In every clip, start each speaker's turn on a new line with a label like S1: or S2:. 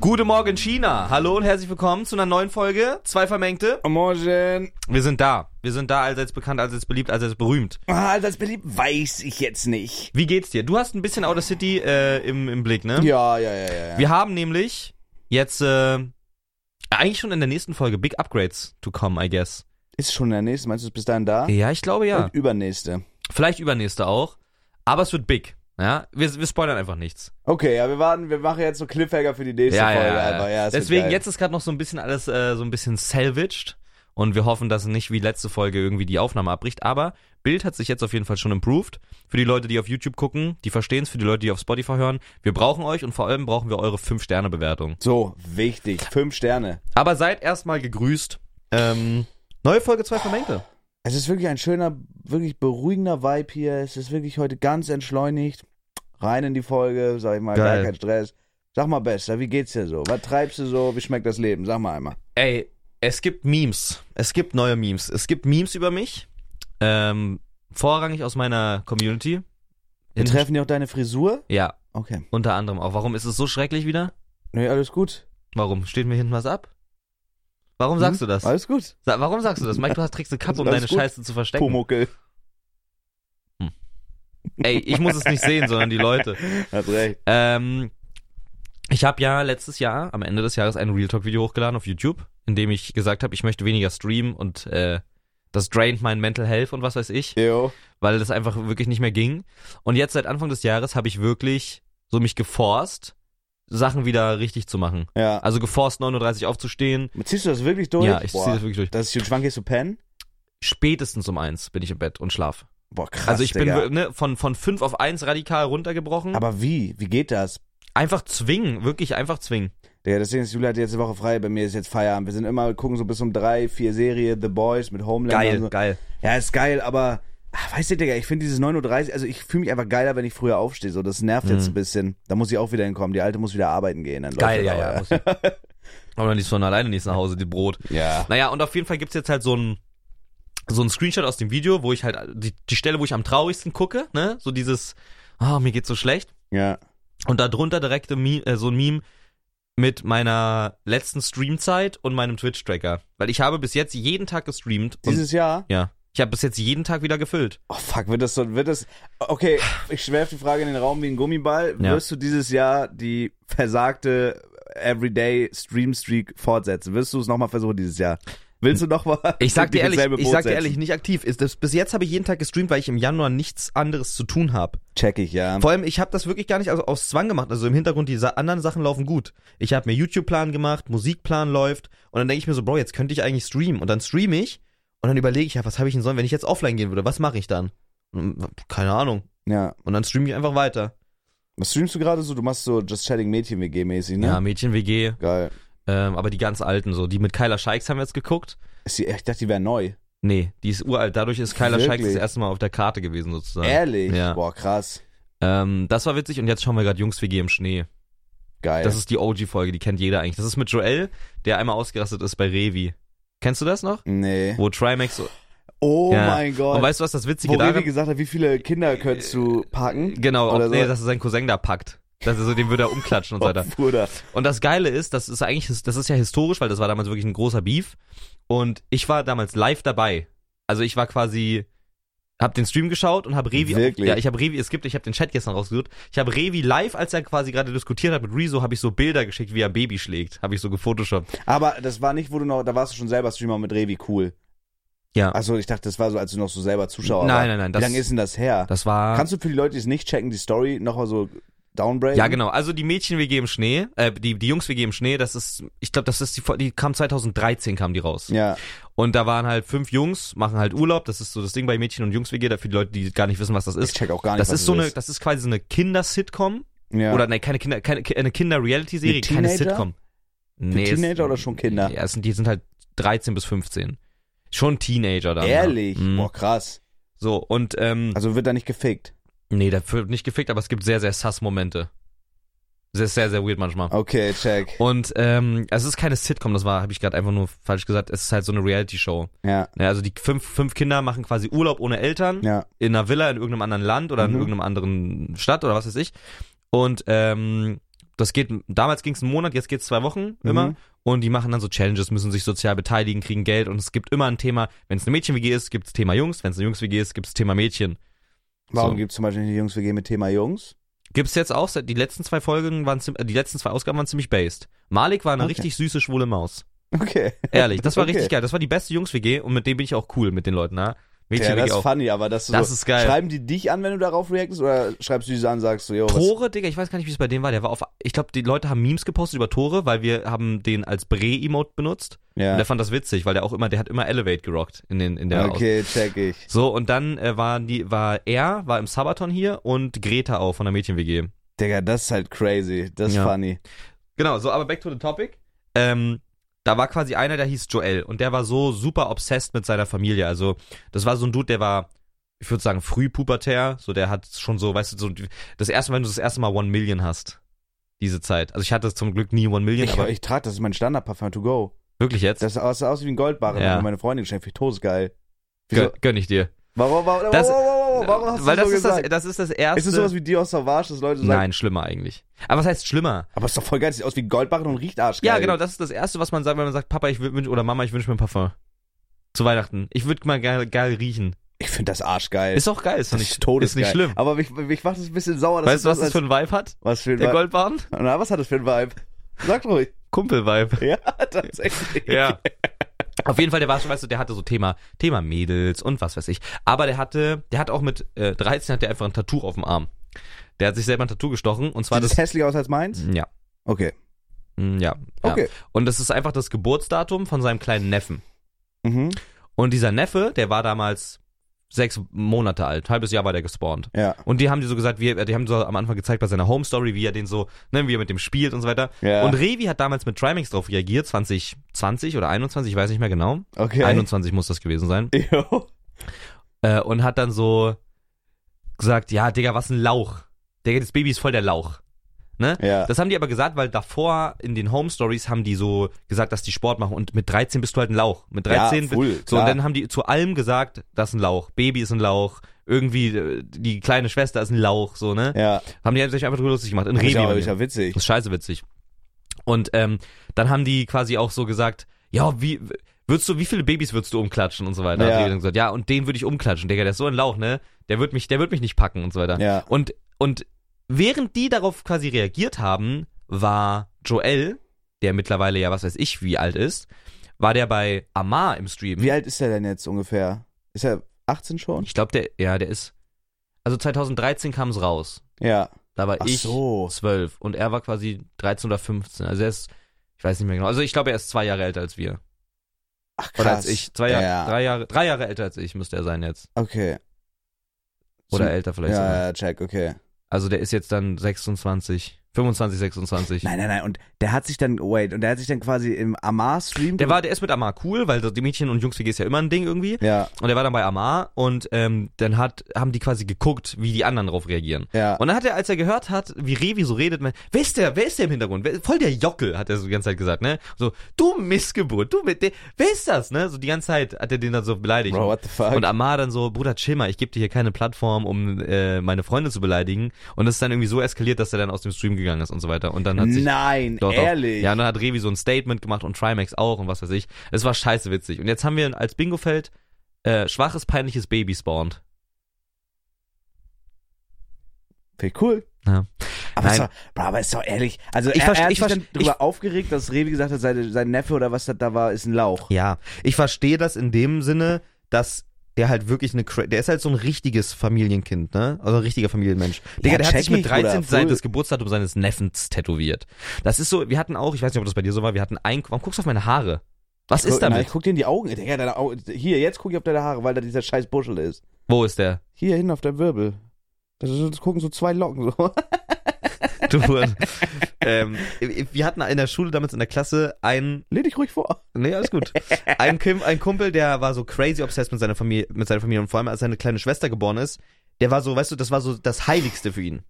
S1: Guten Morgen China. Hallo und herzlich willkommen zu einer neuen Folge. Zwei Vermengte.
S2: Morgen.
S1: Wir sind da. Wir sind da, allseits bekannt, allseits beliebt, allseits berühmt.
S2: Ah, das beliebt weiß ich jetzt nicht.
S1: Wie geht's dir? Du hast ein bisschen Outer City äh, im, im Blick, ne?
S2: Ja, ja, ja, ja. ja.
S1: Wir haben nämlich jetzt äh, eigentlich schon in der nächsten Folge Big Upgrades to come, I guess.
S2: Ist schon der nächste, meinst du, ist bis dahin da?
S1: Ja, ich glaube ja.
S2: Und übernächste.
S1: Vielleicht übernächste auch. Aber es wird big. Ja, wir, wir spoilern einfach nichts.
S2: Okay, ja, wir warten, wir machen jetzt so Cliffhanger für die nächste Folge einfach. Ja, es wird
S1: Deswegen,
S2: geil.
S1: jetzt ist gerade noch so ein bisschen alles äh, so ein bisschen salvaged. Und wir hoffen, dass nicht wie letzte Folge irgendwie die Aufnahme abbricht. Aber Bild hat sich jetzt auf jeden Fall schon improved. Für die Leute, die auf YouTube gucken, die verstehen es. Für die Leute, die auf Spotify hören. Wir brauchen euch und vor allem brauchen wir eure 5-Sterne-Bewertung.
S2: So, wichtig. Fünf Sterne.
S1: Aber seid erstmal gegrüßt. Ähm, neue Folge 2 Vermengte.
S2: Es ist wirklich ein schöner, wirklich beruhigender Vibe hier. Es ist wirklich heute ganz entschleunigt. Rein in die Folge, sag ich mal,
S1: Geil.
S2: gar kein Stress. Sag mal, Bester, wie geht's dir so? Was treibst du so? Wie schmeckt das Leben? Sag mal einmal.
S1: Ey, es gibt Memes. Es gibt neue Memes. Es gibt Memes über mich. Ähm, vorrangig aus meiner Community. In-
S2: Betreffen die auch deine Frisur?
S1: Ja,
S2: Okay.
S1: unter anderem auch. Warum ist es so schrecklich wieder?
S2: Nee, alles gut.
S1: Warum? Steht mir hinten was ab?
S2: Hm?
S1: Warum sagst du das?
S2: Alles gut.
S1: Sa warum sagst du das? Mike, du hast, trägst eine Kappe, um
S2: Alles
S1: deine
S2: gut.
S1: Scheiße zu verstecken.
S2: Pumuckel.
S1: Ey, ich muss es nicht sehen, sondern die Leute.
S2: Hat recht.
S1: Ähm, ich habe ja letztes Jahr, am Ende des Jahres, ein Real Talk-Video hochgeladen auf YouTube, in dem ich gesagt habe, ich möchte weniger streamen und äh, das draint mein Mental Health und was weiß ich.
S2: Jo.
S1: weil das einfach wirklich nicht mehr ging. Und jetzt seit Anfang des Jahres habe ich wirklich so mich geforst, Sachen wieder richtig zu machen.
S2: Ja.
S1: Also geforst 9.30 Uhr aufzustehen.
S2: Ziehst du das wirklich durch?
S1: Ja, ich ziehe das
S2: durch.
S1: wirklich durch.
S2: Dass ich den Schwank gehst du pennen?
S1: Spätestens um eins bin ich im Bett und schlaf.
S2: Boah, krass.
S1: Also ich bin
S2: Digga.
S1: wir- ne, von, von fünf auf eins radikal runtergebrochen.
S2: Aber wie? Wie geht das?
S1: einfach zwingen, wirklich einfach zwingen.
S2: Digga, deswegen ist Julia hat jetzt die Woche frei. Bei mir ist jetzt Feierabend. Wir sind immer, wir gucken so bis um drei, vier Serie, The Boys mit Homeland.
S1: Geil,
S2: und so.
S1: geil.
S2: Ja, ist geil, aber ah, weißt du, Digga, ich finde dieses 9.30 Uhr, also ich fühle mich einfach geiler, wenn ich früher aufstehe. So, das nervt jetzt ein bisschen. Da muss ich auch wieder hinkommen. Die Alte muss wieder arbeiten gehen. Dann läuft
S1: Mhm. Geil,
S2: das
S1: ja,
S2: aber.
S1: ja. muss ich. Aber dann liest von alleine nichts nach Hause, die Brot.
S2: Ja.
S1: Naja, und auf jeden Fall gibt's jetzt halt so ein so ein Screenshot aus dem Video, wo ich halt die, die Stelle, wo ich am traurigsten gucke, ne? So dieses, ah, mir geht's so schlecht.
S2: Ja.
S1: Und darunter direkt im Mi- äh, so ein Meme mit meiner letzten Streamzeit und meinem Twitch-Tracker. Weil ich habe bis jetzt jeden Tag gestreamt. Und,
S2: Dieses Jahr?
S1: ja. Ich habe bis jetzt jeden Tag wieder gefüllt.
S2: Oh fuck, wird das so, wird das, okay, ich werfe die Frage in den Raum wie ein Gummiball.
S1: Ja.
S2: Wirst du dieses Jahr die versagte Everyday Stream Streak fortsetzen? Wirst du es nochmal versuchen dieses Jahr? Willst du nochmal?
S1: Ich sag dir
S2: dich ins
S1: ehrlich,
S2: selbe
S1: ich
S2: Boot
S1: sag dir
S2: setzen?
S1: ehrlich, nicht aktiv. Ist das, bis jetzt habe ich jeden Tag gestreamt, weil ich im Januar nichts anderes zu tun habe.
S2: Check ich, ja.
S1: Vor allem, ich habe das wirklich gar nicht also aus Zwang gemacht. Also im Hintergrund, die sa- anderen Sachen laufen gut. Ich habe mir YouTube-Plan gemacht, Musikplan läuft und dann denke ich mir so, Bro, jetzt könnte ich eigentlich streamen. Und dann streame ich und dann überlege ich, ja, was habe ich denn sollen, wenn ich jetzt offline gehen würde? Was mache ich dann? Und, Keine Ahnung.
S2: Ja.
S1: Und dann streame ich einfach weiter.
S2: Was streamst du gerade so? Du machst so Just Chatting Mädchen-WG-mäßig, ne?
S1: Ja, Mädchen-WG,
S2: Geil.
S1: ähm, aber die ganz alten so. Die mit Kyla Scheiks haben wir jetzt geguckt.
S2: Ist die, ich dachte, die wäre neu.
S1: Nee, die ist uralt. Dadurch ist Kyla
S2: Wirklich?
S1: Scheiks das erste Mal auf der Karte gewesen sozusagen.
S2: Ehrlich?
S1: Ja.
S2: Boah, krass.
S1: Ähm, das war witzig und jetzt schauen wir gerade Jungs-WG im Schnee.
S2: Geil.
S1: Das ist die OG-Folge, die kennt jeder eigentlich. Das ist mit Joel, der einmal ausgerastet ist bei Revi. Kennst du das noch?
S2: nee.
S1: Wo Trimax. Und
S2: Oh
S1: Ja.
S2: mein Gott.
S1: weißt du, was das Witzige
S2: wo Revi
S1: daran
S2: gesagt hat, wie viele Kinder könntest du packen?
S1: Genau,
S2: Oder
S1: ob, nee,
S2: so.
S1: dass er seinen Cousin da packt. Dass er so, den würde er umklatschen und so weiter.
S2: Oh, Bruder.
S1: Und das Geile ist, das ist eigentlich, das ist ja historisch, weil das war damals wirklich ein großer Beef. Und ich war damals live dabei. Also ich war quasi, hab den Stream geschaut und hab Revi,
S2: Wirklich?
S1: ja, ich hab Revi, es gibt, ich hab den Chat gestern rausgesucht. Ich hab Revi live, als er quasi gerade diskutiert hat mit Rezo, hab ich so Bilder geschickt, wie er Baby schlägt. Hab ich so gefotoshoppt.
S2: Aber das war nicht, wo du noch, da warst du schon selber Streamer mit Revi cool.
S1: Ja.
S2: Achso, ich dachte, das war so, als du noch so selber Zuschauer
S1: Nein,
S2: warst.
S1: nein, nein,
S2: Wie
S1: das-
S2: lange ist denn das her?
S1: Das war.
S2: Kannst du für die Leute, die es nicht checken, die Story nochmal so downbreaken?
S1: ja, genau. Also die Mädchen-WG im Schnee, äh, die, die Jungs-WG im Schnee, das ist, ich glaube, das ist die, Fol- die kam 2013, kam die raus.
S2: Ja,
S1: Und da waren halt fünf Jungs, machen halt Urlaub, das ist so das Ding bei Mädchen- und Jungs-WG, da für die Leute, die gar nicht wissen, was das
S2: ich
S1: ist.
S2: check auch gar nicht,
S1: Das
S2: was
S1: ist so
S2: das
S1: eine, das ist quasi so eine Kinder-Sitcom,
S2: Ja.
S1: oder ne, keine Kinder, keine, eine Kinder-Reality-Serie,
S2: Mit
S1: keine
S2: Teenager?
S1: Sitcom. Nee,
S2: Teenager oder schon Kinder?
S1: Ja, es sind, die sind halt 13 bis 15. Schon Teenager dann.
S2: Ehrlich?
S1: Ja. Mhm.
S2: Boah, krass.
S1: So, und, ähm,
S2: Also wird da nicht gefickt.
S1: nee, da wird nicht gefickt, aber es gibt sehr, sehr sass Momente. Das ist sehr, sehr weird manchmal.
S2: Okay, check.
S1: Und ähm, also es ist keine Sitcom, das war, habe ich gerade einfach nur falsch gesagt. Es ist halt so eine Reality-Show.
S2: Ja,
S1: Ja, also die fünf, fünf Kinder machen quasi Urlaub ohne Eltern
S2: ja.
S1: in einer Villa in irgendeinem anderen Land oder in
S2: Mhm.
S1: irgendeinem anderen Stadt oder was weiß ich. Und ähm, das geht, damals ging es einen Monat, jetzt geht's zwei Wochen immer.
S2: Mhm.
S1: Und die machen dann so Challenges, müssen sich sozial beteiligen, kriegen Geld und es gibt immer ein Thema, wenn es eine Mädchen-WG ist, gibt's Thema Jungs, wenn es eine Jungs-WG ist, gibt's Thema Mädchen.
S2: Warum
S1: So.
S2: gibt's zum Beispiel nicht Jungs, wir gehen mit Thema Jungs?
S1: Gibt's jetzt auch, seit- die letzten zwei Folgen waren, ziem- äh, die letzten zwei Ausgaben waren ziemlich based. Malik war eine
S2: Okay.
S1: richtig süße, schwule Maus.
S2: Okay.
S1: Ehrlich, das war
S2: Okay.
S1: richtig geil. Das war die beste Jungs-WG und mit dem bin ich auch cool, mit den Leuten, ne?
S2: Ja, das
S1: Mädchen-WG
S2: ist
S1: auch.
S2: funny, aber das,
S1: Das
S2: so,
S1: ist geil.
S2: Schreiben die dich an, wenn du darauf reactest oder schreibst du diese an, sagst du, yo, was,
S1: Tore, Digga, ich weiß gar nicht, wie es bei dem war. Der war auf, ich glaube, die Leute haben Memes gepostet über Tore, weil wir haben den als Bre-Emote benutzt. Und
S2: ja.
S1: der fand das witzig, weil der auch immer, der hat immer Elevate gerockt in den, in der Aus-
S2: Okay, check ich.
S1: So, und dann äh, waren die, war er, war im Sabaton hier und Greta auch von der Mädchen-WG.
S2: Digga, das ist halt crazy. Das ist
S1: Ja.
S2: funny.
S1: Genau, so, aber back to the topic. Ähm, da war quasi einer, der hieß Joel und der war so super obsessed mit seiner Familie. Also, das war so ein Dude, der war, ich würde sagen, frühpubertär. So, der hat schon so, weißt du, so, das erste Mal, wenn du das erste Mal One Million hast. Diese Zeit. Also, ich hatte zum Glück nie One Million,
S2: Ich,
S1: aber
S2: ich trage, das ist mein Standardparfum to go.
S1: wirklich jetzt.
S2: Das sah aus wie ein Goldbarren,
S1: Ja.
S2: ja. meine Freundin geschenkt. Ich ist geil. Wieso?
S1: Gönn, gönn ich dir.
S2: Warum, warum,
S1: Das-
S2: warum, warum, warum hast
S1: Weil
S2: du
S1: das,
S2: so
S1: ist das,
S2: gesagt?
S1: das ist das erste.
S2: ist es sowas wie Dior Sauvage, dass Leute sagen,
S1: Nein, schlimmer eigentlich. Aber was heißt schlimmer?
S2: aber ist doch voll geil, das sieht aus wie ein Goldbarren und riecht arschgeil.
S1: Ja, genau, das ist das Erste, was man sagt, wenn man sagt, Papa, ich wünsch, oder Mama, ich wünsche mir ein Parfum. Zu Weihnachten. Ich würde mal geil, geil riechen.
S2: Ich finde das arschgeil.
S1: Ist auch geil, ist doch nicht, ist
S2: todesgeil.
S1: nicht schlimm.
S2: Aber mich, mich macht es ein bisschen sauer, dass
S1: weißt du, was das für ein Vibe hat?
S2: was für ein
S1: Der
S2: Vibe-
S1: Goldbarren?
S2: Na, was hat das für ein Vibe? Sag ruhig.
S1: Kumpel-Vibe.
S2: Ja, tatsächlich.
S1: Ja. Auf jeden Fall, der war schon, weißt du, der hatte so Thema, Thema Mädels und was weiß ich. Aber der hatte, der hat auch mit äh, 13 hat der einfach ein Tattoo auf dem Arm. Der hat sich selber ein Tattoo gestochen und zwar
S2: Sieht das
S1: das.
S2: hässlicher aus als meins?
S1: Ja.
S2: Okay.
S1: mm, Ja. ja.
S2: Okay.
S1: Und das ist einfach das Geburtsdatum von seinem kleinen Neffen.
S2: Mhm.
S1: Und dieser Neffe, der war damals sechs Monate alt, halbes Jahr war der gespawnt.
S2: Ja.
S1: Und die haben die so gesagt, wie, die haben so am Anfang gezeigt bei seiner Home Story, wie er den so, ne, wie er mit dem spielt und so weiter.
S2: Ja.
S1: Und Revi hat damals mit Trimings drauf reagiert, 2020 oder 21, ich weiß nicht mehr genau.
S2: Okay.
S1: 21 muss das gewesen sein.
S2: Jo.
S1: Äh, und hat dann so gesagt, ja, Digga, was ein Lauch. Digga, das Baby ist voll der Lauch. Ne?
S2: Ja.
S1: Das haben die aber gesagt, weil davor in den Home Stories haben die so gesagt, dass die Sport machen und mit 13 bist du halt ein Lauch. Mit
S2: Ja,
S1: 13 bist-
S2: full,
S1: so und
S2: klar.
S1: dann haben die zu allem gesagt, das ist ein Lauch, Baby ist ein Lauch, irgendwie äh, die kleine Schwester ist ein Lauch, so ne?
S2: ja.
S1: Haben die sich einfach drüber lustig gemacht in
S2: Ist
S1: Revi.
S2: ja,
S1: bei mir.
S2: ist ja witzig.
S1: Das ist scheiße witzig. Und ähm, dann haben die quasi auch so gesagt, ja, wie würdest du, wie viele Babys würdest du umklatschen und so weiter?
S2: Ja.
S1: Hat die dann gesagt, ja, und den würde ich umklatschen, Digga, der ist so ein Lauch, ne? Der wird mich, der wird mich nicht packen und so weiter.
S2: Ja.
S1: Und und während die darauf quasi reagiert haben, war Joel, der mittlerweile ja was weiß ich wie alt ist, war der bei Amar im Stream.
S2: Wie alt ist er denn jetzt ungefähr? Ist er 18 schon?
S1: Ich glaube, der, ja, der ist. Also 2013 kam es raus.
S2: Ja.
S1: Da war
S2: Ach
S1: ich
S2: so.
S1: 12 und er war quasi 13 oder 15. Also er ist, ich weiß nicht mehr genau. Also ich glaube, er ist zwei Jahre älter als wir.
S2: Ach, krass.
S1: Oder als ich. Zwei Jahre,
S2: Ja.
S1: drei Jahre, drei Jahre älter als ich müsste er sein jetzt.
S2: Okay.
S1: Oder
S2: Zum-
S1: älter vielleicht sogar.
S2: Ja, ja, check, okay.
S1: Also der ist jetzt dann 26, 25, 26.
S2: Nein, nein, nein. Und der hat sich dann, wait, und der hat sich dann quasi im Amar-Stream.
S1: Der war, der ist mit Amar cool, weil die Mädchen und Jungs WG ist ja immer ein Ding irgendwie.
S2: Ja,
S1: Und er war dann bei Amar und ähm, dann hat, haben die quasi geguckt, wie die anderen drauf reagieren.
S2: ja.
S1: Und dann hat er, als er gehört hat, wie Revi so redet, man, wer ist der, wer ist der im Hintergrund? Wer, voll der Jockel, hat er so die ganze Zeit gesagt, ne? So, du Missgeburt, du mit der, wer ist das, ne? So die ganze Zeit hat er den dann so beleidigt.
S2: Bro, what the fuck?
S1: Und Amar dann so, Bruder, chill mal, ich gebe dir hier keine Plattform, um äh, meine Freunde zu beleidigen. Und das ist dann irgendwie so eskaliert, dass er dann aus dem Stream gegangen ist und so weiter. Und dann hat sich...
S2: nein,
S1: Doch, doch.
S2: ehrlich.
S1: Ja, und dann hat Revi so ein Statement gemacht und Trimax auch und was weiß ich. Es war scheiße witzig. Und jetzt haben wir als Bingofeld äh, schwaches, peinliches Baby spawned.
S2: Finde ich cool.
S1: Ja.
S2: Aber,
S1: Nein.
S2: Ist doch, Bro, aber ist doch ehrlich. Also
S1: Ich
S2: er, er
S1: verste-
S2: hat
S1: ich
S2: sich dann
S1: verste-
S2: darüber aufgeregt, dass Revi gesagt hat, seine, sein Neffe oder was das da war, ist ein Lauch.
S1: Ja, ich verstehe das in dem Sinne, dass der halt wirklich eine, cra- der ist halt so ein richtiges Familienkind, ne? Also ein richtiger Familienmensch. Digga, der hat
S2: check
S1: sich mit
S2: ich, Bruder,
S1: 13 sein,
S2: voll.
S1: das Geburtsdatum seines Neffens tätowiert. Das ist so, wir hatten auch, ich weiß nicht, ob das bei dir so war, wir hatten ein, warum guckst du auf meine Haare? Was ist
S2: Guck- nein,
S1: damit?
S2: Ich halt, guck dir in die Augen. Digga, deine Augen. Hier, jetzt guck ich auf deine Haare, weil da dieser scheiß Buschel ist.
S1: Wo ist der?
S2: Hier hin auf deinem Wirbel. Das, ist- das gucken so zwei Locken so.
S1: Du Huren. ähm, wir hatten in der Schule damals in der Klasse einen
S2: Lehn dich ruhig vor.
S1: Nee, alles gut. Ein, Kim, ein Kumpel, der war so crazy obsessed mit seiner Familie, mit seiner Familie und vor allem als seine kleine Schwester geboren ist, der war so, weißt du, das war so das Heiligste für ihn.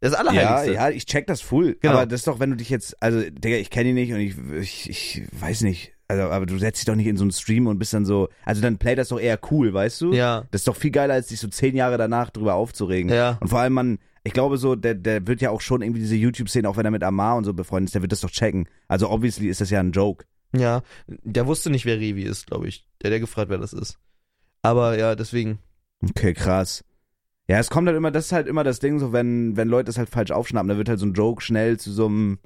S1: Das
S2: Ja,
S1: Allerheiligste.
S2: ja, ich check das full.
S1: Genau.
S2: Aber das ist doch, wenn du dich jetzt, also, Digga, ich kenne ihn nicht und ich, ich, ich weiß nicht. Also, aber du setzt dich doch nicht in so einen Stream und bist dann so. Also dann play das doch eher cool, weißt du?
S1: Ja.
S2: Das ist doch viel geiler, als dich so zehn Jahre danach drüber aufzuregen.
S1: Ja.
S2: Und vor allem, man, ich glaube so, der, der wird ja auch schon irgendwie diese YouTube-Szene, auch wenn er mit Amar und so befreundet ist, der wird das doch checken. Also obviously ist das ja ein Joke.
S1: Ja, der wusste nicht, wer Revi ist, glaube ich. Der, der gefragt, wer das ist. Aber ja, deswegen.
S2: Okay, krass. Ja, es kommt halt immer, das ist halt immer das Ding, so wenn, wenn Leute das halt falsch aufschnappen, dann wird halt so ein Joke schnell zu so einem,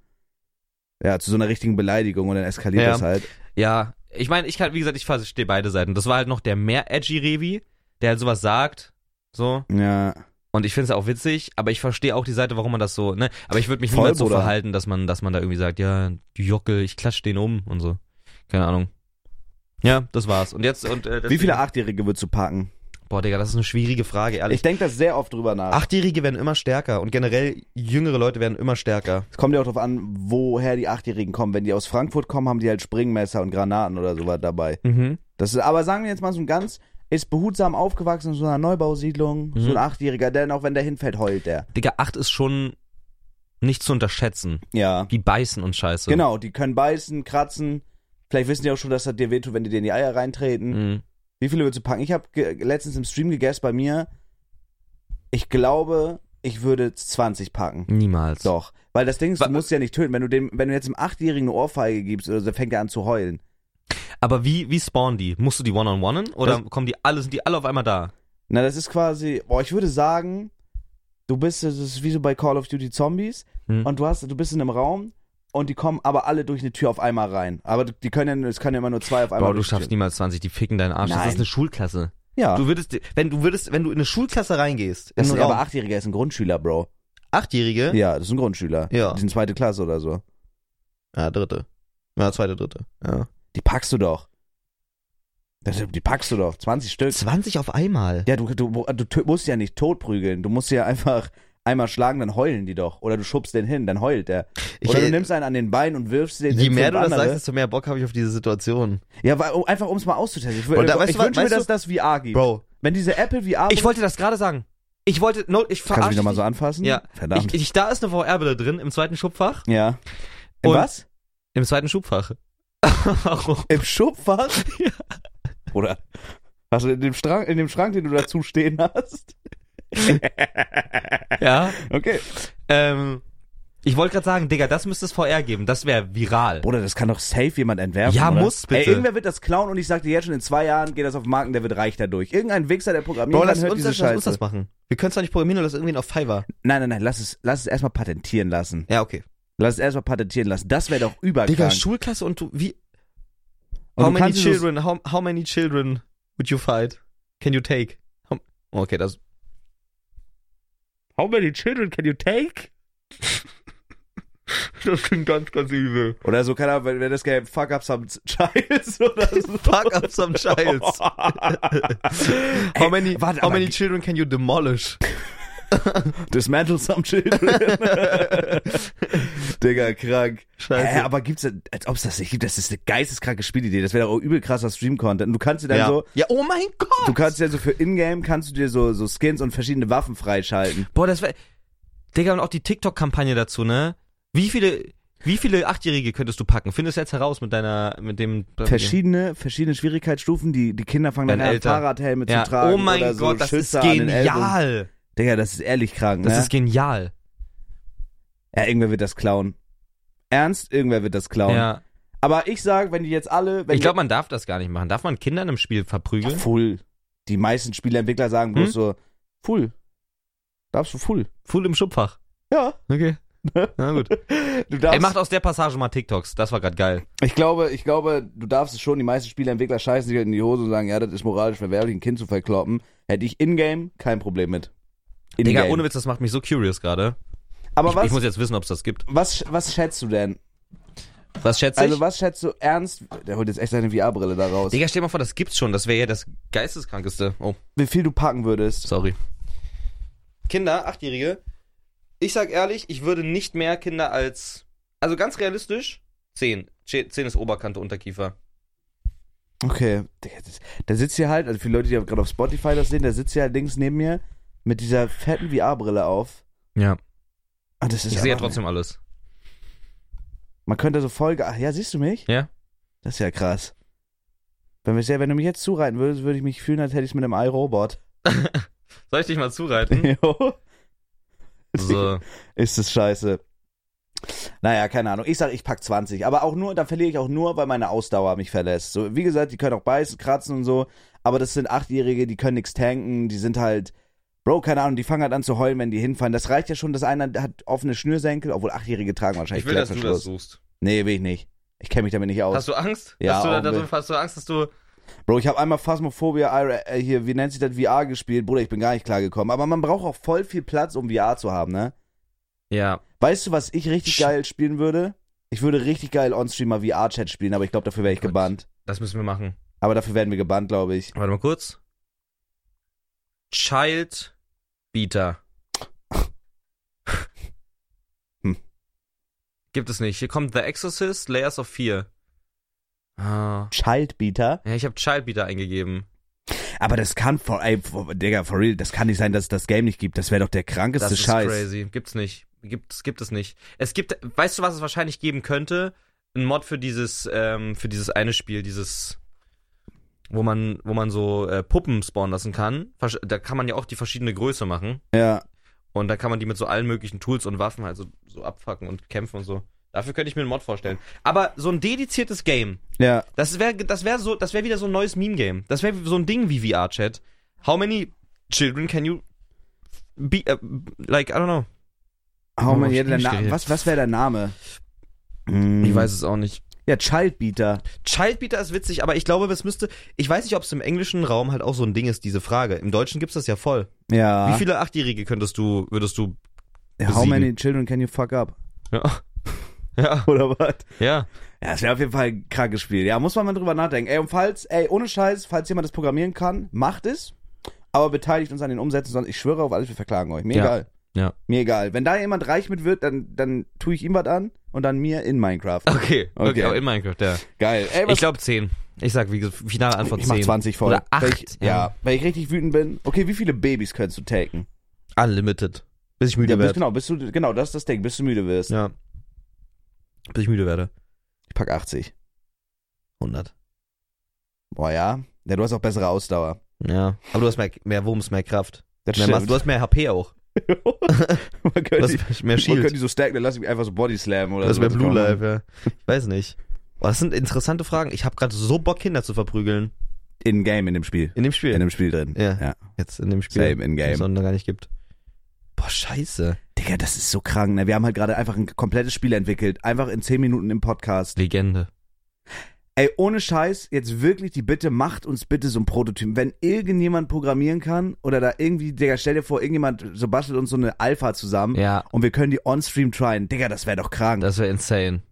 S2: ja, zu so einer richtigen Beleidigung und dann eskaliert
S1: Ja.
S2: das halt.
S1: Ja, ich meine, ich kann, wie gesagt, ich verstehe beide Seiten. Das war halt noch der mehr edgy Revi, der halt sowas sagt. So.
S2: Ja.
S1: Und ich finde es auch witzig, aber ich verstehe auch die Seite, warum man das so, ne? Aber ich würde mich
S2: Voll,
S1: niemals so
S2: Bruder.
S1: verhalten, dass man, dass man da irgendwie sagt, ja, du Jockel, ich klatsch den um und so. Keine Ahnung. Ja, das war's. Und jetzt, und, äh,
S2: Wie
S1: deswegen-
S2: viele Achtjährige würdest du packen?
S1: Boah, Digga, das ist eine schwierige Frage, ehrlich.
S2: Also Ich denke das sehr oft drüber nach.
S1: Achtjährige werden immer stärker und generell jüngere Leute werden immer stärker.
S2: Es kommt ja auch darauf an, woher die Achtjährigen kommen. Wenn die aus Frankfurt kommen, haben die halt Springmesser und Granaten oder sowas dabei.
S1: Mhm.
S2: Das ist, aber sagen wir jetzt mal so ein ganz, ist behutsam aufgewachsen in so einer Neubausiedlung, so ein Achtjähriger, denn auch wenn der hinfällt, heult der.
S1: Digga, 8 ist schon nicht zu unterschätzen.
S2: Ja.
S1: Die beißen und scheiße.
S2: Genau, die können beißen, kratzen. Vielleicht wissen die auch schon, dass das dir wehtut, wenn die dir in die Eier reintreten.
S1: Mhm.
S2: Wie viele würdest du packen? Ich habe letztens im Stream gegessen bei mir. Ich glaube, ich würde 20 packen.
S1: Niemals.
S2: Doch. Weil das Ding ist,
S1: Wa-
S2: du musst ja nicht töten. Wenn du dem, wenn du jetzt einem Achtjährigen eine Ohrfeige gibst oder so, fängt er an zu heulen.
S1: Aber wie, wie spawnen die? Musst du die one-on-one oder kommen die alle, sind die alle auf einmal da?
S2: Na, das ist quasi, boah, ich würde sagen, du bist, das ist wie so bei Call of Duty Zombies
S1: Hm.
S2: und du hast, du bist in einem Raum und die kommen aber alle durch eine Tür auf einmal rein. Aber die können ja, es können ja immer nur zwei auf einmal
S1: Boah, du schaffst niemals 20, die ficken deinen Arsch. Das
S2: Nein.
S1: ist eine Schulklasse.
S2: Ja.
S1: Du würdest, wenn du würdest, wenn du in eine Schulklasse reingehst, in
S2: Ah. Das
S1: einen
S2: ist, aber
S1: Raum,
S2: Achtjähriger ist ein Grundschüler, Bro.
S1: Achtjährige,
S2: Ja, das ist ein Grundschüler.
S1: Ja.
S2: Die sind zweite Klasse oder so.
S1: Ja, dritte. Ja, zweite, dritte. Ja.
S2: Die packst du doch. Das, die packst du doch. 20 Stück.
S1: 20 auf einmal.
S2: Ja, du, du, du tö- musst ja nicht totprügeln. Du musst ja einfach einmal schlagen, dann heulen die doch. Oder du schubst den hin, dann heult er.
S1: Ich- äh,
S2: Oder du nimmst einen an den Bein und wirfst den.
S1: Je
S2: in
S1: mehr
S2: fünf
S1: du das
S2: andere.
S1: sagst, desto mehr Bock habe ich auf diese Situation.
S2: Ja, weil, um, einfach um es mal auszutesten. Ich, wür-
S1: Und da- weißt
S2: ich
S1: du was-
S2: wünsche mir,
S1: weißt du-
S2: dass das VR gibt.
S1: Bro,
S2: Wenn diese Apple VR.
S1: ich wollte das gerade sagen. Ich wollte, no, ich
S2: Kannst du mich
S1: verarsche
S2: nochmal so anfassen?
S1: Ja.
S2: Verdammt.
S1: Ich, ich, da ist eine VR-Brille drin im zweiten Schubfach.
S2: ja. Im
S1: Und-
S2: was?
S1: Im zweiten Schubfach. Warum?
S2: Im Schubfach?
S1: Ja.
S2: Oder hast du in dem, Strang, in dem Schrank, den du dazu stehen hast?
S1: ja.
S2: Okay.
S1: Ähm, ich wollte gerade sagen, Digga, das müsste es VR geben. Das wäre viral.
S2: Bruder, das kann doch safe jemand entwerfen.
S1: Ja,
S2: oder?
S1: muss bitte.
S2: Ey, irgendwer wird das klauen und ich sag dir jetzt schon, in zwei Jahren geht das auf den Markt und der wird reich dadurch. Irgendein Wichser, der programmiert,
S1: Bro,
S2: Bro,
S1: lass
S2: hört
S1: uns,
S2: diese
S1: das, lass
S2: Scheiße.
S1: uns das machen. Wir können es doch nicht programmieren und das irgendwen auf Fiverr.
S2: Nein, nein, nein, lass es, lass es erstmal patentieren lassen.
S1: Ja, okay.
S2: Lass es erstmal patentieren lassen. Das wäre doch überkrank.
S1: Digga, Schulklasse und du, wie,
S2: und
S1: how
S2: du
S1: many
S2: kannst dieses-
S1: children, how, how many children would you fight? Can you take? How, okay, das. How many children can you take? das klingt ganz, ganz übel.
S2: Oder so, keine Ahnung, wenn wenn das Game Fuck Up Some Childs oder so.
S1: Fuck up some childs. how many,
S2: warte,
S1: how
S2: aber
S1: many
S2: ge-
S1: children can you demolish?
S2: Dismantle Some Children. Digga, krank.
S1: Scheiße.
S2: Hä, aber gibt's, denn- als ob's das nicht gibt, das ist eine geisteskranke Spielidee. Das wäre doch auch übel krasser Stream-Content. Und du kannst dir dann
S1: ja.
S2: so,
S1: ja, oh mein Gott.
S2: Du kannst ja so für Ingame kannst du dir so, so Skins und verschiedene Waffen freischalten.
S1: Boah, das wär. Digga, und auch die TikTok-Kampagne dazu, ne? Wie viele, wie viele Achtjährige könntest du packen? Findest du jetzt heraus mit deiner, mit dem.
S2: Verschiedene, verschiedene Schwierigkeitsstufen, die, die Kinder fangen
S1: Werden
S2: dann an,
S1: älter.
S2: Fahrradhelme
S1: ja.
S2: zu tragen.
S1: oh mein
S2: oder so
S1: Gott, das
S2: Schüsse
S1: ist
S2: an den Ellbogen.
S1: genial.
S2: Digga, das ist ehrlich krank,
S1: Das
S2: ne?
S1: ist genial.
S2: ja, irgendwer wird das klauen. Ernst, irgendwer wird das klauen.
S1: Ja.
S2: Aber ich sag, wenn die jetzt alle, wenn
S1: Ich glaube, man darf das gar nicht machen. Darf man Kinder in einem Spiel
S2: die, ja,
S1: verprügeln?
S2: full. Die meisten Spieleentwickler sagen bloß
S1: Hm?
S2: so, full. Darfst du full?
S1: Full im Schubfach.
S2: Ja.
S1: Okay. Na gut.
S2: Du
S1: Ey,
S2: darfst,
S1: macht aus der Passage mal TikToks. Das war gerade geil.
S2: ich glaube, ich glaube, du darfst es schon. Die meisten Spieleentwickler scheißen sich halt in die Hose und sagen, ja, das ist moralisch verwerflich, ein Kind zu verkloppen. Hätte ich in-game kein Problem mit.
S1: Digga,
S2: In-game.
S1: ohne Witz, das macht mich so curious gerade.
S2: Aber
S1: Ich,
S2: was,
S1: ich muss jetzt wissen, ob es das gibt.
S2: was, was schätzt du denn?
S1: Was schätze
S2: Also
S1: ich?
S2: was schätzt du ernst? Der holt jetzt echt seine VR-Brille da raus.
S1: Digga, stell mal vor, das gibt's schon. Das wäre ja das geisteskrankeste. Oh.
S2: Wie viel du packen würdest?
S1: Sorry. Kinder, Achtjährige, ich sag ehrlich, ich würde nicht mehr Kinder als. Also ganz realistisch, 10. 10 ist Oberkante, Unterkiefer.
S2: Okay. Digga, das- Da sitzt hier halt, also für die Leute, die gerade auf Spotify das sehen, da sitzt hier halt links neben mir mit dieser fetten VR-Brille auf.
S1: Ja.
S2: Ah, das ist
S1: Ich sehe ja
S2: aber-
S1: trotzdem alles.
S2: Man könnte so voll... ge- Ach ja, siehst du mich?
S1: Ja.
S2: Das ist ja krass. Wenn, wir, wenn du mich jetzt zureiten würdest, würde ich mich fühlen, als hätte ich es mit einem iRobot.
S1: Soll ich dich mal zureiten?
S2: Jo.
S1: Also,
S2: Ist es scheiße. Naja, keine Ahnung. Ich sag, ich pack 20. Aber auch nur, dann verliere ich auch nur, weil meine Ausdauer mich verlässt. So, wie gesagt, die können auch beißen, kratzen und so. Aber das sind Achtjährige, die können nichts tanken. Die sind halt, Bro, keine Ahnung, die fangen halt an zu heulen, wenn die hinfallen. Das reicht ja schon, dass einer hat offene Schnürsenkel, obwohl Achtjährige tragen wahrscheinlich
S1: ich will, dass du das
S2: Klettverschluss.
S1: suchst.
S2: Nee, will ich nicht. Ich kenne mich damit nicht aus.
S1: Hast du Angst?
S2: Ja,
S1: hast, du da,
S2: Augenblick.
S1: da, hast du Angst, dass du.
S2: Bro, ich habe einmal Phasmophobia IR äh, hier, wie nennt sich das, VR gespielt. Bruder, ich bin gar nicht klargekommen. Aber man braucht auch voll viel Platz, um VR zu haben, ne?
S1: Ja.
S2: Weißt du, was ich richtig
S1: Sch-
S2: geil spielen würde? Ich würde richtig geil Onstreamer VR-Chat spielen, aber ich glaube, dafür wäre ich
S1: Gott.
S2: gebannt.
S1: Das müssen wir machen.
S2: Aber dafür werden wir gebannt, glaube ich.
S1: Warte mal kurz. Child Beater.
S2: Hm.
S1: Gibt es nicht. Hier kommt The Exorcist, Layers of Fear. Ah.
S2: Childbeater.
S1: Ja, ich habe Child Beater eingegeben.
S2: Aber das kann for, ey, for, Digga, for real, das kann nicht sein, dass es das Game nicht gibt. Das wäre doch der krankeste
S1: Das ist
S2: Scheiß.
S1: crazy. Gibt's nicht. Gibt, gibt es nicht. Es gibt, weißt du, was es wahrscheinlich geben könnte? Ein Mod für dieses, ähm, für dieses eine Spiel, dieses, wo man, wo man so äh, Puppen spawnen lassen kann. Versch- Da kann man ja auch die verschiedene Größe machen.
S2: Ja.
S1: Und da kann man die mit so allen möglichen Tools und Waffen halt so, so abfacken und kämpfen und so. Dafür könnte ich mir einen Mod vorstellen. Aber so ein dediziertes Game,
S2: Ja.
S1: das wäre das wär so, das wär wieder so ein neues Meme-Game. Das wäre so ein Ding wie VR-Chat. How many children can you be, äh, like, I don't know.
S2: Hau mal
S1: auf
S2: hier der
S1: Englisch
S2: Na
S1: geredet.
S2: was was wäre der Name? Hm.
S1: es auch nicht.
S2: Ja, Childbeater.
S1: Childbeater ist witzig, aber ich glaube, es müsste, ich weiß nicht, ob es im englischen Raum halt auch so ein Ding ist, diese Frage. Im Deutschen gibt's das ja voll.
S2: Ja.
S1: Wie viele Achtjährige könntest du, würdest du,
S2: How
S1: besiegen?
S2: many children can you fuck up?
S1: ja. Ja,
S2: Oder was?
S1: ja.
S2: Ja, es wäre auf jeden Fall ein krankes Spiel. Ja, muss man mal drüber nachdenken. Ey, und falls, ey, ohne Scheiß, falls jemand das programmieren kann, macht es. Aber beteiligt uns an den Umsätzen, sonst ich schwöre auf alles, wir verklagen euch. Mir
S1: Ja.
S2: egal.
S1: Ja.
S2: Mir egal. Wenn da jemand reich mit wird, dann, dann tue ich ihm was an und dann mir in Minecraft.
S1: Okay, okay,
S2: Okay.
S1: aber in Minecraft, ja.
S2: Geil. Ey, was
S1: Ich glaube 10. Ich sag, wie gesagt, finale Antwort
S2: ich
S1: 10.
S2: mach 20 voll.
S1: Oder
S2: Wenn
S1: 8.
S2: ich, ja, wenn ich richtig wütend bin. Okay, wie viele Babys könntest du taken?
S1: Unlimited. Bis ich müde
S2: Ja, bist,
S1: werde.
S2: genau, bist du, genau, das ist das Ding, bis du müde wirst.
S1: Ja. Bis ich müde werde.
S2: Ich pack 80.
S1: 100.
S2: Boah, ja. Ja, du hast auch bessere Ausdauer.
S1: Ja. Aber du hast mehr, mehr Wumms, mehr Kraft.
S2: Das
S1: Mehr Masse,
S2: stimmt.
S1: du hast mehr HP auch.
S2: man
S1: Du
S2: könnte,
S1: hast mehr
S2: man könnte
S1: Shield.
S2: die so stacken, dann lass ich mich einfach so Body Slam oder
S1: Du hast
S2: so.
S1: mehr Blue
S2: Komm, Mann.
S1: Life, ja. Ich weiß nicht. Boah, das sind interessante Fragen. Ich habe gerade so Bock, Kinder zu verprügeln.
S2: In-game in dem Spiel.
S1: In dem Spiel.
S2: In dem Spiel drin.
S1: Ja. Jetzt in dem Spiel.
S2: Same, in-game.
S1: das es noch gar nicht gibt. Boah, scheiße.
S2: Digga, das ist so krank. Ne? Wir haben halt gerade einfach ein komplettes Spiel entwickelt. Einfach in 10 Minuten im Podcast.
S1: Legende.
S2: Ey, ohne Scheiß, jetzt wirklich die Bitte, macht uns bitte so ein Prototyp. Wenn irgendjemand programmieren kann oder da irgendwie, Digga, stell dir vor, irgendjemand so bastelt uns so eine Alpha zusammen
S1: Ja,
S2: und wir können die on-stream tryen. Digga, das wäre doch krank.
S1: das wäre insane.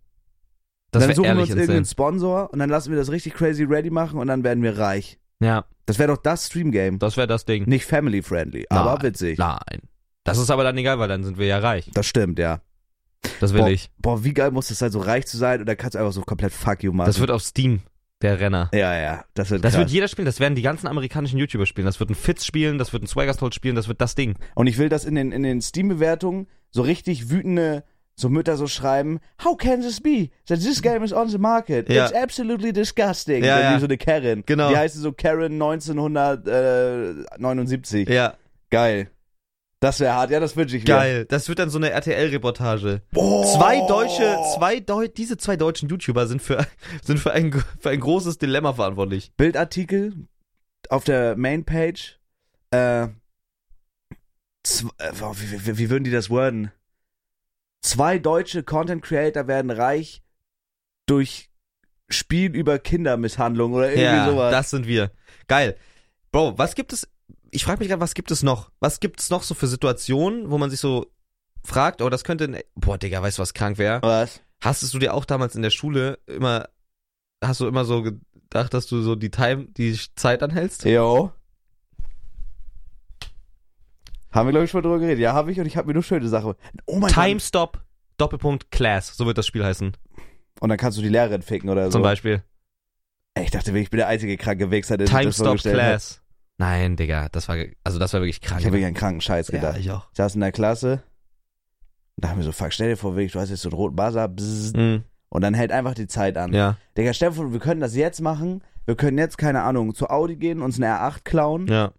S1: Das
S2: dann
S1: wäre
S2: suchen wir uns
S1: ehrlich
S2: irgendeinen
S1: insane.
S2: Sponsor und dann lassen wir das richtig crazy ready machen und dann werden wir reich.
S1: Ja,
S2: Das wäre doch das Stream-Game.
S1: das wäre das Ding.
S2: Nicht family-friendly, aber witzig.
S1: Nein. Das ist aber dann egal, weil dann sind wir ja reich.
S2: Das stimmt, ja.
S1: Das will
S2: Boah,
S1: ich.
S2: Boah, wie geil muss das sein, so reich zu sein und dann kannst du einfach so komplett fuck you machen.
S1: Das wird auf Steam der Renner.
S2: ja, ja, das wird
S1: Das
S2: krass.
S1: wird jeder spielen, das werden die ganzen amerikanischen YouTuber spielen. Das wird ein Fitz spielen, das wird ein Swaggerstol spielen, das wird das Ding.
S2: und ich will das in den, in den Steam-Bewertungen so richtig wütende so Mütter so schreiben, how can this be? That this game is on the market.
S1: Ja.
S2: It's absolutely disgusting.
S1: Ja,
S2: Dann
S1: ja.
S2: Wie so eine Karen.
S1: Genau.
S2: Die heißt so Karen 1979.
S1: Ja,
S2: Geil. Das wäre hart. Ja, das wünsche ich mir.
S1: geil. Das wird dann so eine RTL-Reportage.
S2: Boah.
S1: Zwei deutsche, zwei Deu diese zwei deutschen YouTuber sind für, sind für ein, für ein großes Dilemma verantwortlich.
S2: Bildartikel auf der Mainpage. Äh, zw- äh, wow, wie, wie, wie würden die das worden? Zwei deutsche Content Creator werden reich durch Spiel über Kindermisshandlung oder irgendwie sowas.
S1: das sind wir. Geil. Bro, was gibt es, ich frage mich gerade, was gibt es noch? Was gibt es noch so für Situationen, wo man sich so fragt, oh, das könnte, ein, boah, Digga, weißt du, was krank wäre?
S2: was?
S1: Hastest du dir auch damals in der Schule immer, hast du immer so gedacht, dass du so die Time, die Zeit anhältst?
S2: Jo. Haben wir, glaube ich, schon mal drüber geredet. Ja, habe ich und ich habe mir nur schöne Sachen. Oh mein
S1: Time Stop, Doppelpunkt Class, so wird das Spiel heißen,
S2: Gott. Und dann kannst du die Lehrerin ficken oder so.
S1: zum Beispiel.
S2: Ey, ich dachte, wirklich, ich bin der einzige kranke Wichser, der sich
S1: Time
S2: das
S1: Stop
S2: vorgestellt hat.
S1: Class. Nein, Digga, das war, ge- also das war wirklich krank.
S2: Ich habe wirklich an kranken Scheiß gedacht.
S1: ja, ich auch.
S2: saß in der Klasse. Da haben wir so, fuck, stell dir vor, wirklich, du hast jetzt so einen roten Buzzer, bzzzt,
S1: Mhm.
S2: Und dann hält einfach die Zeit an.
S1: Ja.
S2: Digga, stell dir vor, wir können das jetzt machen. Wir können jetzt, keine Ahnung, zu Audi gehen, uns eine R8 klauen
S1: Ja.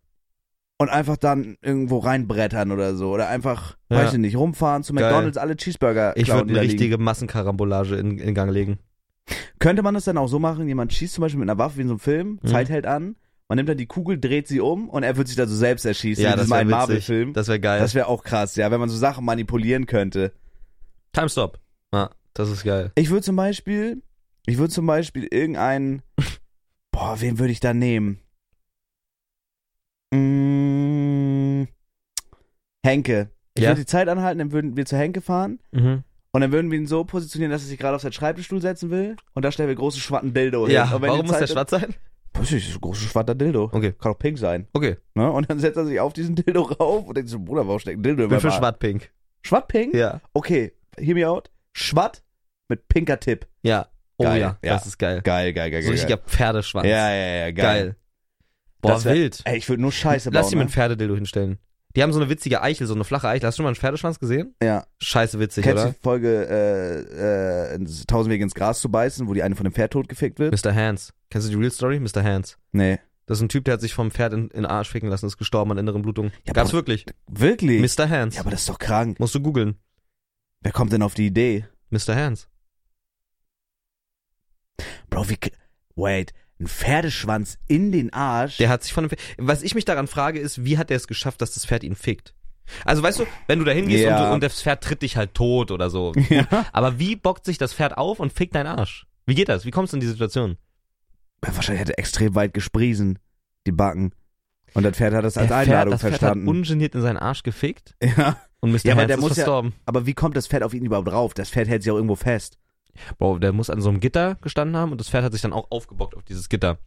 S2: und einfach dann irgendwo reinbrettern oder so. Oder einfach,
S1: Ja.
S2: weiß ich nicht, rumfahren zu
S1: Geil.
S2: McDonalds, alle Cheeseburger
S1: Ich
S2: klauen,
S1: würde
S2: die da
S1: eine
S2: liegen.
S1: richtige Massenkarambolage in, in Gang legen.
S2: Könnte man das dann auch so machen, jemand schießt zum Beispiel mit einer Waffe wie in so einem Film,
S1: Mhm.
S2: Zeit hält an, man nimmt dann die Kugel, dreht sie um und er wird sich dann so selbst erschießen.
S1: Ja,
S2: wie
S1: das
S2: diesem
S1: wär
S2: einen
S1: witzig.
S2: Marvel-Film.
S1: Das wäre geil.
S2: Das wäre auch krass, ja, wenn man so Sachen manipulieren könnte.
S1: Time Stop. Ja, das ist geil.
S2: Ich würde zum Beispiel, ich würde zum Beispiel irgendeinen, boah, wen würde ich da nehmen? Mm, Henke. Ich
S1: Ja.
S2: würde die Zeit anhalten, dann würden wir zu Henke fahren
S1: Mhm.
S2: und dann würden wir ihn so positionieren, dass er sich gerade auf seinen Schreibtischstuhl setzen will und da stellen wir große schwatten Dildo hin.
S1: Ja,
S2: und wenn die
S1: warum muss
S2: Zeit
S1: der schwarz sein?
S2: Weiß ich, ist ein großer schwarzer Dildo.
S1: Okay.
S2: Kann auch pink sein.
S1: Okay.
S2: Ne? Und dann setzt er sich auf diesen Dildo rauf und denkt so, Bruder, warum steckt ein Dildo in
S1: Bin
S2: meinem
S1: für
S2: Arsch?
S1: schwarz-pink.
S2: Schwatt-pink?
S1: Ja.
S2: Okay, hear me out. Schwatt mit pinker Tipp.
S1: Ja. Oh
S2: Geil.
S1: ja,
S2: Ja.
S1: das ist geil.
S2: Geil, geil, geil,
S1: So
S2: geil.
S1: richtiger Pferdeschwanz.
S2: geil. Ja, ja, ja, geil.
S1: Geil. Boah,
S2: Das wär-
S1: wild.
S2: Ey, ich würde nur Scheiße
S1: Lass
S2: bauen. ne?
S1: ihm ein Pferdedildo hinstellen. Die haben so eine witzige Eichel, so eine flache Eichel. Hast du schon mal einen Pferdeschwanz gesehen?
S2: ne? Ja.
S1: Scheiße witzig,
S2: Kennst du
S1: oder?
S2: die Folge äh, äh, ins- Tausend Wege ins Gras zu beißen, wo die eine von dem Pferd totgefickt wird?
S1: Mr. Hands. Kennst du die Real Story? Mr. Hands.
S2: Nee.
S1: Das ist ein Typ, der hat sich vom Pferd in, in den Arsch ficken lassen, ist gestorben an inneren Blutungen.
S2: Ja,
S1: Gab's
S2: aber-
S1: wirklich.
S2: Wirklich?
S1: Mr. Hands.
S2: Ja, aber das ist doch krank.
S1: Musst du googeln.
S2: Wer kommt denn auf die Idee?
S1: Mr. Hands.
S2: Bro, wie... k- Wait. Ein Pferdeschwanz in den Arsch?
S1: Der hat sich von dem Pferd. Was ich mich daran frage, ist, wie hat er es geschafft, dass das Pferd ihn fickt? Also weißt du, wenn du da hingehst
S2: Ja.
S1: und, du- und das Pferd tritt dich halt tot oder so.
S2: ja.
S1: Aber wie bockt sich das Pferd auf und fickt deinen Arsch? Wie geht das? Wie kommst du in die Situation?
S2: Ja, Wahrscheinlich hat er extrem weit gespriesen, die Backen. Und das Pferd hat das als
S1: Der
S2: Einladung
S1: das Pferd hat
S2: verstanden.
S1: ungeniert in seinen Arsch gefickt
S2: ja.
S1: und Mr.
S2: Ja, aber
S1: Hands
S2: der
S1: ist
S2: muss ja-
S1: verstorben.
S2: Aber wie kommt das Pferd auf ihn überhaupt rauf? Das Pferd hält sich auch irgendwo fest.
S1: Boah, der muss an so einem Gitter gestanden haben und das Pferd hat sich dann auch aufgebockt auf dieses Gitter.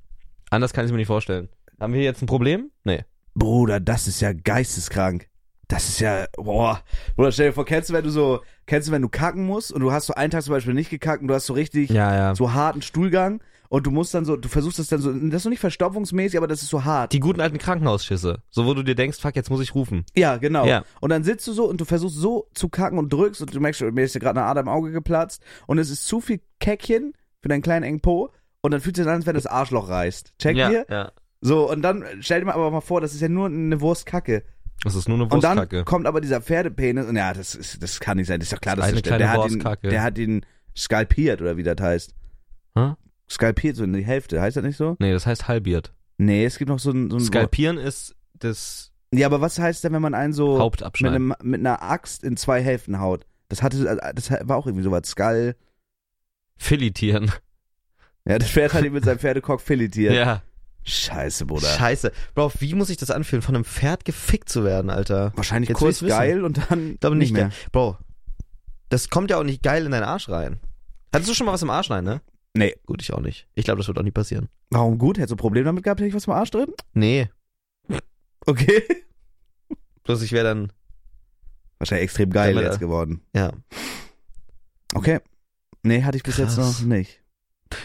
S1: Anders kann ich mir nicht vorstellen. Haben wir jetzt ein Problem? Nee.
S2: Bruder, das ist ja geisteskrank. Das ist ja, boah. Bruder, stell dir vor, kennst du, wenn du so, kennst du, wenn du kacken musst und du hast so einen Tag zum Beispiel nicht gekackt und du hast so richtig
S1: Ja, ja.
S2: so harten Stuhlgang und du musst dann so, du versuchst das dann so, das ist noch nicht verstopfungsmäßig, aber das ist so hart.
S1: Die guten alten Krankenhausschüsse. So, wo du dir denkst, fuck, jetzt muss ich rufen.
S2: Ja, genau.
S1: Ja.
S2: Und dann sitzt du so und du versuchst so zu kacken und drückst und du merkst, schon, mir ist ja gerade eine Ader im Auge geplatzt und es ist zu viel Käckchen für deinen kleinen engen Po und dann fühlt sich an, als wenn das Arschloch reißt. Check
S1: ja,
S2: dir?
S1: ja.
S2: So, und dann stell dir mal aber mal vor, das ist ja nur eine Wurstkacke.
S1: Das ist nur eine
S2: Und dann
S1: Wurstkacke.
S2: kommt aber dieser Pferdepenis und ja, das ist, das kann nicht sein, das ist doch klar,
S1: Das
S2: dass
S1: ist
S2: das
S1: eine
S2: stimmt. der
S1: kleine
S2: hat ihn,
S1: Wurstkacke.
S2: der hat ihn skalpiert oder wie das heißt.
S1: Hä?
S2: Skalpiert so in die Hälfte, heißt das nicht so?
S1: Nee, das heißt halbiert.
S2: Nee, es gibt noch so ein, so ein
S1: Skalpieren ist das
S2: Ja, aber was heißt denn, wenn man einen so
S1: Haupt
S2: mit,
S1: abschneiden.
S2: einem, mit einer Axt in zwei Hälften haut. Das hatte, äh, das war auch irgendwie sowas. Skull.
S1: Filetieren.
S2: Ja, das Pferd hat ihn mit seinem Pferdekock filetiert.
S1: Ja.
S2: Scheiße, Bruder.
S1: Scheiße. Bro, wie muss ich das anfühlen, von einem Pferd gefickt zu werden, Alter?
S2: Wahrscheinlich
S1: Jetzt
S2: kurz
S1: will's wissen.
S2: geil und dann.
S1: Ich glaube nicht,
S2: mehr.
S1: ge- Bro, das kommt ja auch nicht geil in deinen Arsch rein. Hattest du schon mal was im Arsch rein, ne?
S2: Nee.
S1: Gut, ich auch nicht. Ich glaube, das wird auch nie passieren.
S2: Warum gut? Hättest du ein Problem damit gehabt, hätte ich was im Arsch drin?
S1: Nee.
S2: Okay.
S1: Bloß ich wäre dann,
S2: Wahrscheinlich extrem geil
S1: Ja,
S2: jetzt
S1: Alter.
S2: geworden.
S1: ja.
S2: Okay. Nee, hatte ich bis jetzt
S1: Krass.
S2: noch nicht.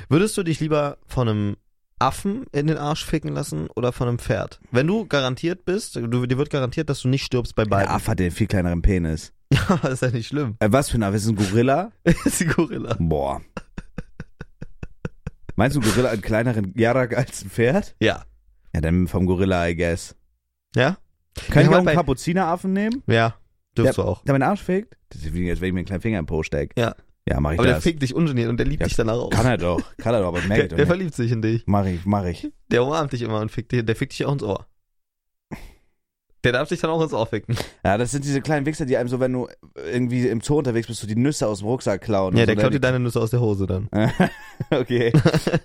S1: Würdest du dich lieber von einem Affen in den Arsch ficken lassen oder von einem Pferd? Wenn du garantiert bist, du, dir wird garantiert, dass du nicht stirbst bei
S2: Der
S1: beiden.
S2: Affe hat den viel kleineren Penis.
S1: Ja, ist ja nicht schlimm.
S2: Äh, was für ein Affe? Ist es ein Gorilla?
S1: Das ist ein Gorilla.
S2: Boah. Meinst du, ein Gorilla hat einen kleineren Jarak als ein Pferd?
S1: Ja.
S2: Ja, dann vom Gorilla, I guess.
S1: Ja?
S2: Kann ich
S1: Ja,
S2: auch
S1: aber
S2: einen
S1: bei-
S2: Kapuzineraffen nehmen?
S1: Ja. Dürfst du auch.
S2: Der meinen Arsch fegt? Das ist wie, als wenn ich mir einen kleinen Finger im Po steck.
S1: Ja.
S2: Ja, mach ich
S1: Aber der
S2: das.
S1: fickt dich ungeniert und der liebt
S2: Ja,
S1: dich danach auch.
S2: kann er doch. Kann er doch, aber merke
S1: der,
S2: ich doch
S1: der
S2: nicht.
S1: verliebt sich in dich.
S2: Mach ich, mach ich.
S1: Der umarmt dich immer und fickt dich. Der fickt dich auch ins Ohr. Der darf dich dann auch ins Ohr ficken.
S2: Ja, das sind diese kleinen Wichser, die einem so, wenn du irgendwie im Zoo unterwegs bist, so die Nüsse aus dem Rucksack klauen.
S1: Ja,
S2: und
S1: der
S2: so,
S1: klaut dir
S2: ne?
S1: deine Nüsse aus der Hose dann.
S2: okay.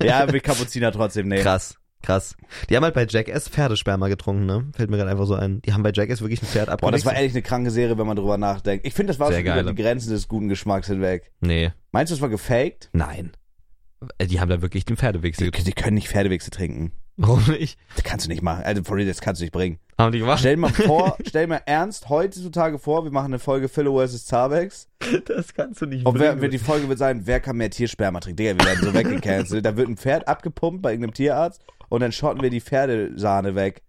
S2: Ja, mit Kapuziner trotzdem nehmen.
S1: Krass, krass. Die haben halt bei Jackass Pferdesperma getrunken, ne? Fällt mir gerade einfach so ein. Die haben bei Jackass wirklich ein Pferd
S2: Boah, das
S1: abgewichst.
S2: war ehrlich eine kranke Serie, wenn man drüber nachdenkt. Ich finde, das war
S1: Sehr
S2: schon über
S1: geile.
S2: die Grenzen des guten Geschmacks hinweg.
S1: Nee,
S2: Meinst du, das war gefaked?
S1: nein. Äh, Die haben da wirklich den Pferdewichse
S2: Die,
S1: getrunken.
S2: die können nicht Pferdewichse trinken.
S1: Warum nicht?
S2: Das kannst du nicht machen. Also, for real, das kannst du nicht bringen.
S1: Haben die gemacht?
S2: Stell dir mal vor, stell dir mal ernst heutzutage vor, wir machen eine Folge Philo vs. Zabex.
S1: Das kannst du nicht
S2: Und wer,
S1: bringen.
S2: wird die Folge wird sein, wer kann mehr Tiersperma trinken? Digga, wir werden so weggecancelt. Da wird ein Pferd abgepumpt bei irgendeinem Tierarzt und dann schotten wir die Pferdesahne weg.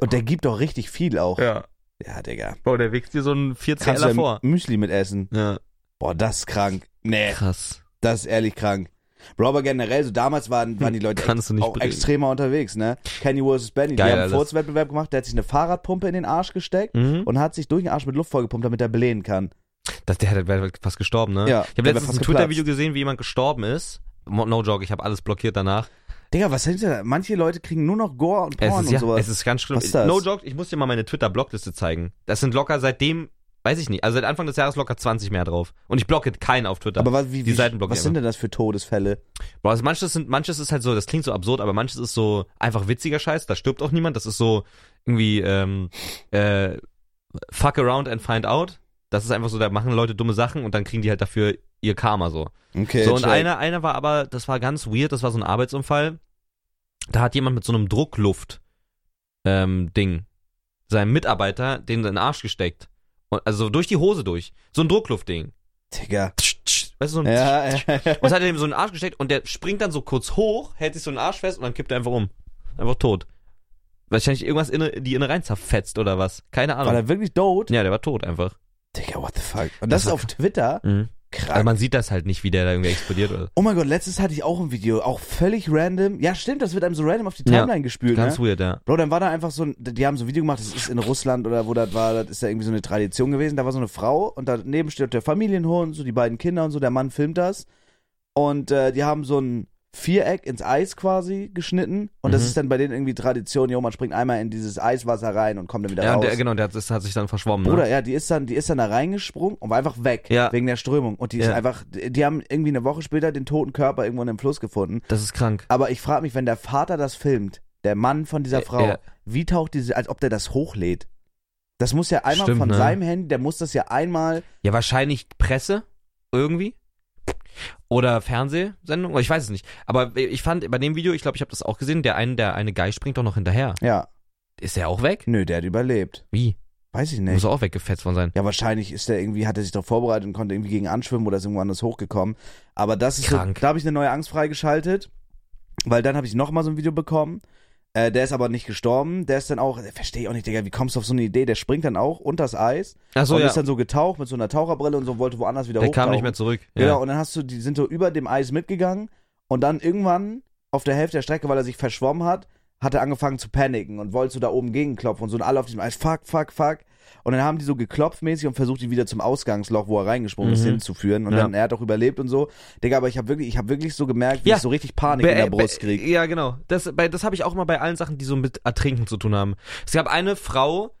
S2: Und der gibt doch richtig viel auch. Ja,
S1: Ja.
S2: Digga.
S1: Boah, der wächst dir so einen
S2: Kannst du
S1: 14er
S2: ein
S1: vor.
S2: Müsli mit essen?
S1: Ja.
S2: Boah, das ist krank. Nee,
S1: Krass.
S2: das ist ehrlich krank. Bro, aber generell, so damals waren, waren die Leute
S1: Hm, Kannst du nicht
S2: auch
S1: belegen.
S2: extremer unterwegs, ne? Kenny vs. Benny,
S1: Geil,
S2: die haben einen
S1: alles.
S2: Furzwettbewerb gemacht, der hat sich eine Fahrradpumpe in den Arsch gesteckt
S1: Mhm.
S2: und hat sich durch den Arsch mit Luft vollgepumpt, damit er belehen kann.
S1: Das, der wäre fast gestorben, ne?
S2: Ja,
S1: ich
S2: der
S1: habe
S2: wär
S1: letztens
S2: fast
S1: ein Twitter-Video gesehen, wie jemand gestorben ist. Mo- No joke, ich habe alles blockiert danach.
S2: Digga, was sind denn? Manche Leute kriegen nur noch Gore und
S1: Es
S2: Porn
S1: ist,
S2: und
S1: ja,
S2: sowas.
S1: es ist ganz schlimm.
S2: Was ist das?
S1: No joke, ich muss dir mal meine Twitter-Blockliste zeigen. Das sind locker seitdem, weiß ich nicht, also seit Anfang des Jahres locker 20 mehr drauf. Und ich blocke keinen auf Twitter.
S2: aber was,
S1: die
S2: wie,
S1: ne?
S2: wie,
S1: Seiten blockieren
S2: was sind denn das für Todesfälle?
S1: Boah, also manches, sind, manches ist halt so, das klingt so absurd, aber manches ist so einfach witziger Scheiß, da stirbt auch niemand. Das ist so irgendwie ähm, äh, fuck around and find out. Das ist einfach so, da machen Leute dumme Sachen und dann kriegen die halt dafür ihr Karma so.
S2: Okay,
S1: So, und
S2: check.
S1: einer, einer war aber, das war ganz weird, das war so ein Arbeitsunfall. Da hat jemand mit so einem Druckluft-Ding seinem Mitarbeiter den in den Arsch gesteckt. Und, also durch die Hose durch. So ein Druckluftding.
S2: Digga.
S1: Weißt du, so ein
S2: Ja, ja, ja.
S1: Und es hat ihm so einen Arsch gesteckt und der springt dann so kurz hoch, hält sich so einen Arsch fest und dann kippt er einfach um. Einfach tot. Wahrscheinlich irgendwas inne, die Innereien zerfetzt oder was. Keine
S2: War
S1: Ahnung.
S2: der wirklich tot?
S1: Ja, der war tot einfach.
S2: Digga, what the fuck? Und das,
S1: Das war
S2: auf Twitter? Krass.
S1: Also man sieht das halt nicht, wie der da irgendwie explodiert oder
S2: Oh mein Gott, letztes hatte ich auch ein Video, auch völlig random. Ja, stimmt, das wird einem so random auf die
S1: Ja,
S2: Timeline gespült,
S1: Ganz
S2: ne?
S1: weird, ja.
S2: Bro, dann war da einfach so ein, die haben so ein Video gemacht, das ist in Russland oder wo das war, das ist ja irgendwie so eine Tradition gewesen. Da war so eine Frau und daneben steht der Familienhund, so die beiden Kinder und so, der Mann filmt das. Und äh, die haben so ein Viereck ins Eis quasi geschnitten. Und das
S1: Mhm.
S2: ist dann bei denen irgendwie Tradition, jo, man springt einmal in dieses Eiswasser rein und kommt dann wieder
S1: Ja,
S2: raus.
S1: und der, genau, der hat, das hat sich dann verschwommen.
S2: Bruder,
S1: ne?
S2: ja, die ist dann, die ist dann da reingesprungen und war einfach weg
S1: Ja.
S2: wegen der Strömung. Und die ist
S1: Ja.
S2: einfach, die die haben irgendwie eine Woche später den toten Körper irgendwo in einem Fluss gefunden.
S1: Das ist krank.
S2: Aber ich frage mich, wenn der Vater das filmt, der Mann von dieser
S1: Ja,
S2: Frau,
S1: Äh, ja.
S2: wie taucht diese, als ob der das hochlädt? Das muss ja einmal
S1: Stimmt,
S2: von
S1: ne?
S2: seinem Handy, der muss das ja einmal.
S1: Ja, wahrscheinlich Presse irgendwie. Oder Fernsehsendung, ich weiß es nicht. Aber ich fand bei dem Video, ich glaube, ich habe das auch gesehen, der eine, der eine Guy springt doch noch hinterher.
S2: Ja,
S1: Ist der auch weg?
S2: nö, der hat überlebt.
S1: Wie?
S2: Weiß ich
S1: Muss
S2: nicht.
S1: er auch weggefetzt worden sein.
S2: Ja, wahrscheinlich ist der irgendwie, hat er sich doch vorbereitet und konnte irgendwie gegen anschwimmen oder ist irgendwo anders hochgekommen. Aber das ist, so,
S1: Krank.
S2: da habe ich eine neue Angst freigeschaltet, weil dann habe ich nochmal so ein Video bekommen. Äh, der ist aber nicht gestorben. Der ist dann auch, verstehe ich auch nicht, Digga, wie kommst du auf so eine Idee? Der springt dann auch unters Eis
S1: Achso,
S2: und
S1: ja.
S2: ist dann so getaucht mit so einer Taucherbrille und so wollte woanders wieder
S1: Der
S2: hochtauchen.
S1: kam nicht mehr zurück. Ja.
S2: Genau, und dann hast du, die sind so über dem Eis mitgegangen und dann irgendwann auf der Hälfte der Strecke, weil er sich verschwommen hat, hat er angefangen zu paniken und wollte so da oben gegenklopfen und so und alle auf diesem Eis, fuck, fuck, fuck. Und dann haben die so geklopft mäßig und versucht, die wieder zum Ausgangsloch, wo er reingesprungen ist,
S1: Mhm.
S2: hinzuführen. Und
S1: Ja.
S2: dann, er hat auch überlebt und so. Digga, aber ich habe wirklich, ich habe wirklich so gemerkt, wie
S1: Ja. äh,
S2: ich so richtig Panik in
S1: Bei-
S2: der Brust
S1: bei-
S2: krieg.
S1: Ja, genau. Das, bei- das habe ich auch immer bei allen Sachen, die so mit Ertrinken zu tun haben. Es gab eine Frau,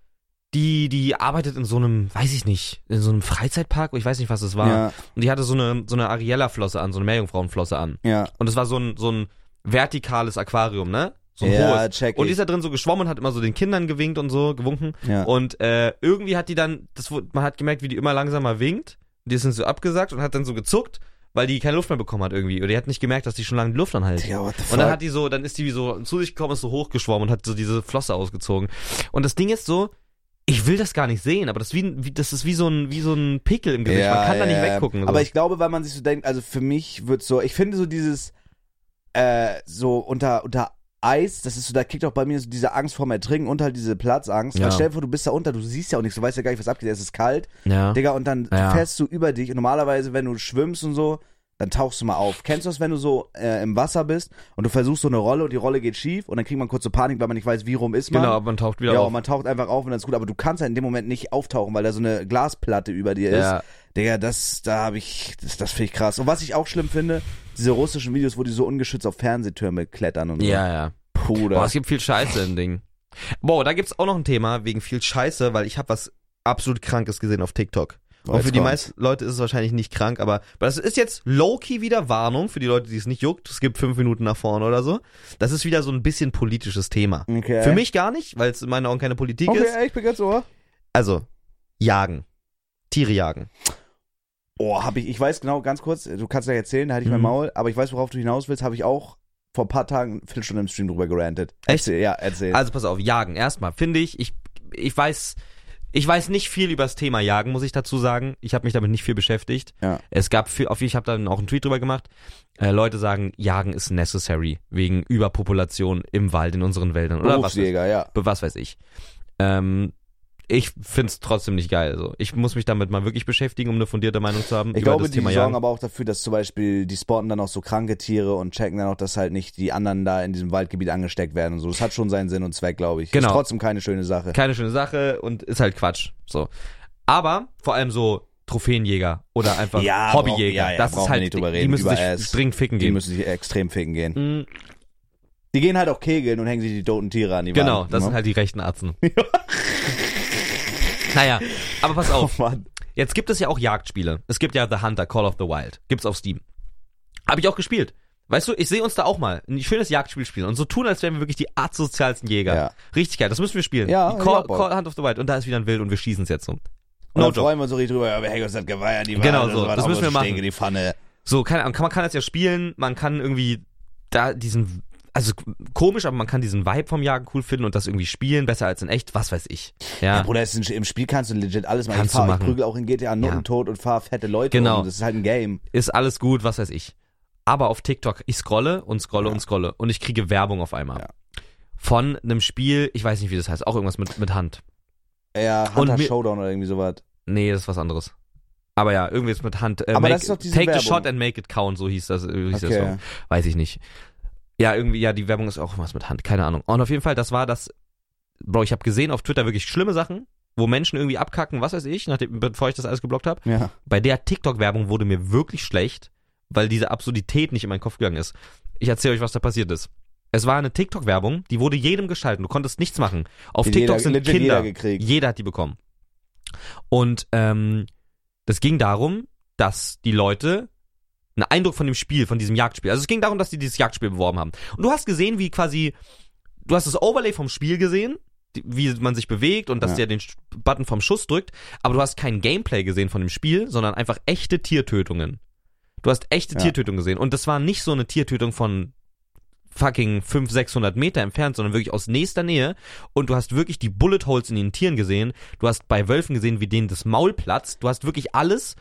S1: die, die arbeitet in so einem, weiß ich nicht, in so einem Freizeitpark, ich weiß nicht, was es war.
S2: Ja,
S1: Und die hatte so eine, so eine Ariella-Flosse an, so eine Meerjungfrauenflosse an.
S2: ja.
S1: Und es war so ein, so ein vertikales Aquarium, ne? So ein
S2: ja,
S1: hohes.
S2: check
S1: Und die
S2: ich.
S1: ist da drin so geschwommen und hat immer so den Kindern gewinkt und so, gewunken.
S2: Ja.
S1: Und äh, irgendwie hat die dann, das, wurde- man hat gemerkt, wie die immer langsamer winkt. Die ist dann so abgesackt und hat dann so gezuckt, weil die keine Luft mehr bekommen hat irgendwie. Oder die hat nicht gemerkt, dass die schon lange die Luft anhält.
S2: Digga, what the fuck?
S1: Und dann hat die so, dann ist die wie so zu sich gekommen, ist so hochgeschwommen und hat so diese Flosse ausgezogen. Und das Ding ist so, ich will das gar nicht sehen, aber das ist wie, wie, das ist wie so ein, wie so ein Pickel im Gesicht. man kann da nicht
S2: ja, ja.
S1: weggucken. So.
S2: Aber ich glaube, weil man sich so denkt, also für mich wird so, ich finde so dieses, äh, so unter, unter Eis, das ist so, da kickt auch bei mir so diese Angst vorm Ertrinken und halt diese Platzangst.
S1: Ja.
S2: Weil stell dir vor, du bist da unter, du siehst ja auch nichts, du weißt ja gar nicht, was abgeht, es ist kalt,
S1: ja.
S2: Digga, und dann
S1: Ja.
S2: fährst du über dich und normalerweise, wenn du schwimmst und so, dann tauchst du mal auf. Kennst du das, wenn du so äh, im Wasser bist und du versuchst so eine Rolle und die Rolle geht schief und dann kriegt man kurz so Panik, weil man nicht weiß, wie rum ist man.
S1: Genau, aber man taucht wieder
S2: Ja, und
S1: auf.
S2: man taucht einfach auf und dann ist gut, aber du kannst ja in dem Moment nicht auftauchen, weil da so eine Glasplatte über dir ist.
S1: Ja.
S2: Digga, das, da habe ich, das, das finde ich krass. Und was ich auch schlimm finde, diese russischen Videos, wo die so ungeschützt auf Fernsehtürme klettern und so.
S1: ja, ja. Boah,
S2: Puder.
S1: es gibt viel Scheiße im Ding. Boah, da gibt's auch noch ein Thema wegen viel Scheiße, weil ich habe was absolut Krankes gesehen auf TikTok.
S2: Oh,
S1: Und
S2: jetzt
S1: für die
S2: kommt's.
S1: meisten Leute ist es wahrscheinlich nicht krank, aber, aber das ist jetzt low-key wieder Warnung für die Leute, die es nicht juckt. Es gibt fünf Minuten nach vorne oder so. Das ist wieder so ein bisschen politisches Thema.
S2: Okay.
S1: Für mich gar nicht, weil es in meinen Augen keine Politik ist.
S2: Okay, ich bin ganz ohr.
S1: Also, jagen. Tiere jagen.
S2: Oh, habe ich, ich weiß genau, ganz kurz, du kannst gleich erzählen, da hatte ich mein
S1: Mhm.
S2: Maul, aber ich weiß, worauf du hinaus willst, habe ich auch vor ein paar Tagen viel schon im Stream drüber gerantet.
S1: Echt?
S2: Erzähl, ja, erzähl.
S1: Also pass auf, jagen. Erstmal finde ich, ich, ich weiß, ich weiß nicht viel über das Thema Jagen, muss ich dazu sagen. Ich habe mich damit nicht viel beschäftigt.
S2: Ja.
S1: Es gab viel, auf ich habe dann auch einen Tweet drüber gemacht. Äh, Leute sagen, Jagen ist necessary wegen Überpopulation im Wald in unseren Wäldern oder was? weiß-
S2: Berufsjäger, ja.
S1: be- Was weiß ich. Ähm, ich find's trotzdem nicht geil. So. Ich muss mich damit mal wirklich beschäftigen, um eine fundierte Meinung zu haben.
S2: Ich
S1: über
S2: glaube,
S1: das
S2: die
S1: Thema
S2: sorgen
S1: Jagen.
S2: aber auch dafür, dass zum Beispiel die sporten dann auch so kranke Tiere und checken dann auch, dass halt nicht die anderen da in diesem Waldgebiet angesteckt werden und so. Das hat schon seinen Sinn und Zweck, glaube ich.
S1: Genau.
S2: Ist trotzdem keine schöne Sache.
S1: Keine schöne Sache und ist halt Quatsch. So. Aber vor allem so Trophäenjäger oder einfach
S2: Ja, brauchen-
S1: Hobbyjäger.
S2: ja, ja,
S1: das
S2: brauchen
S1: ist
S2: wir
S1: halt,
S2: nicht drüber
S1: die
S2: reden,
S1: müssen
S2: über
S1: sich
S2: Ass.
S1: dringend ficken
S2: Die
S1: gehen.
S2: müssen sich extrem ficken gehen.
S1: Mm,
S2: Die gehen halt auch kegeln und hängen sich die toten Tiere an die
S1: Genau,
S2: Wand.
S1: das
S2: ne?
S1: sind halt die rechten Arzen. naja, aber pass auf.
S2: Oh Mann.
S1: Jetzt gibt es ja auch Jagdspiele. Es gibt ja The Hunter, Call of the Wild. Gibt's auf Steam. Habe ich auch gespielt. Weißt du, ich sehe uns da auch mal ein schönes Jagdspiel spielen und so tun, als wären wir wirklich die artsozialsten Jäger.
S2: Ja.
S1: Richtig geil, das müssen wir spielen.
S2: Ja,
S1: Die
S2: ich
S1: Call,
S2: hab Bock.
S1: Call Hunt of the Wild und da ist wieder ein Wild und wir schießen es jetzt so.
S2: Und
S1: No
S2: dann
S1: joke.
S2: freuen wir uns so richtig drüber. Ja, wir hängen uns das Geweih an die Wand.
S1: Genau so,
S2: war
S1: das
S2: doch
S1: müssen
S2: nur
S1: wir
S2: Stege
S1: machen.
S2: Oh, die Pfanne.
S1: So, keine Ahnung, kann, man kann das ja spielen, man kann irgendwie da diesen, also komisch, aber man kann diesen Vibe vom Jagen cool finden und das irgendwie spielen, besser als in echt, was weiß ich.
S2: Ja,
S1: Ja,
S2: Bruder, es ist ein, im Spiel kannst du legit alles machen.
S1: Kannst
S2: ich, fahr,
S1: du
S2: ich
S1: machen.
S2: prügel auch in GTA Nutten
S1: Ja.
S2: tot und fahr fette Leute
S1: Genau.
S2: um. Das ist halt ein Game.
S1: ist alles gut, was weiß ich. Aber auf TikTok, ich scrolle und scrolle
S2: Ja.
S1: und scrolle und ich kriege Werbung auf einmal.
S2: Ja.
S1: Von einem Spiel, ich weiß nicht, wie das heißt, auch irgendwas mit, mit Hand.
S2: Ja,
S1: Und
S2: Hunter
S1: mir-
S2: Showdown oder irgendwie sowas.
S1: Nee, das ist was anderes. Aber ja, irgendwas mit Hand. Äh,
S2: Aber
S1: make,
S2: das ist doch diese
S1: Take the
S2: Werbung.
S1: shot and make it count, so hieß das. äh, Hieß das
S2: Okay.
S1: Song. Weiß ich nicht. Ja, irgendwie, ja, die Werbung ist auch was mit Hand, keine Ahnung. Und auf jeden Fall, das war das, Bro, ich habe gesehen auf Twitter wirklich schlimme Sachen, wo Menschen irgendwie abkacken, was weiß ich, nachdem, bevor ich das alles geblockt habe.
S2: Ja.
S1: Bei der TikTok-Werbung wurde mir wirklich schlecht, weil diese Absurdität nicht in meinen Kopf gegangen ist. Ich erzähle euch, was da passiert ist. Es war eine TikTok-Werbung, die wurde jedem geschalten, du konntest nichts machen. Auf
S2: Die hat
S1: TikTok
S2: jeder,
S1: sind
S2: legit
S1: Kinder.
S2: jeder gekriegt.
S1: Jeder hat die bekommen. Und ähm, das ging darum, dass die Leute einen Eindruck von dem Spiel, von diesem Jagdspiel. Also es ging darum, dass die dieses Jagdspiel beworben haben. Und du hast gesehen, wie quasi, du hast das Overlay vom Spiel gesehen, die- wie man sich bewegt und dass
S2: Ja.
S1: der den Sch- Button vom Schuss drückt, aber du hast kein Gameplay gesehen von dem Spiel, sondern einfach echte Tiertötungen. Du hast echte
S2: Ja.
S1: Tiertötungen gesehen und das war nicht so eine Tiertötung von fucking 500, 600 Meter entfernt, sondern wirklich aus nächster Nähe und du hast wirklich die Bullet Holes in den Tieren gesehen, du hast bei Wölfen gesehen, wie denen das Maul platzt, du hast wirklich alles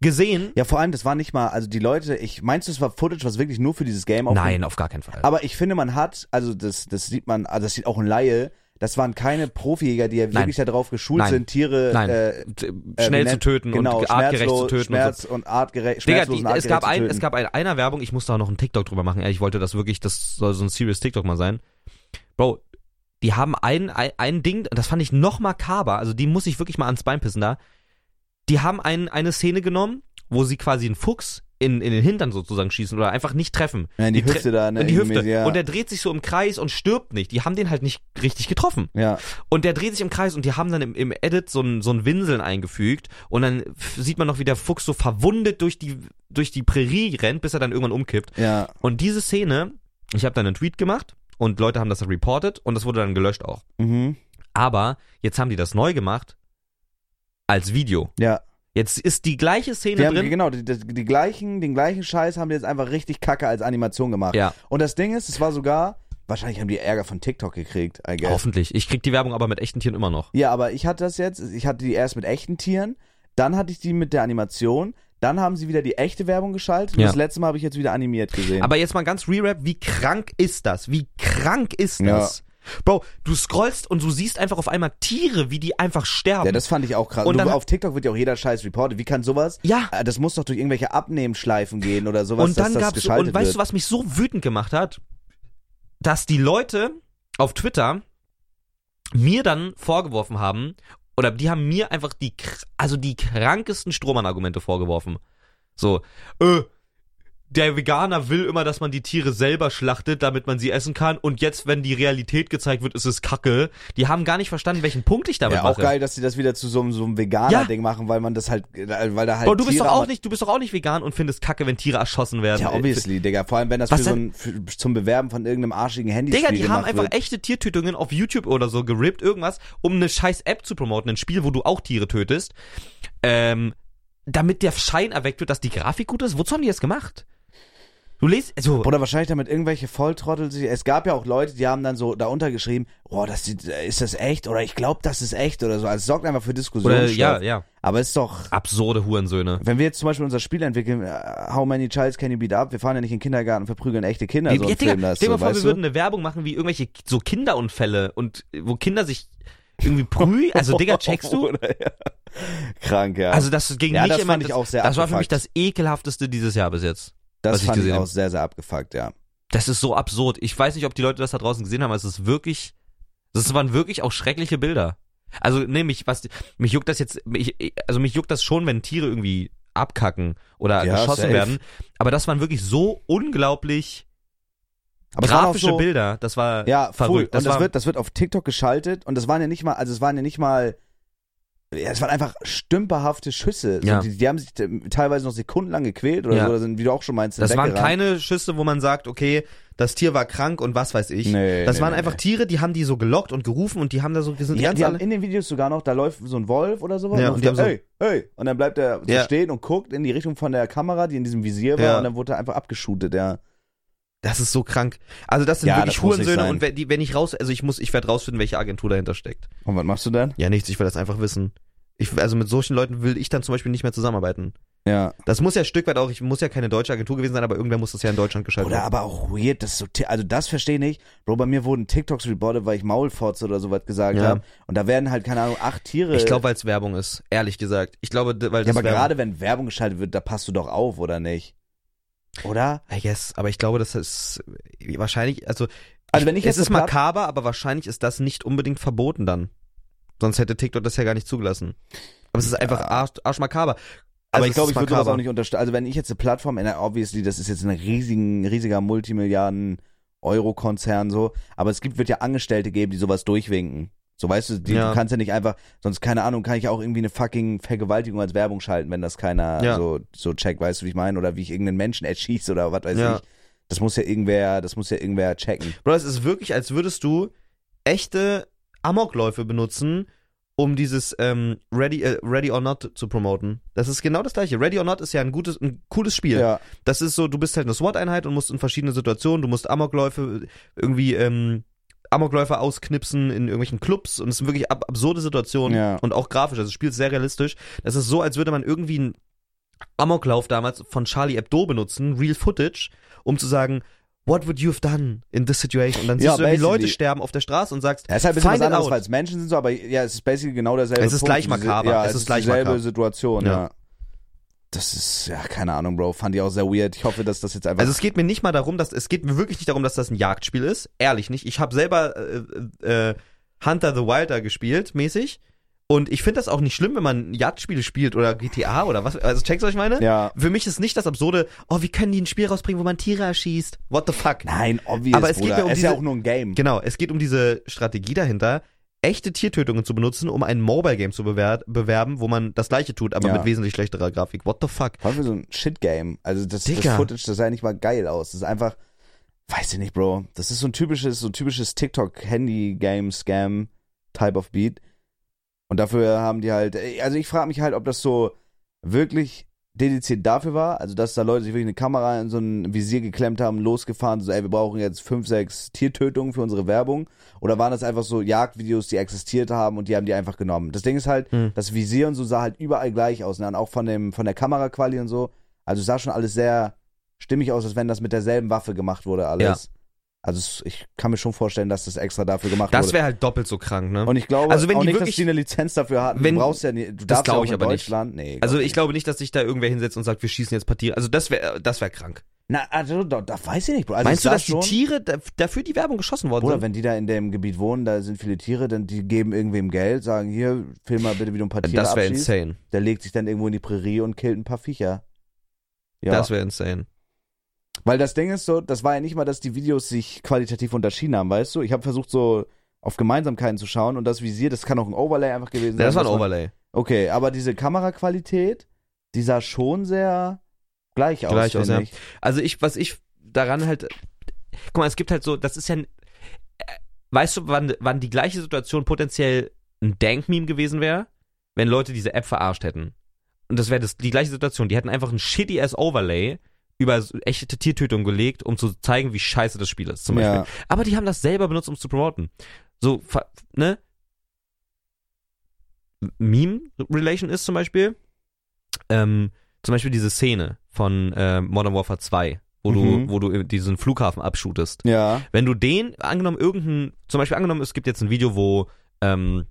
S1: gesehen.
S2: Ja, vor allem, das war nicht mal, also die Leute, ich meinst du, es war Footage, was wirklich nur für dieses Game aufgenommen
S1: Nein, auf gar keinen Fall.
S2: Aber ich finde, man hat, also das, das sieht man, also das sieht auch ein Laie, das waren keine Profijäger, die ja
S1: Nein.
S2: wirklich darauf geschult
S1: Nein.
S2: sind, Tiere
S1: Nein.
S2: äh,
S1: T-
S2: äh,
S1: schnell
S2: wie
S1: zu
S2: nennt-
S1: töten
S2: genau,
S1: und artgerecht zu
S2: schmerzlos-
S1: töten. und so.
S2: Schmerz und artgerecht,
S1: Digga,
S2: schmerzlos
S1: die,
S2: und artgerecht
S1: es gab,
S2: zu
S1: ein,
S2: töten.
S1: es gab ein, einer Werbung, ich muss da auch noch einen TikTok drüber machen. Ich wollte das wirklich, das soll so ein serious TikTok mal sein. Bro, die haben ein, ein, ein Ding, das fand ich noch makaber, also die muss ich wirklich mal ans Bein pissen da. Die haben ein, eine Szene genommen, wo sie quasi einen Fuchs in, in den Hintern sozusagen schießen oder einfach nicht treffen.
S2: ja, in die,
S1: die Tre-
S2: Hüfte da, ne?
S1: in die
S2: irgendwie,
S1: Hüfte.
S2: Ja.
S1: Und der dreht sich so im Kreis und stirbt nicht. Die haben den halt nicht richtig getroffen.
S2: ja.
S1: Und der dreht sich im Kreis und die haben dann im, im Edit so ein, so ein Winseln eingefügt und dann f- sieht man noch, wie der Fuchs so verwundet durch die, durch die Prärie rennt, bis er dann irgendwann umkippt.
S2: Ja,
S1: Und diese Szene, ich habe dann einen Tweet gemacht und Leute haben das dann reported und das wurde dann gelöscht auch.
S2: mhm,
S1: Aber jetzt haben die das neu gemacht als Video.
S2: ja.
S1: Jetzt ist die gleiche Szene
S2: Die haben,
S1: drin.
S2: genau, die, die, die gleichen, den gleichen Scheiß haben die jetzt einfach richtig kacke als Animation gemacht.
S1: Ja,
S2: Und das Ding ist, es war sogar, wahrscheinlich haben die Ärger von TikTok gekriegt, I guess.
S1: hoffentlich. Ich krieg die Werbung aber mit echten Tieren immer noch.
S2: Ja, aber ich hatte das jetzt, ich hatte die erst mit echten Tieren, dann hatte ich die mit der Animation, dann haben sie wieder die echte Werbung geschaltet und
S1: Ja.
S2: das letzte Mal habe ich jetzt wieder animiert gesehen.
S1: Aber jetzt mal ganz Re-Rap, wie krank ist das? Wie krank ist das? Bro, du scrollst und du siehst einfach auf einmal Tiere, wie die einfach sterben.
S2: ja, das fand ich auch krass.
S1: Und
S2: Und du,
S1: dann-
S2: auf TikTok wird ja auch jeder Scheiß reportet. Wie kann sowas?
S1: Ja.
S2: Äh, Das muss doch durch irgendwelche Abnehmschleifen gehen oder sowas,
S1: und dann
S2: dass das
S1: gab's
S2: geschaltet
S1: und weißt
S2: wird.
S1: du, was mich so wütend gemacht hat, dass die Leute auf Twitter mir dann vorgeworfen haben oder die haben mir einfach die kr- also die krankesten Strohmann-Argumente vorgeworfen. So, äh, der Veganer will immer, dass man die Tiere selber schlachtet, damit man sie essen kann. Und jetzt, wenn die Realität gezeigt wird, ist es Kacke. Die haben gar nicht verstanden, welchen Punkt ich damit
S2: ja, auch
S1: mache.
S2: geil, dass sie das wieder zu so einem, so einem Veganer-Ding machen, weil man das halt, äh, weil da halt
S1: Bro, du bist
S2: Tiere
S1: doch auch
S2: am-
S1: nicht, du bist doch auch nicht vegan und findest Kacke, wenn Tiere erschossen werden.
S2: Ja,
S1: Äh,
S2: obviously, Digga. Vor allem, wenn das
S1: Was
S2: für so
S1: denn?
S2: ein, für, zum Bewerben von irgendeinem arschigen Handy
S1: Digga, die
S2: gemacht
S1: haben einfach
S2: wird.
S1: echte Tiertötungen auf YouTube oder so gerippt, irgendwas, um eine scheiß App zu promoten, ein Spiel, wo du auch Tiere tötest. Ähm, damit der Schein erweckt wird, dass die Grafik gut ist. Wozu haben die das gemacht? Du lest, also,
S2: Oder wahrscheinlich damit irgendwelche Volltrottel sich. Es gab ja auch Leute, die haben dann so darunter geschrieben, boah, das sieht, äh, ist das echt? Oder ich glaube, das ist echt oder so. Also es sorgt einfach für Diskussionen.
S1: oder ja, ja.
S2: Aber es ist doch.
S1: Absurde Hurensöhne.
S2: Wenn wir jetzt zum Beispiel unser Spiel entwickeln, äh, How Many Childs Can You Beat Up, wir fahren ja nicht in den Kindergarten und verprügeln echte Kinder, so
S1: ja,
S2: und filmen
S1: Digga,
S2: das
S1: stell dir
S2: so,
S1: mal vor, wir
S2: weißt du?
S1: würden eine Werbung machen wie irgendwelche so Kinderunfälle und äh, wo Kinder sich irgendwie Brühe. Also, Digga, checkst du?
S2: Oder, ja. Krank, ja.
S1: Also, das ging
S2: ja,
S1: nicht
S2: das
S1: immer.
S2: fand ich auch sehr
S1: das war für mich
S2: abgefuckt.
S1: das ekelhafteste dieses Jahr bis jetzt.
S2: das
S1: was ich
S2: fand ich
S1: gesehen
S2: auch
S1: hab.
S2: sehr, sehr abgefuckt, ja.
S1: Das ist so absurd. Ich weiß nicht, ob die Leute das da draußen gesehen haben, aber es ist wirklich, das waren wirklich auch schreckliche Bilder. Also, nee, mich, was, mich juckt das jetzt, ich, ich- also mich juckt das schon, wenn Tiere irgendwie abkacken oder
S2: Ja,
S1: geschossen
S2: safe.
S1: werden. Aber das waren wirklich so unglaublich
S2: Aber es waren auch
S1: grafische
S2: so-
S1: Bilder. Das war
S2: Ja, voll.
S1: Äh, verrückt.
S2: Und das,
S1: war,
S2: wird, das wird auf TikTok geschaltet und das waren ja nicht mal, also es waren ja nicht mal, ja, es waren einfach stümperhafte Schüsse.
S1: Ja.
S2: So, die, die haben sich ähm, teilweise noch sekundenlang gequält oder
S1: Ja.
S2: so, oder sind, wie du auch schon meinst,
S1: das waren
S2: weggerannt.
S1: keine Schüsse, wo man sagt, okay, das Tier war krank und was weiß ich.
S2: Nee,
S1: das
S2: nee,
S1: waren
S2: nee,
S1: einfach
S2: nee.
S1: Tiere, die haben die so gelockt und gerufen und die haben da so, wir sind
S2: Ja,
S1: ganz
S2: die haben
S1: alle,
S2: in den Videos sogar noch, da läuft so ein Wolf oder sowas.
S1: Ja, und
S2: und die
S1: die haben so-
S2: hey, hey. Und dann bleibt er so
S1: Ja.
S2: stehen und guckt in die Richtung von der Kamera, die in diesem Visier war,
S1: Ja.
S2: und dann wurde er einfach abgeschootet, ja.
S1: Das ist so krank. Also das sind
S2: Ja,
S1: wirklich
S2: das muss nicht
S1: Hurensöhne
S2: sein.
S1: und wenn, die, wenn ich raus, also ich muss, ich werde rausfinden, welche Agentur dahinter steckt.
S2: Und was machst du dann?
S1: Ja, nichts, ich will das einfach wissen. Ich, also mit solchen Leuten will ich dann zum Beispiel nicht mehr zusammenarbeiten.
S2: Ja.
S1: Das muss ja ein Stück weit auch, ich muss ja keine deutsche Agentur gewesen sein, aber irgendwer muss das ja in Deutschland geschaltet
S2: Oder
S1: haben.
S2: aber auch weird, das ist so, ti- also das verstehe ich nicht. Bro, bei mir wurden TikToks reportet, weil ich Maulfotze oder sowas gesagt
S1: Ja.
S2: habe. Und da werden halt, keine Ahnung, acht Tiere.
S1: Ich glaube, weil es Werbung ist, ehrlich gesagt. Ich glaube, d- weil
S2: ja,
S1: das
S2: aber
S1: Werbung-
S2: gerade wenn Werbung geschaltet wird, da passt du doch auf, oder nicht? Oder?
S1: I guess, aber ich glaube, das ist wahrscheinlich, also,
S2: Also wenn ich
S1: es
S2: jetzt
S1: ist
S2: eine Platt-
S1: makaber, aber wahrscheinlich ist das nicht unbedingt verboten dann. Sonst hätte TikTok das ja gar nicht zugelassen. Aber es ist einfach arsch, arschmakaber.
S2: Aber
S1: Also
S2: ich
S1: es
S2: glaube,
S1: ist
S2: ich würde sowas
S1: makaber.
S2: auch nicht unterstützen. Also wenn ich jetzt eine Plattform, na, obviously, das ist jetzt ein riesigen, riesiger Multimilliarden Euro-Konzern so, aber es gibt, wird ja Angestellte geben, die sowas durchwinken. So weißt du, die,
S1: Ja.
S2: du kannst ja nicht einfach, sonst keine Ahnung, kann ich auch irgendwie eine fucking Vergewaltigung als Werbung schalten, wenn das keiner
S1: Ja.
S2: so, so checkt, weißt du, wie ich meine? Oder wie ich irgendeinen Menschen erschieße oder was weiß
S1: Ja.
S2: ich. Das muss ja irgendwer, das muss ja irgendwer checken.
S1: Bro, es ist wirklich, als würdest du echte Amokläufe benutzen, um dieses ähm, Ready, äh, Ready or Not zu promoten. Das ist genau das gleiche. Ready or Not ist ja ein gutes, ein cooles Spiel.
S2: Ja.
S1: Das ist so, du bist halt eine SWAT-Einheit und musst in verschiedene Situationen, du musst Amokläufe äh, irgendwie ähm, Amokläufer ausknipsen in irgendwelchen Clubs und es sind wirklich ab absurde Situationen
S2: Ja.
S1: und auch grafisch. Also das Spiel ist sehr realistisch. Das ist so, als würde man irgendwie einen Amoklauf damals von Charlie Hebdo benutzen, Real Footage, um zu sagen, What would you have done in this situation? Und dann
S2: Ja,
S1: siehst du, wie
S2: basically.
S1: Leute sterben auf der Straße und sagst,
S2: Ja, ist halt ein bisschen
S1: Find
S2: was
S1: it
S2: anderes,
S1: out.
S2: weil es Menschen sind so, aber ja, es ist basically genau derselbe
S1: Es ist
S2: Punkt.
S1: gleich makaber.
S2: Ja,
S1: Es
S2: es
S1: ist
S2: ist
S1: gleich
S2: dieselbe
S1: makaber.
S2: Situation, ja.
S1: Ja.
S2: Das ist, ja, keine Ahnung, Bro. Fand ich auch sehr weird. Ich hoffe, dass das jetzt einfach.
S1: Also es geht mir nicht mal darum, dass es geht mir wirklich nicht darum, dass das ein Jagdspiel ist, ehrlich nicht. Ich habe selber äh, äh, Hunter the Wilder gespielt, mäßig. Und ich finde das auch nicht schlimm, wenn man Jagdspiele spielt oder GTA oder was. Also checkst du, was ich meine?
S2: ja.
S1: Für mich ist nicht das absurde, oh, wie können die ein Spiel rausbringen, wo man Tiere erschießt? What the fuck?
S2: Nein, obvious.
S1: Aber es geht
S2: Bruder.
S1: mir um
S2: es ist ja
S1: diese-
S2: auch nur ein Game.
S1: Genau, es geht um diese Strategie dahinter, echte Tiertötungen zu benutzen, um ein Mobile-Game zu bewer bewerben, wo man das gleiche tut, aber
S2: Ja.
S1: mit wesentlich schlechterer Grafik. What the fuck?
S2: Vor allem für so ein Shit-Game. Also das, das
S1: Dicker.
S2: Footage, das sah nicht mal geil aus. Das ist einfach. Weiß ich nicht, Bro. Das ist so ein typisches, so ein typisches TikTok-Handy-Game-Scam Type of Beat. Und dafür haben die halt. Also ich frage mich halt, ob das so wirklich dediziert dafür war, also dass da Leute sich wirklich eine Kamera in so ein Visier geklemmt haben, losgefahren, so ey, wir brauchen jetzt fünf, sechs Tiertötungen für unsere Werbung, oder waren das einfach so Jagdvideos, die existiert haben und die haben die einfach genommen. Das Ding ist halt,
S1: Hm.
S2: das Visier und so sah halt überall gleich aus, ne? und auch von dem von der Kameraquali und so, also sah schon alles sehr stimmig aus, als wenn das mit derselben Waffe gemacht wurde alles. Also es- ich kann mir schon vorstellen, dass das extra dafür gemacht
S1: Das
S2: wurde.
S1: wäre halt doppelt so krank, ne?
S2: Und ich glaube
S1: Also wenn
S2: auch
S1: die
S2: nicht, dass
S1: wirklich-
S2: die eine Lizenz dafür hatten.
S1: Wenn-
S2: du brauchst ja, nie- du darfst ja
S1: glaub
S2: auch
S1: ich
S2: in
S1: aber nicht.
S2: Deutschland. Nee,
S1: Also
S2: glaub
S1: ich glaube nicht, dass sich da irgendwer hinsetzt und sagt, wir schießen jetzt paar Tiere. Also das wäre das wäre krank.
S2: Na, also, da, da weiß ich nicht, Bro. Also,
S1: Meinst du, dass
S2: das schon,
S1: die Tiere da, dafür die Werbung geschossen worden
S2: Oder
S1: sind?
S2: wenn die da in dem Gebiet wohnen, da sind viele Tiere, dann die geben irgendwem Geld, sagen, hier, film mal bitte, wie du ein paar Tiere
S1: das wäre
S2: abschießt.
S1: insane.
S2: Der legt sich dann irgendwo in die Prärie und killt ein paar Viecher. Ja,
S1: Das wäre insane.
S2: weil das Ding ist so, das war ja nicht mal, dass die Videos sich qualitativ unterschieden haben, weißt du? Ich habe versucht so auf Gemeinsamkeiten zu schauen und das Visier, das kann auch ein Overlay einfach gewesen
S1: Ja, das war
S2: sein.
S1: ein
S2: was man-
S1: Overlay.
S2: Okay, aber diese Kameraqualität, die sah schon sehr gleich aus,
S1: Gleich aus, ja.
S2: finde ich.
S1: Also ich, was ich daran halt. Guck mal, es gibt halt so, das ist ja. ein- äh, Weißt du, wann, wann die gleiche Situation potenziell ein Dank-Meme gewesen wäre, wenn Leute diese App verarscht hätten? Und das wäre das- die gleiche Situation. Die hätten einfach ein shitty ass Overlay über so echte Tiertötung gelegt, um zu zeigen, wie scheiße das Spiel ist, zum Beispiel.
S2: Ja.
S1: Aber die haben das selber benutzt, um es zu promoten. So, fa- ne? Meme-Relation ist zum Beispiel, ähm, zum Beispiel diese Szene von äh, Modern Warfare 2, wo
S2: Mhm.
S1: du, wo du diesen Flughafen abshootest.
S2: Ja.
S1: Wenn du den, angenommen, irgendein, zum Beispiel angenommen, es gibt jetzt ein Video, wo ähm,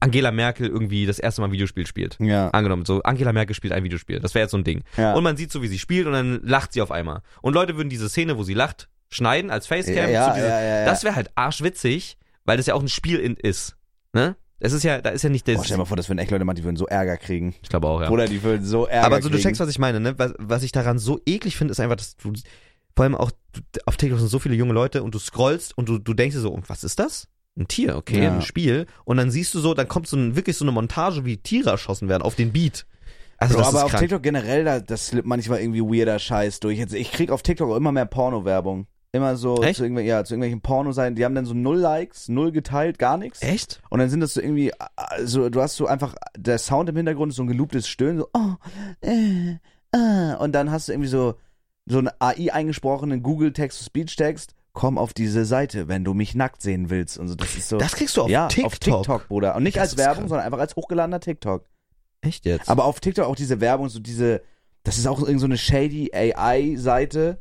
S1: Angela Merkel irgendwie das erste Mal ein Videospiel spielt.
S2: Ja.
S1: Angenommen, so Angela Merkel spielt ein Videospiel. Das wäre jetzt so ein Ding.
S2: Ja.
S1: Und man sieht so, wie sie spielt und dann lacht sie auf einmal. Und Leute würden diese Szene, wo sie lacht, schneiden als Facecam.
S2: Ja, ja,
S1: zu dieser,
S2: ja, ja, ja.
S1: Das wäre halt arschwitzig, weil das ja auch ein Spiel in, ist. Ne? Es ist ja, da ist ja nicht der.
S2: Boah, stell dir mal vor, das würden echt Leute machen, die würden so Ärger kriegen.
S1: ich glaube auch, ja.
S2: Oder die würden so Ärger
S1: Aber so, du
S2: kriegen.
S1: checkst, was ich meine, ne? Was, was ich daran so eklig finde, ist einfach, dass du, vor allem auch, du, auf TikTok sind so viele junge Leute und du scrollst und du, du denkst dir so, "Oh, was ist das? Ein Tier, okay,
S2: Ja.
S1: ein Spiel. Und dann siehst du so, dann kommt so ein, wirklich so eine Montage, wie Tiere erschossen werden auf den Beat. Also,
S2: Bro,
S1: das
S2: aber
S1: ist
S2: auf
S1: krank.
S2: TikTok generell, da, das slippt manchmal irgendwie weirder Scheiß durch. Jetzt, ich krieg auf TikTok auch immer mehr Porno-Werbung. Immer so
S1: Echt?
S2: zu, irgendwel ja, zu irgendwelchen Pornoseiten. Die haben dann so null Likes, null geteilt, gar nichts.
S1: Echt?
S2: Und dann sind das so irgendwie, also du hast so einfach, der Sound im Hintergrund ist so ein gelooptes Stöhnen, so, oh, äh, äh. Und dann hast du irgendwie so, so einen AI eingesprochenen Google Text-to-Speech-Text, komm auf diese Seite, wenn du mich nackt sehen willst. Und so, das ist so.
S1: Das kriegst du auf,
S2: ja,
S1: TikTok.
S2: auf TikTok, Bruder. Und nicht
S1: Das
S2: als
S1: ist
S2: Werbung,
S1: krass.
S2: sondern einfach als hochgeladener TikTok.
S1: Echt jetzt?
S2: Aber auf TikTok auch diese Werbung, so diese, das ist auch irgend so eine shady AI-Seite,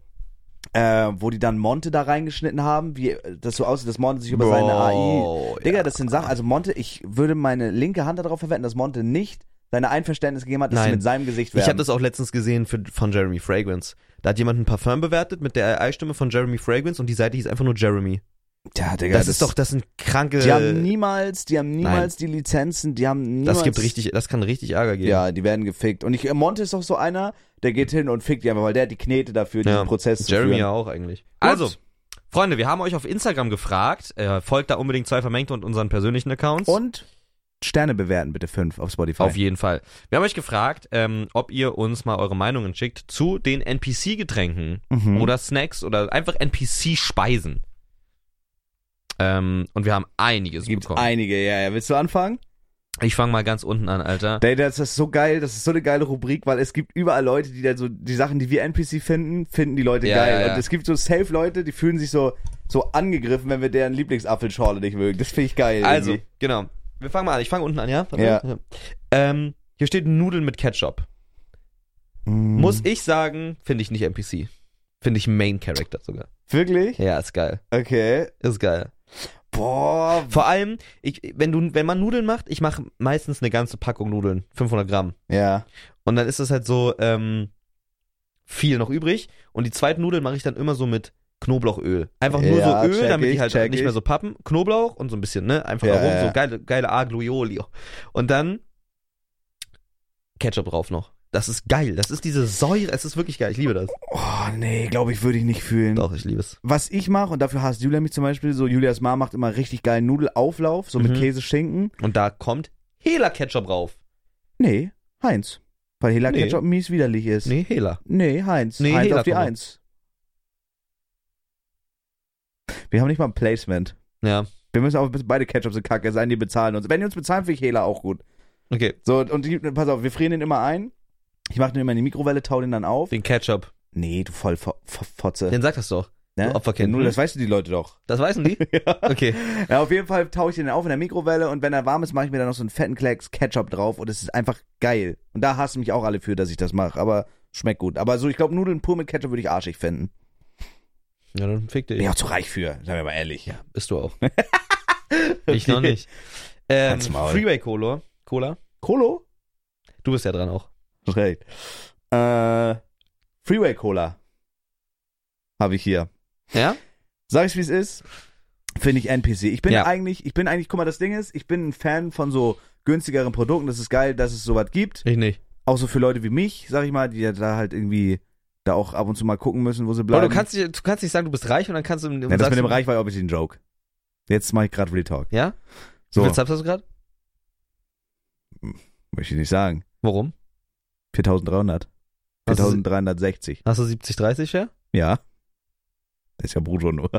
S2: äh, wo die dann Monte da reingeschnitten haben, wie äh, das so aussieht, dass Monte sich über seine AI.
S1: Bro,
S2: Digga,
S1: ja.
S2: das sind Sachen, also Monte, ich würde meine linke Hand darauf verwenden, dass Monte nicht seine Einverständnis gegeben hat, dass sie
S1: Nein.
S2: mit seinem Gesicht
S1: Ich
S2: werben.
S1: habe das auch letztens gesehen für, von Jeremy Fragrance. Da hat jemand ein Parfum bewertet mit der AI-Stimme von Jeremy Fragrance und die Seite hieß einfach nur Jeremy.
S2: ja, Digga,
S1: Das, ist doch, das sind kranke.
S2: Die haben niemals, die haben niemals die Lizenzen, die haben niemals.
S1: Das gibt richtig, das kann richtig Ärger geben.
S2: Ja, die werden gefickt. Und ich, äh, Monte ist auch so einer, der geht hin und fickt die einfach, weil der hat die Knete dafür,
S1: Ja,
S2: diesen Prozess zu
S1: Jeremy
S2: führen.
S1: ja auch eigentlich. Also, Freunde, wir haben euch auf Instagram gefragt. Äh, folgt da unbedingt zwei Vermengte und unseren persönlichen Accounts.
S2: Und Sterne bewerten bitte fünf auf Spotify.
S1: Auf jeden Fall. Wir haben euch gefragt, ähm, ob ihr uns mal eure Meinungen schickt zu den NPC-Getränken
S2: Mhm.
S1: oder Snacks oder einfach NPC-Speisen. Ähm, und wir haben einiges
S2: es gibt
S1: bekommen.
S2: einige, ja, ja. Willst du anfangen?
S1: ich fange mal ganz unten an, Alter.
S2: Data, das ist so geil, das ist so eine geile Rubrik, weil es gibt überall Leute, die dann so die Sachen, die wir NPC finden, finden die Leute
S1: Ja,
S2: geil.
S1: ja, ja.
S2: Und es gibt so safe Leute, die fühlen sich so so angegriffen, wenn wir deren Lieblingsapfelschorle nicht mögen. Das finde ich geil.
S1: Also,
S2: irgendwie.
S1: genau. Wir fangen mal an. Ich fange unten an, ja? Warte.
S2: Ja.
S1: Ähm, hier steht Nudeln mit Ketchup.
S2: Mhm.
S1: Muss ich sagen, finde ich nicht NPC. Finde ich Main Character sogar.
S2: wirklich?
S1: Ja, ist geil.
S2: Okay.
S1: Ist geil.
S2: Boah.
S1: Vor allem, ich, wenn, du, wenn man Nudeln macht, ich mache meistens eine ganze Packung Nudeln, 500 Gramm.
S2: Ja.
S1: Und dann ist es halt so ähm, viel noch übrig. Und die zweiten Nudeln mache ich dann immer so mit Knoblauchöl. Einfach nur
S2: Ja,
S1: so Öl,
S2: check
S1: damit
S2: ich,
S1: die halt
S2: check
S1: nicht
S2: ich.
S1: mehr so pappen. Knoblauch und so ein bisschen, ne? Einfach
S2: Ja,
S1: darum,
S2: ja, ja.
S1: so geile, geile Aglioli. Und dann Ketchup drauf noch. Das ist geil. Das ist diese Säure. Es ist wirklich geil. Ich liebe das.
S2: Oh, nee, glaube ich, würde ich nicht fühlen.
S1: Doch, ich liebe es.
S2: was ich mache, und dafür hasst Julia mich zum Beispiel, so Julias Ma macht immer richtig geilen Nudelauflauf, so mit
S1: Mhm.
S2: Käse, Schinken.
S1: Und da kommt Hela-Ketchup drauf.
S2: Nee, Heinz. Weil Hela
S1: Nee.
S2: Ketchup mies widerlich ist.
S1: Nee, Hela.
S2: Nee, Heinz.
S1: Nee,
S2: Heinz
S1: Hela
S2: auf die
S1: kommt noch.
S2: Eins. Wir haben nicht mal ein Placement.
S1: Ja.
S2: Wir müssen auch beide Ketchup sind kacke sein, die bezahlen uns. Wenn die uns bezahlen, finde ich Hela auch gut.
S1: Okay,
S2: So, und die, pass auf, wir frieren den immer ein. Ich mache den immer in die Mikrowelle, tau den dann auf.
S1: den Ketchup.
S2: Nee, du voll Fo- Fo- Fotze.
S1: Den sagt das doch.
S2: ne?
S1: du Opferkind.
S2: Null, das weißt du die Leute doch.
S1: Das weißen die? Okay.
S2: Ja, auf jeden Fall taue ich den auf in der Mikrowelle und wenn er warm ist, mache ich mir dann noch so einen fetten Klecks Ketchup drauf und es ist einfach geil. Und da hassen mich auch alle für, dass ich das mache, aber schmeckt gut. Aber so, ich glaube, Nudeln pur mit Ketchup würde ich arschig finden.
S1: Ja, dann fick dich.
S2: Bin ich auch zu reich für, sagen wir mal ehrlich. Ja.
S1: Bist du auch. Ich noch nicht. Ähm,
S2: Halt's Maul.
S1: Freeway Cola. Cola.
S2: Colo?
S1: Du bist ja dran auch.
S2: Recht. Äh, Freeway Cola. Habe ich hier.
S1: Ja?
S2: Sag ich, wie es ist, finde ich NPC. Ich bin
S1: Ja.
S2: eigentlich, ich bin eigentlich, guck mal, das Ding ist, ich bin ein Fan von so günstigeren Produkten. Das ist geil, dass es sowas gibt.
S1: Ich nicht.
S2: auch so für Leute wie mich, sag ich mal, die ja da halt irgendwie da auch ab und zu mal gucken müssen, wo sie
S1: Aber
S2: bleiben.
S1: du kannst, nicht- du kannst nicht sagen, du bist reich und dann kannst du. und
S2: ja, das
S1: sagst
S2: mit dem
S1: du-
S2: Reich war ja obviously ein Joke. Jetzt mache ich gerade Real Talk.
S1: Ja? So.
S2: So,
S1: Wie viel Subs hast du gerade?
S2: möchte ich nicht sagen.
S1: Warum?
S2: 4300.
S1: Hast du-
S2: 4360.
S1: Hast du 70, 30, ja?
S2: Ja. Das ist ja brutto nur.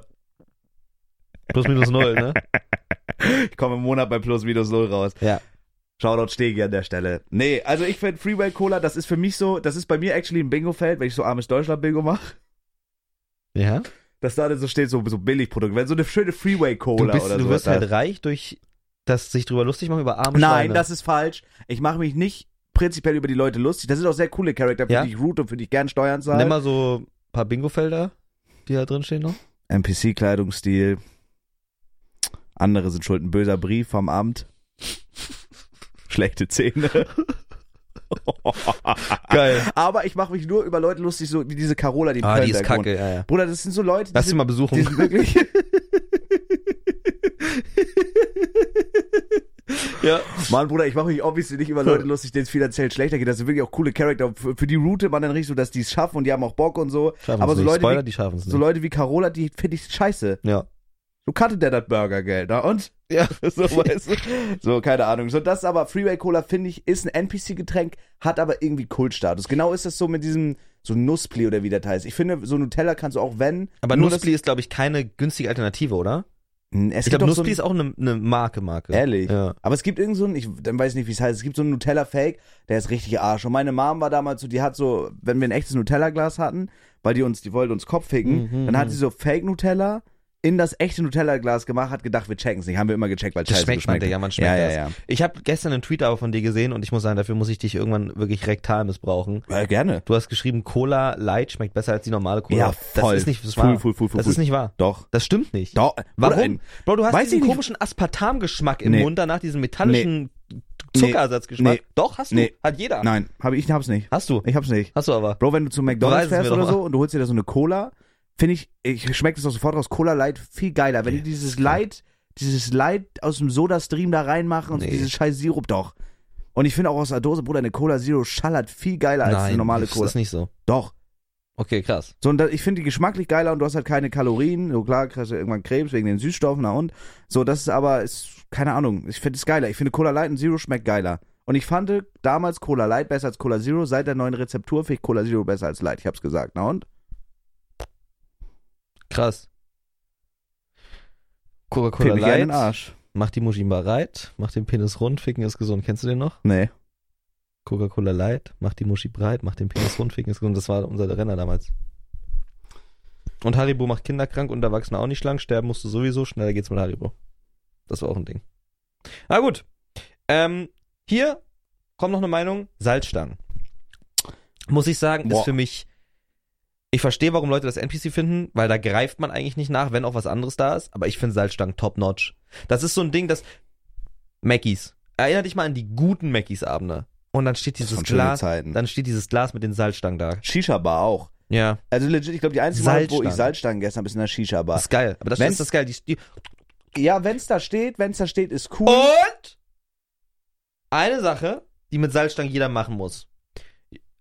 S1: Plus minus null, ne?
S2: Ich komme im Monat bei plus minus null raus.
S1: Ja.
S2: Shoutout Stegi an der Stelle. Nee, also ich finde Freeway Cola, das ist für mich so, das ist bei mir actually ein Bingo-Feld, wenn ich so armes Deutschland-Bingo mache,
S1: Ja?
S2: dass da dann so steht, so, so Billigprodukte. Wenn so eine schöne Freeway Cola
S1: Du bist,
S2: oder
S1: du
S2: sowas
S1: wirst
S2: da ist.
S1: halt reich durch das sich drüber lustig machen über arme
S2: Nein,
S1: Schweine.
S2: das ist falsch. Ich mache mich nicht prinzipiell über die Leute lustig. Das sind auch sehr coole Charakter, für
S1: Ja?
S2: die ich root und für die ich gern Steuern zahle.
S1: Nimm mal so ein paar Bingo-Felder, die da drin stehen noch.
S2: NPC-Kleidungsstil. Andere sind schuld. Ein böser Brief vom Amt. schlechte Zähne.
S1: Geil.
S2: Aber ich mache mich nur über Leute lustig, so wie diese Carola, die in
S1: Ah,
S2: Köln
S1: die ist
S2: da wohnt.
S1: kacke. Ja, ja.
S2: Bruder, das sind so Leute, die
S1: Lass sie
S2: sind,
S1: mal besuchen.
S2: die sind wirklich.
S1: ja.
S2: Mann, Bruder, ich mache mich obviously nicht über Leute lustig, denen es finanziell schlechter geht. Das sind wirklich auch coole Charakter. Für, für die Route man dann richtig so, dass die es schaffen und die haben auch Bock und so. Aber so Leute,
S1: Spoiler,
S2: wie,
S1: die schaffen es nicht.
S2: so Leute wie Carola, die finde ich scheiße.
S1: ja.
S2: So kannte der das Burgergeld, na und?
S1: Ja.
S2: So, weißt du? so, keine Ahnung. So, das aber, Freeway Cola, finde ich, ist ein NPC-Getränk, hat aber irgendwie Kultstatus. Genau ist das so mit diesem, so Nusspli oder wie das heißt. Ich finde, so Nutella kannst du auch, wenn.
S1: Aber
S2: nur
S1: Nuspli ist, glaube ich, keine günstige Alternative, oder?
S2: das- Hm, Es
S1: Ich
S2: gibt
S1: glaube,
S2: doch so
S1: Nuspli
S2: ein,
S1: ist auch eine ne Marke, Marke.
S2: Ehrlich?
S1: Ja.
S2: Aber es gibt irgend so einen, ich dann weiß nicht, wie es heißt, es gibt so einen Nutella-Fake, der ist richtig Arsch. Und meine Mom war damals so, die hat so, wenn wir ein echtes Nutella-Glas hatten, weil die uns, die wollte uns Kopf ficken,
S1: Mhm,
S2: dann hat
S1: mhm.
S2: sie so Fake-Nutella in das echte Nutella-Glas gemacht, hat gedacht, wir checken's nicht. Haben wir immer gecheckt, weil
S1: Das
S2: scheiße
S1: schmeckt man,
S2: geschmeckt
S1: Digga,
S2: hat.
S1: man schmeckt
S2: ja,
S1: das.
S2: Ja,
S1: Ich habe gestern einen Tweet aber von dir gesehen und ich muss sagen, dafür muss ich dich irgendwann wirklich rektal missbrauchen.
S2: ja. ja, gerne.
S1: Du hast geschrieben, Cola Light schmeckt besser als die normale Cola.
S2: Ja, voll.
S1: Das ist nicht
S2: Full,
S1: wahr.
S2: full, full, full,
S1: das ist
S2: full.
S1: nicht wahr.
S2: Doch.
S1: Das stimmt nicht.
S2: Doch. Oder
S1: Warum?
S2: ein-
S1: Bro, du hast
S2: Weiß
S1: diesen
S2: ich nicht.
S1: komischen Aspartamgeschmack im
S2: Nee.
S1: Mund danach, diesen metallischen Zuckerersatzgeschmack.
S2: Nee.
S1: Doch, hast du.
S2: Nee.
S1: Hat jeder.
S2: Nein, hab ich, ich hab's nicht.
S1: Hast du.
S2: Ich hab's nicht.
S1: Hast du aber.
S2: Bro, wenn du zu
S1: Beweisen
S2: McDonalds
S1: wir
S2: fährst
S1: doch
S2: oder
S1: mal.
S2: so und du holst dir da so eine Cola, finde ich, ich schmeckt das auch sofort raus. Cola Light viel geiler. Wenn die dieses Light, dieses Light aus dem Soda-Stream da reinmachen und so
S1: Nee.
S2: diesen scheiß Sirup doch. Und ich finde auch aus der Dose, Bruder, eine Cola Zero schallert viel geiler als
S1: Nein,
S2: eine normale
S1: das
S2: Cola.
S1: ist nicht so.
S2: Doch.
S1: Okay, krass.
S2: So, und da, ich finde die geschmacklich geiler und du hast halt keine Kalorien. So klar, kriegst du irgendwann Krebs wegen den Süßstoffen, na und. So, das ist aber, ist, keine Ahnung, ich finde es geiler. Ich finde Cola Light und Zero schmeckt geiler. Und ich fand damals Cola Light besser als Cola Zero. Seit der neuen Rezeptur finde ich Cola Zero besser als Light. Ich hab's gesagt, na und?
S1: Krass.
S2: Fick
S1: Coca-Cola
S2: mich gerne in den
S1: Light.
S2: Arsch.
S1: Macht die Mujin bereit. Macht den Penis rund. Ficken ist gesund. Kennst du den noch?
S2: Nee.
S1: Coca-Cola Light. Macht die Muschi breit. Macht den Penis rund. Ficken ist gesund. Das war unser Renner damals. Und Haribo macht Kinder krank und Erwachsene auch nicht schlank. Sterben musst du sowieso. Schneller geht's mit Haribo. Das war auch ein Ding. Na gut. Ähm, hier kommt noch eine Meinung. Salzstangen. Muss ich sagen,
S2: Boah.
S1: ist für mich. Ich verstehe, warum Leute das NPC finden, weil da greift man eigentlich nicht nach, wenn auch was anderes da ist. Aber ich finde Salzstangen top-notch. Das ist so ein Ding, das. Mackies. Erinner dich mal an die guten Mackies-Abende. Und dann steht
S2: Das
S1: dieses
S2: waren schöne
S1: Glas.
S2: Zeiten.
S1: Dann steht dieses Glas mit den Salzstangen da.
S2: Shisha-Bar auch.
S1: Ja.
S2: Also legit, ich glaube, die einzige Mal, wo ich
S1: Salzstangen.
S2: Salzstangen gegessen habe, ist in der Shisha-Bar.
S1: Ist geil. Aber das
S2: Wenn's-
S1: ist das geil. Die, die,
S2: Ja, wenn's da steht, wenn's da steht, ist cool.
S1: Oh. Und eine Sache, die mit Salzstangen jeder machen muss.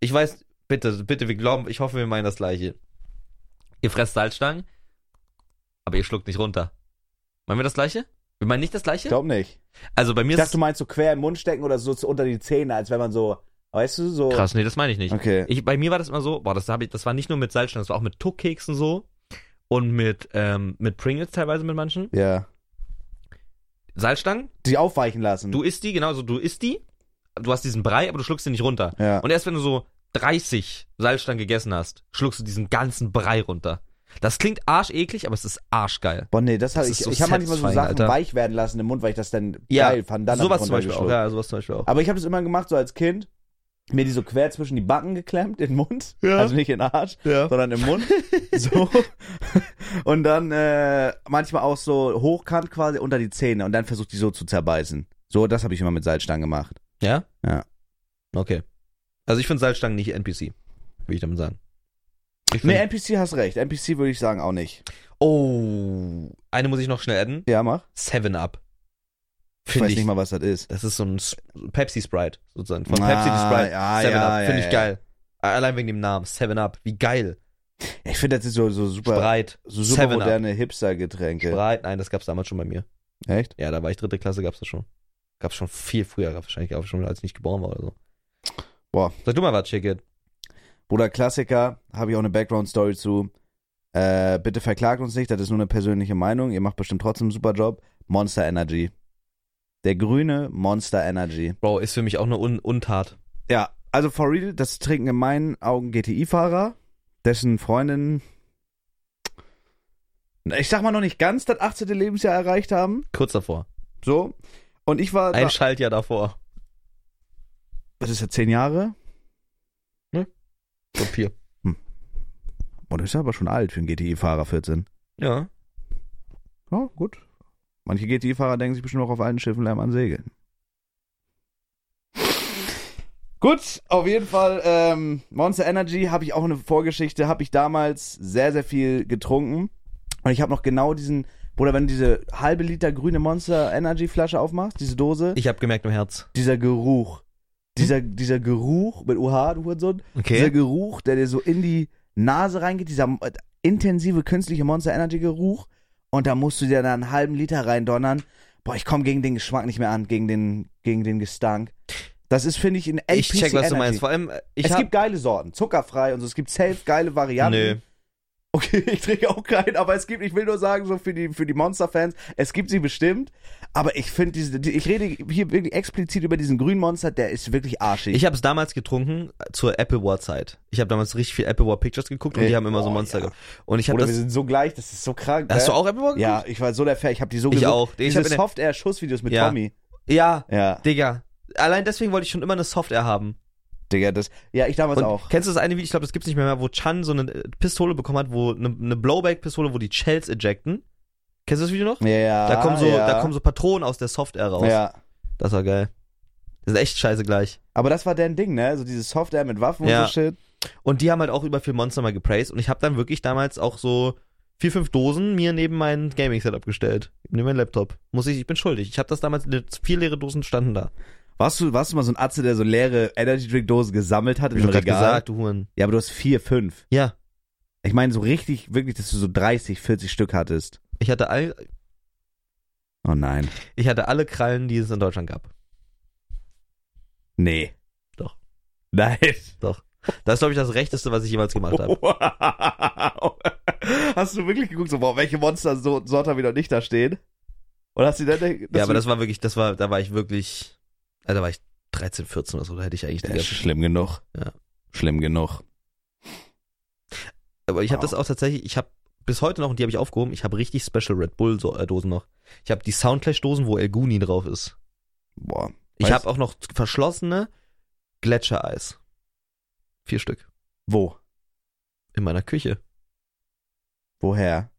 S1: Ich weiß, bitte, bitte, wir glauben, ich hoffe, wir meinen das gleiche. Ihr fresst Salzstangen, aber ihr schluckt nicht runter. Meinen wir das gleiche? Wir meinen nicht das
S2: Ich
S1: gleiche?
S2: glaube nicht.
S1: Also bei mir
S2: Ich
S1: ist
S2: dachte, du
S1: es
S2: meinst so quer im Mund stecken oder so zu- unter die Zähne, als wenn man so, weißt du, so.
S1: krass, nee, das meine ich nicht.
S2: Okay.
S1: Ich, bei mir war das immer so, boah, das, hab ich, das war nicht nur mit Salzstangen, das war auch mit Tuckkeksen so und mit, ähm, mit Pringles teilweise mit manchen.
S2: Ja.
S1: Salzstangen,
S2: Die aufweichen lassen.
S1: du isst die, genau so, du isst die, du hast diesen Brei, aber du schluckst den nicht runter.
S2: ja.
S1: Und erst wenn du so 30 Salzstangen gegessen hast, schluckst du diesen ganzen Brei runter. Das klingt arscheklig, aber es ist arschgeil.
S2: Boah, nee, das habe
S1: Das
S2: ich.
S1: ist so
S2: ich habe manchmal so
S1: satisfying,
S2: Sachen
S1: Alter.
S2: weich werden lassen im Mund, weil ich das dann
S1: Ja,
S2: geil fand. Dann hab
S1: sowas
S2: ich
S1: zum Beispiel auch.
S2: runtergeschluckt.
S1: Ja, sowas zum Beispiel auch.
S2: Aber ich habe das immer gemacht, so als Kind. Mir die so quer zwischen die Backen geklemmt, in den Mund.
S1: Ja.
S2: Also nicht in den Arsch,
S1: Ja.
S2: sondern im Mund. so. Und dann äh, manchmal auch so hochkant quasi unter die Zähne und dann versucht die so zu zerbeißen. So, das habe ich immer mit Salzstangen gemacht.
S1: Ja?
S2: Ja.
S1: Okay. Also ich finde Salzstangen nicht NPC, würde ich damit sagen. Ich
S2: Nee,
S1: find-
S2: NPC hast recht. NPC würde ich sagen auch nicht.
S1: oh, eine muss ich noch schnell adden.
S2: Ja, mach.
S1: Seven Up.
S2: Ich
S1: Finde
S2: weiß
S1: ich.
S2: nicht mal, was das ist.
S1: Das ist so ein Sp- Pepsi Sprite sozusagen. Von
S2: Ah,
S1: Pepsi die Sprite.
S2: ja,
S1: Seven
S2: ja,
S1: Up.
S2: ja,
S1: Finde ich
S2: ja.
S1: geil. Allein wegen dem Namen. Seven Up. Wie geil.
S2: Ich finde, das ist so, so super,
S1: Sprite.
S2: so super
S1: Seven Up.
S2: moderne Hipster-Getränke.
S1: Sprite. Nein, das gab's damals schon bei mir.
S2: Echt?
S1: Ja, da war ich dritte Klasse, gab's das schon. Gab's schon viel früher, gab's wahrscheinlich auch schon, als ich nicht geboren war oder so.
S2: Boah.
S1: Sag du mal was, Chicket.
S2: Bruder, Klassiker, habe ich auch eine Background-Story zu. Äh, bitte verklagt uns nicht, das ist nur eine persönliche Meinung. Ihr macht bestimmt trotzdem einen super Job. Monster Energy. Der grüne Monster Energy.
S1: Bro, ist für mich auch eine Un Untat.
S2: Ja, also for real, das trinken in meinen Augen GTI-Fahrer, dessen Freundin, ich sag mal noch nicht ganz das 18. Lebensjahr erreicht haben.
S1: Kurz davor.
S2: So. Und ich war,
S1: Ein Schaltjahr davor.
S2: was ist ja, zehn Jahre?
S1: So vier.
S2: Boah, du bist aber schon alt für einen GTI-Fahrer, 14.
S1: Ja.
S2: Ja, gut. Manche GTI-Fahrer denken sich bestimmt auch auf alten Schiffen lernen an Segeln. Gut, auf jeden Fall, ähm, Monster Energy habe ich auch eine Vorgeschichte, habe ich damals sehr, sehr viel getrunken. Und ich habe noch genau diesen, Bruder, wenn du diese halbe Liter grüne Monster Energy Flasche aufmachst, diese Dose,
S1: Ich habe gemerkt im Herz.
S2: dieser Geruch. Dieser, dieser Geruch mit UH, du Hurensohn. Dieser
S1: Okay.
S2: Geruch, der dir so in die Nase reingeht, dieser äh, intensive künstliche Monster Energy Geruch. Und da musst du dir dann einen halben Liter reindonnern. Boah, ich komme gegen den Geschmack nicht mehr an, gegen den, gegen den Gestank. Das ist, finde ich, ein
S1: Ich
S2: NPC
S1: check, was
S2: Energy.
S1: du meinst. Vor allem, äh, ich
S2: es
S1: hab,
S2: gibt geile Sorten, zuckerfrei und so. Es gibt safe geile Varianten.
S1: Nö.
S2: Okay, ich trinke auch keinen, aber es gibt, ich will nur sagen, so für die, für die Monster-Fans, es gibt sie bestimmt, aber ich finde diese, die, ich rede hier wirklich explizit über diesen grünen Monster, der ist wirklich arschig.
S1: Ich habe es damals getrunken äh, zur Apple War Zeit. Ich habe damals richtig viel Apple War Pictures geguckt und
S2: Ey,
S1: die haben immer so
S2: oh,
S1: Monster.
S2: ja.
S1: ge- Und ich habe
S2: Oder wir
S1: das.
S2: sind so gleich, das ist so krank.
S1: Hast
S2: ne?
S1: du auch Apple War geguckt?
S2: Ja, ich war so der Fan, ich habe die so
S1: Ich
S2: gesucht.
S1: auch. Ich
S2: diese
S1: hab in der-
S2: Soft-Air-Schussvideos mit
S1: Ja.
S2: Tommy.
S1: Ja,
S2: Ja,
S1: Digga. Allein deswegen wollte ich schon immer eine Software haben.
S2: Digga, das, ja, ich damals
S1: Und
S2: auch.
S1: kennst du das eine Video, ich glaube, das gibt's nicht mehr, wo Chan so eine äh, Pistole bekommen hat, wo eine, eine Blowback-Pistole, wo die Shells ejecten. Kennst du das Video noch?
S2: Ja,
S1: Da kommen so,
S2: ja.
S1: da kommen so Patronen aus der Software raus.
S2: Ja.
S1: Das war geil. Das ist echt scheiße gleich.
S2: Aber das war dein Ding, ne? So dieses Soft-Air mit Waffen
S1: Ja.
S2: und so Shit.
S1: Und die haben halt auch über viel Monster mal gepraised und ich habe dann wirklich damals auch so vier, fünf Dosen mir neben mein Gaming-Setup gestellt. Neben meinen Laptop. Muss ich, ich bin schuldig. Ich habe das damals, le- vier leere Dosen standen da.
S2: Warst du, warst du mal so ein Atze, der so leere Energy-Drink-Dosen gesammelt hat
S1: Hab
S2: in
S1: ich
S2: einem
S1: doch grad
S2: Regal?
S1: gesagt, du Huren.
S2: Ja, aber du hast vier, fünf.
S1: Ja,
S2: Ich meine, so richtig, wirklich, dass du so 30, 40 Stück hattest.
S1: ich hatte, all,
S2: Oh nein.
S1: ich hatte alle Krallen, die es in Deutschland gab.
S2: Nee.
S1: Doch.
S2: Nein.
S1: Das ist, glaube ich, das Rechteste, was ich jemals gemacht habe.
S2: Wow. Hast du wirklich geguckt, so, boah, welche Monster so Sorte wieder nicht da stehen? Oder hast du denn.
S1: Ja, aber das war wirklich, das war, da war ich wirklich, also da war ich 13, 14 oder so, da hätte ich eigentlich die
S2: das ist
S1: ganze
S2: Äh, schlimm genug.
S1: Ja.
S2: Schlimm genug.
S1: Aber ich habe
S2: Wow.
S1: das auch tatsächlich, ich habe bis heute noch, und die habe ich aufgehoben, ich habe richtig Special Red Bull so, äh, Dosen noch. Ich habe die Soundclash Dosen, wo El Guni drauf ist.
S2: Boah.
S1: Ich
S2: Weiß-
S1: habe auch noch verschlossene Gletschereis. Vier Stück.
S2: Wo?
S1: In meiner Küche.
S2: Woher?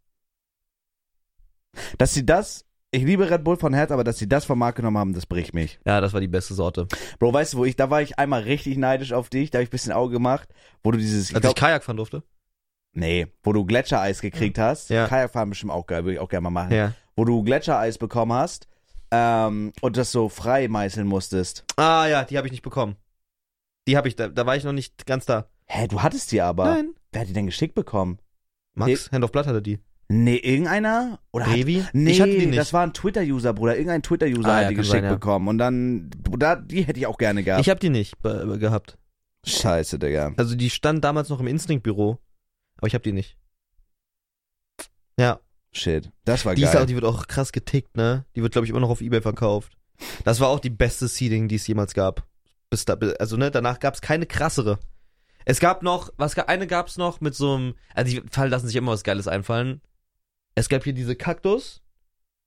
S2: Dass sie das. Ich liebe Red Bull von Herz, aber dass sie das vom Markt genommen haben, das bricht mich.
S1: Ja, das war die beste Sorte.
S2: Bro, weißt du, wo ich, da war ich einmal richtig neidisch auf dich, da habe ich ein bisschen Auge gemacht, wo du dieses, ich
S1: Als ich,
S2: glaub,
S1: Kajak fahren durfte.
S2: nee, wo du Gletschereis gekriegt hast,
S1: Ja.
S2: Kajakfahren bestimmt auch geil, würde ich auch gerne mal machen,
S1: Ja.
S2: wo du Gletschereis bekommen hast ähm, und das so frei meißeln musstest.
S1: Ah ja, die habe ich nicht bekommen. Die habe ich, da, da war ich noch nicht ganz da.
S2: Hä, du hattest die aber.
S1: Nein.
S2: Wer hat die denn geschickt bekommen?
S1: Max, Hand of Blood hatte die.
S2: Nee, irgendeiner? Oder hat,
S1: Revi?
S2: nee,
S1: ich hatte die nicht.
S2: das war ein Twitter-User, Bruder, irgendein Twitter-User
S1: Ah,
S2: hat
S1: ja,
S2: die
S1: kann sein,
S2: geschickt
S1: ja.
S2: bekommen und dann, da, die hätte ich auch gerne gehabt.
S1: Ich habe die nicht be- gehabt.
S2: Scheiße, Digga.
S1: Also die stand damals noch im Instinct-Büro, aber ich habe die nicht. Ja,
S2: Shit. Das war
S1: die, ist
S2: geil.
S1: auch, die wird auch krass getickt, ne? Die wird, glaube ich, immer noch auf Ebay verkauft. Das war auch die beste Seeding, die es jemals gab. Bis da, also, ne, danach gab es keine krassere. Es gab noch, was ga- eine gab es noch mit so einem, also die Fall lassen sich immer was Geiles einfallen. Es gab hier diese Kaktus,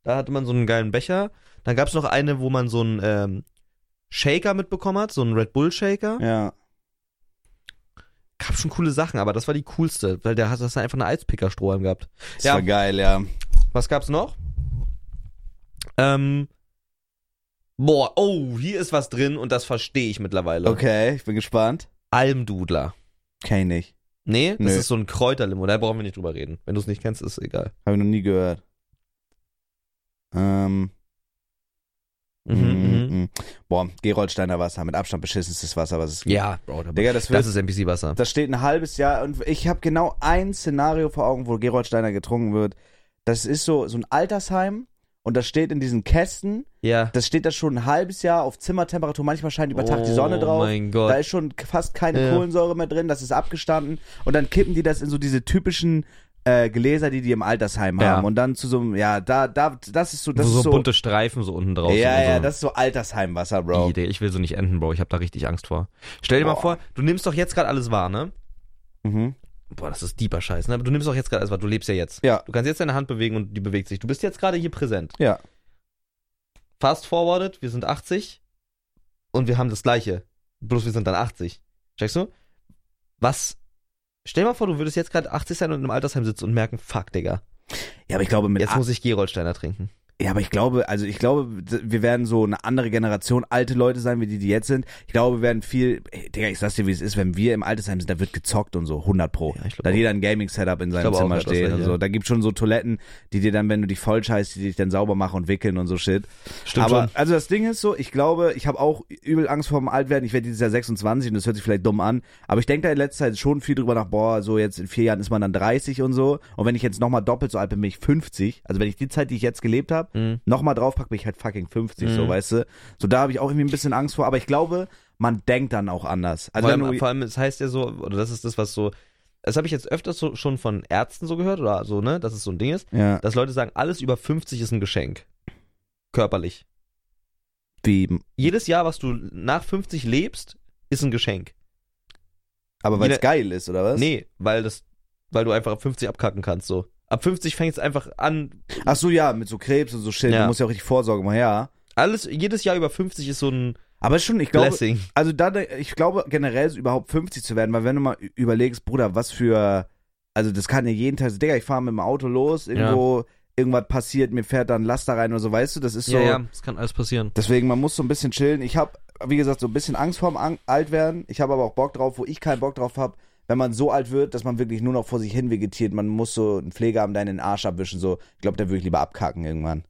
S1: da hatte man so einen geilen Becher. Dann gab es noch eine, wo man so einen ähm, Shaker mitbekommen hat, so einen Red Bull Shaker.
S2: ja.
S1: gab schon coole Sachen, aber das war die coolste, weil der hat das einfach eine Eispicker-Strohhalm gehabt.
S2: Das
S1: Ja.
S2: war geil, ja.
S1: Was gab's noch? Ähm. Boah, oh, hier ist was drin und das verstehe ich mittlerweile.
S2: Okay, ich bin gespannt.
S1: Almdudler.
S2: Kenn ich nicht.
S1: Nee, das
S2: Nö.
S1: ist so ein Kräuterlimo, da brauchen wir nicht drüber reden. Wenn du es nicht kennst, ist egal.
S2: Habe ich noch nie gehört. Ähm,
S1: Mhm,
S2: mhm,
S1: mhm.
S2: mhm. Boah, Gerolsteiner Wasser, mit Abstand beschissenstes Wasser, was es gibt.
S1: Ja, Bro, da-
S2: Digga, das, wird,
S1: das ist
S2: das,
S1: NPC-Wasser.
S2: steht ein halbes Jahr und ich habe genau ein Szenario vor Augen, wo Gerolsteiner getrunken wird. Das ist so, so ein Altersheim und das steht in diesen Kästen.
S1: Ja.
S2: Das steht da schon ein halbes Jahr auf Zimmertemperatur. Manchmal scheint über Tag die Sonne
S1: Oh
S2: drauf.
S1: mein
S2: Da
S1: Gott.
S2: ist schon fast keine
S1: Ja.
S2: Kohlensäure mehr drin, das ist abgestanden. Und dann kippen die das in so diese typischen äh, Gläser, die die im Altersheim
S1: Ja.
S2: haben. Und dann zu so einem, ja, da, da, das ist so, das
S1: so,
S2: ist so.
S1: bunte Streifen so unten drauf.
S2: ja,
S1: sind und
S2: ja,
S1: so.
S2: das ist so Altersheimwasser, Bro.
S1: Idee. Ich will so nicht enden, Bro. Ich habe da richtig Angst vor. Stell dir mal
S2: Boah.
S1: vor, du nimmst doch jetzt gerade alles wahr, ne?
S2: Mhm.
S1: Boah, das ist deeper Scheiß, ne? Aber du nimmst auch jetzt gerade, also du lebst ja jetzt.
S2: Ja.
S1: Du kannst jetzt deine Hand bewegen und die bewegt sich. Du bist jetzt gerade hier präsent.
S2: Ja.
S1: Fast forwarded, wir sind 80 und wir haben das gleiche. Bloß wir sind dann 80. Checkst du? Was? Stell mal vor, du würdest jetzt gerade 80 sein und im Altersheim sitzen und merken, fuck, Digga,
S2: Ja, aber ich glaube, mit,
S1: jetzt
S2: a-
S1: muss ich Gerolsteiner trinken.
S2: Ja, aber ich glaube, also ich glaube, d- wir werden so eine andere Generation alte Leute sein, wie die, die jetzt sind. Ich glaube, wir werden viel, ey, Digga, ich sag's dir, wie es ist, wenn wir im Altersheim sind, da wird gezockt und so, 100 pro.
S1: Ja, ich glaub
S2: da hat
S1: auch.
S2: jeder ein Gaming-Setup in seinem
S1: glaube auch, ja,
S2: Zimmer
S1: das
S2: steht
S1: gleiche,
S2: und so.
S1: ja.
S2: Da gibt's schon so Toiletten, die dir dann, wenn du dich voll scheißt, die dich dann sauber machen und wickeln und so Shit.
S1: Stimmt
S2: aber,
S1: schon.
S2: also das Ding ist so, ich glaube, ich habe auch übel Angst vorm Altwerden. Ich werde dieses Jahr 26 und das hört sich vielleicht dumm an, aber ich denke da in letzter Zeit schon viel drüber nach, boah, so jetzt in vier Jahren ist man dann 30 und so. Und wenn ich jetzt nochmal doppelt so alt bin, bin ich 50. Also wenn ich die Zeit, die ich jetzt gelebt habe,
S1: Mhm.
S2: nochmal draufpacke, bin ich halt fucking 50, so
S1: Mhm.
S2: weißt du. So da habe ich auch irgendwie ein bisschen Angst vor, aber ich glaube, man denkt dann auch anders. Also
S1: vor,
S2: wenn
S1: allem,
S2: du,
S1: vor allem, es heißt ja so, oder das ist das, was so, das habe ich jetzt öfters so, schon von Ärzten so gehört oder so, ne, dass es so ein Ding ist,
S2: ja,
S1: dass Leute sagen, alles über 50 ist ein Geschenk. Körperlich.
S2: wie,
S1: Jedes Jahr, was du nach 50 lebst, ist ein Geschenk.
S2: aber weil es
S1: jeder-
S2: geil ist oder was?
S1: Nee, weil das, weil du einfach ab 50 abkacken kannst, so. Ab 50 fängt es einfach an.
S2: Ach so ja, mit so Krebs und so Shit,
S1: Ja.
S2: du musst ja auch richtig Vorsorge machen, ja.
S1: Alles, jedes Jahr über 50 ist so ein
S2: Aber ist schon, ich glaube,
S1: Blessing.
S2: Also da, ich glaube generell so überhaupt 50 zu werden, weil wenn du mal ü- überlegst, Bruder, was für, also das kann ja jeden Tag, so, Digga, ich fahre mit dem Auto los, irgendwo, irgendwas passiert, mir fährt dann ein Laster rein oder so, weißt du, das ist so,
S1: das kann alles passieren.
S2: deswegen, man muss so ein bisschen chillen. Ich habe, wie gesagt, so ein bisschen Angst vorm An Altwerden, ich habe aber auch Bock drauf, wo ich keinen Bock drauf habe, wenn man so alt wird, dass man wirklich nur noch vor sich hin vegetiert, man muss so einen Pflegeamt deinen Arsch abwischen, so, ich glaube, da würde ich lieber abkacken irgendwann.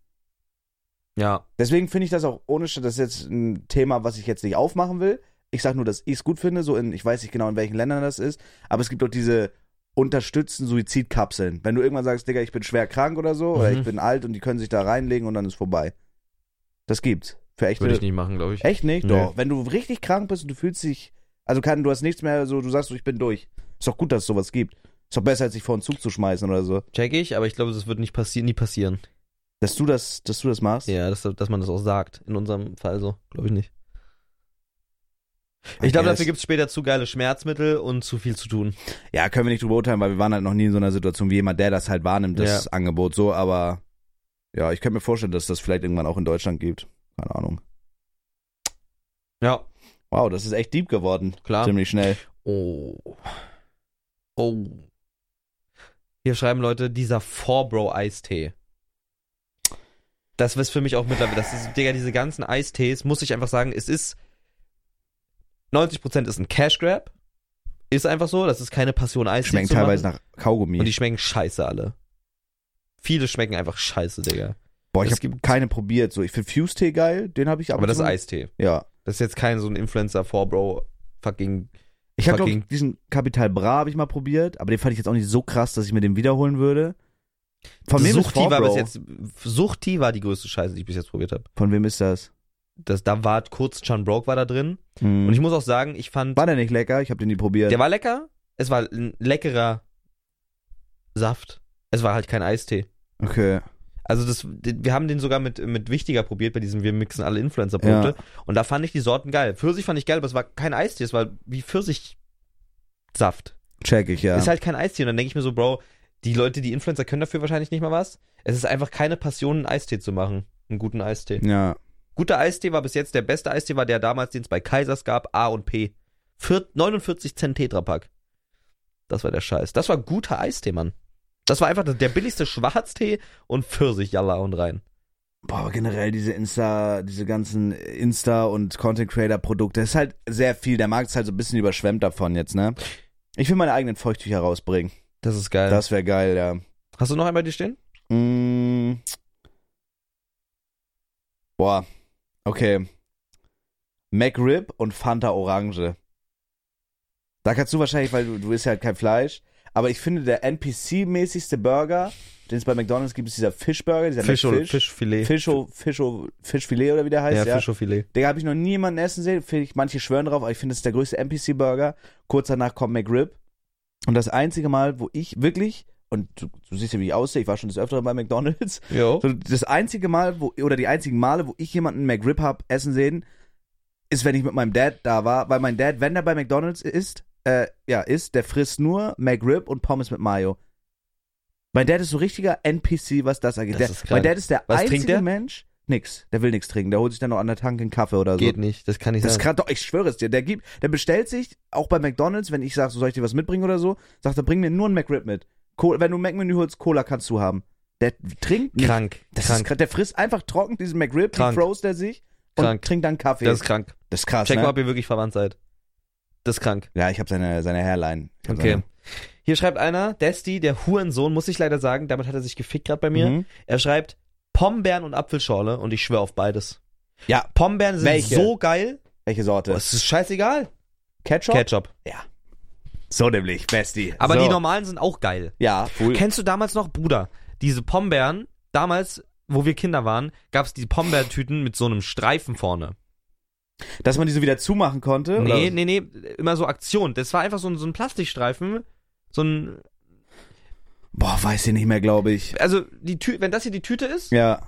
S1: Ja.
S2: Deswegen finde ich das auch ohne Scheiß, das ist jetzt ein Thema, was ich jetzt nicht aufmachen will. Ich sage nur, dass ich es gut finde, so in, ich weiß nicht genau, in welchen Ländern das ist, aber es gibt auch diese unterstützten Suizidkapseln. Wenn du irgendwann sagst, Digga, ich bin schwer krank oder so, oder
S1: Mhm.
S2: ich bin alt und die können sich da reinlegen und dann ist vorbei. Das gibt's. Für echte.
S1: Würde ich nicht machen, glaube ich.
S2: Echt nicht?
S1: Nee.
S2: Doch. Wenn du richtig krank bist und du fühlst dich, also kann, du hast nichts mehr, so, du sagst, so, ich bin durch. Ist doch gut, dass es sowas gibt. Ist doch besser, als sich vor einen Zug zu schmeißen oder so.
S1: Check ich, aber ich glaube, das wird nicht passieren, nie passieren.
S2: Dass du das, dass du das machst.
S1: Ja, dass, dass man das auch sagt. In unserem Fall so, glaube ich nicht. Ich glaube, dafür gibt es später zu geile Schmerzmittel und zu viel zu tun.
S2: Ja, können wir nicht drüber urteilen, weil wir waren halt noch nie in so einer Situation wie jemand, der das halt wahrnimmt, das Angebot so, aber ja, ich kann mir vorstellen, dass das vielleicht irgendwann auch in Deutschland gibt. Keine Ahnung.
S1: Ja,
S2: Wow, das ist echt deep geworden.
S1: klar.
S2: Ziemlich schnell.
S1: Oh. Oh. Hier schreiben Leute, dieser 4-Bro-Eistee. Das ist für mich auch mittlerweile, das ist, Digga, diese ganzen Eistees, muss ich einfach sagen, es ist, 90% ist ein Cash Grab. Ist einfach so, das ist keine Passion Eistee.
S2: Schmecken
S1: zu machen.
S2: teilweise nach
S1: Und
S2: Kaugummi.
S1: die schmecken scheiße alle. Viele schmecken einfach scheiße, Digga.
S2: Boah, ich
S1: es
S2: habe
S1: gibt-
S2: keine probiert. So, ich finde Fuse-Tee geil, den habe ich
S1: Aber das ist
S2: schon-
S1: Eistee.
S2: Ja.
S1: Das ist jetzt kein so ein Influencer 4 Bro fucking.
S2: Ich habe
S1: Fucking-
S2: glaube diesen Capital Bra habe ich mal probiert, aber den fand ich jetzt auch nicht so krass, dass ich mir den wiederholen würde. Von wem ist
S1: Suchti war bis
S2: Forbro?
S1: jetzt Suchti war die größte Scheiße, die ich bis jetzt probiert habe.
S2: Von wem ist das?
S1: Das da war kurz Chan Broke war da drin
S2: Hm.
S1: und ich muss auch sagen, ich fand
S2: war der nicht lecker? Ich habe den nie probiert.
S1: der war lecker. Es war ein leckerer Saft. Es war halt kein Eistee.
S2: okay.
S1: Also das wir haben den sogar mit mit wichtiger probiert bei diesem wir mixen alle Influencer Produkte und da fand ich die Sorten geil. Pfirsich fand ich geil, aber es war kein Eistee, es war wie Pfirsichsaft.
S2: Check ich ja.
S1: Ist halt kein Eistee. Und dann denke ich mir so, Bro, die Leute, die Influencer können dafür wahrscheinlich nicht mal was. Es ist einfach keine Passion, einen Eistee zu machen. Einen guten Eistee.
S2: ja.
S1: Guter Eistee war bis jetzt der beste Eistee, war der damals, den es bei Kaisers gab, A und P. Vier, 49 Cent Tetrapack. Das war der Scheiß. Das war guter Eistee, Mann. Das war einfach der billigste Schwarztee und Pfirsich, jalla und rein.
S2: Boah, aber generell diese Insta, diese ganzen Insta- und Content-Creator-Produkte, ist halt sehr viel. Der Markt ist halt so ein bisschen überschwemmt davon jetzt, ne? Ich will meine eigenen Feuchttücher rausbringen.
S1: Das ist geil.
S2: Das wäre geil, ja.
S1: Hast du noch einmal die stehen?
S2: Mm. Boah, okay. McRib und Fanta Orange. Da kannst du wahrscheinlich, weil du, du isst ja halt kein Fleisch, aber ich finde der NPC-mäßigste Burger, den es bei McDonalds gibt, ist dieser Fischburger, dieser
S1: Fisch oder
S2: McFish.
S1: Fischfilet.
S2: Fischo, Fischo, Fischfilet oder wie der
S1: ja,
S2: heißt, ja.
S1: Fisch oder Filet.
S2: Digga, habe ich noch nie jemanden essen sehen. Finde ich- Manche schwören drauf, aber ich finde, es ist der größte NPC-Burger. Kurz danach kommt McRib. Und das einzige Mal, wo ich wirklich, und du, du siehst ja, wie ich aussehe, ich war schon des Öfteren bei McDonalds,
S1: Jo.
S2: so, das einzige Mal, wo, oder die einzigen Male, wo ich jemanden McRib hab essen sehen, ist, wenn ich mit meinem Dad da war, weil mein Dad, wenn er bei McDonalds ist, äh, ja, ist, der frisst nur McRib und Pommes mit Mayo. Mein Dad ist so richtiger NPC, was das angeht.
S1: Das
S2: der,
S1: ist krank.
S2: mein Dad ist der
S1: Was trinkt
S2: einzige
S1: der?
S2: Mensch, nix, der will nix trinken, der holt sich dann noch an der Tanke einen Kaffee oder so.
S1: Geht nicht, das kann nicht
S2: also Das ist
S1: sein.
S2: grad, doch, ich schwöre es dir. Der gibt, der bestellt sich, auch bei McDonalds, wenn ich sage, so soll ich dir was mitbringen oder so, sagt er, bring mir nur ein McRib mit. Co- wenn du ein Mac-Menü holst, Cola kannst du haben. Der trinkt nicht.
S1: Krank.
S2: Das
S1: krank.
S2: Ist, der frisst einfach trocken diesen McRib, den
S1: Krank.
S2: frost er sich und
S1: Krank.
S2: trinkt dann Kaffee.
S1: das ist krank.
S2: Das ist krass,
S1: Check mal,
S2: ne?
S1: ob ihr wirklich verwandt seid. Das ist krank.
S2: Ja, ich habe seine, seine Hairline. Ich hab
S1: Okay. Hier schreibt einer, Desti, der Hurensohn, muss ich leider sagen, damit hat er sich gefickt gerade bei mir.
S2: Seine, mhm.
S1: Er schreibt Pombeeren und Apfelschorle und ich schwöre auf beides.
S2: Ja.
S1: Pombeeren sind
S2: Welche?
S1: so geil. Oh,
S2: Welche Sorte?
S1: Es ist scheißegal.
S2: Ketchup?
S1: Ketchup.
S2: So nämlich, Besti.
S1: Aber
S2: so.
S1: die normalen sind auch geil.
S2: Ja, cool.
S1: Kennst du damals noch, Bruder, diese Pombeeren, damals, wo wir Kinder waren, gab es die Pombeertüten mit so einem Streifen vorne.
S2: Dass man die so wieder zumachen konnte?
S1: Nee,
S2: oder?
S1: nee, nee, immer so Aktion. Das war einfach so ein, so ein Plastikstreifen. So ein,
S2: Boah, weiß ich nicht mehr, glaube ich.
S1: also die Tü wenn das hier die Tüte ist,
S2: Ja.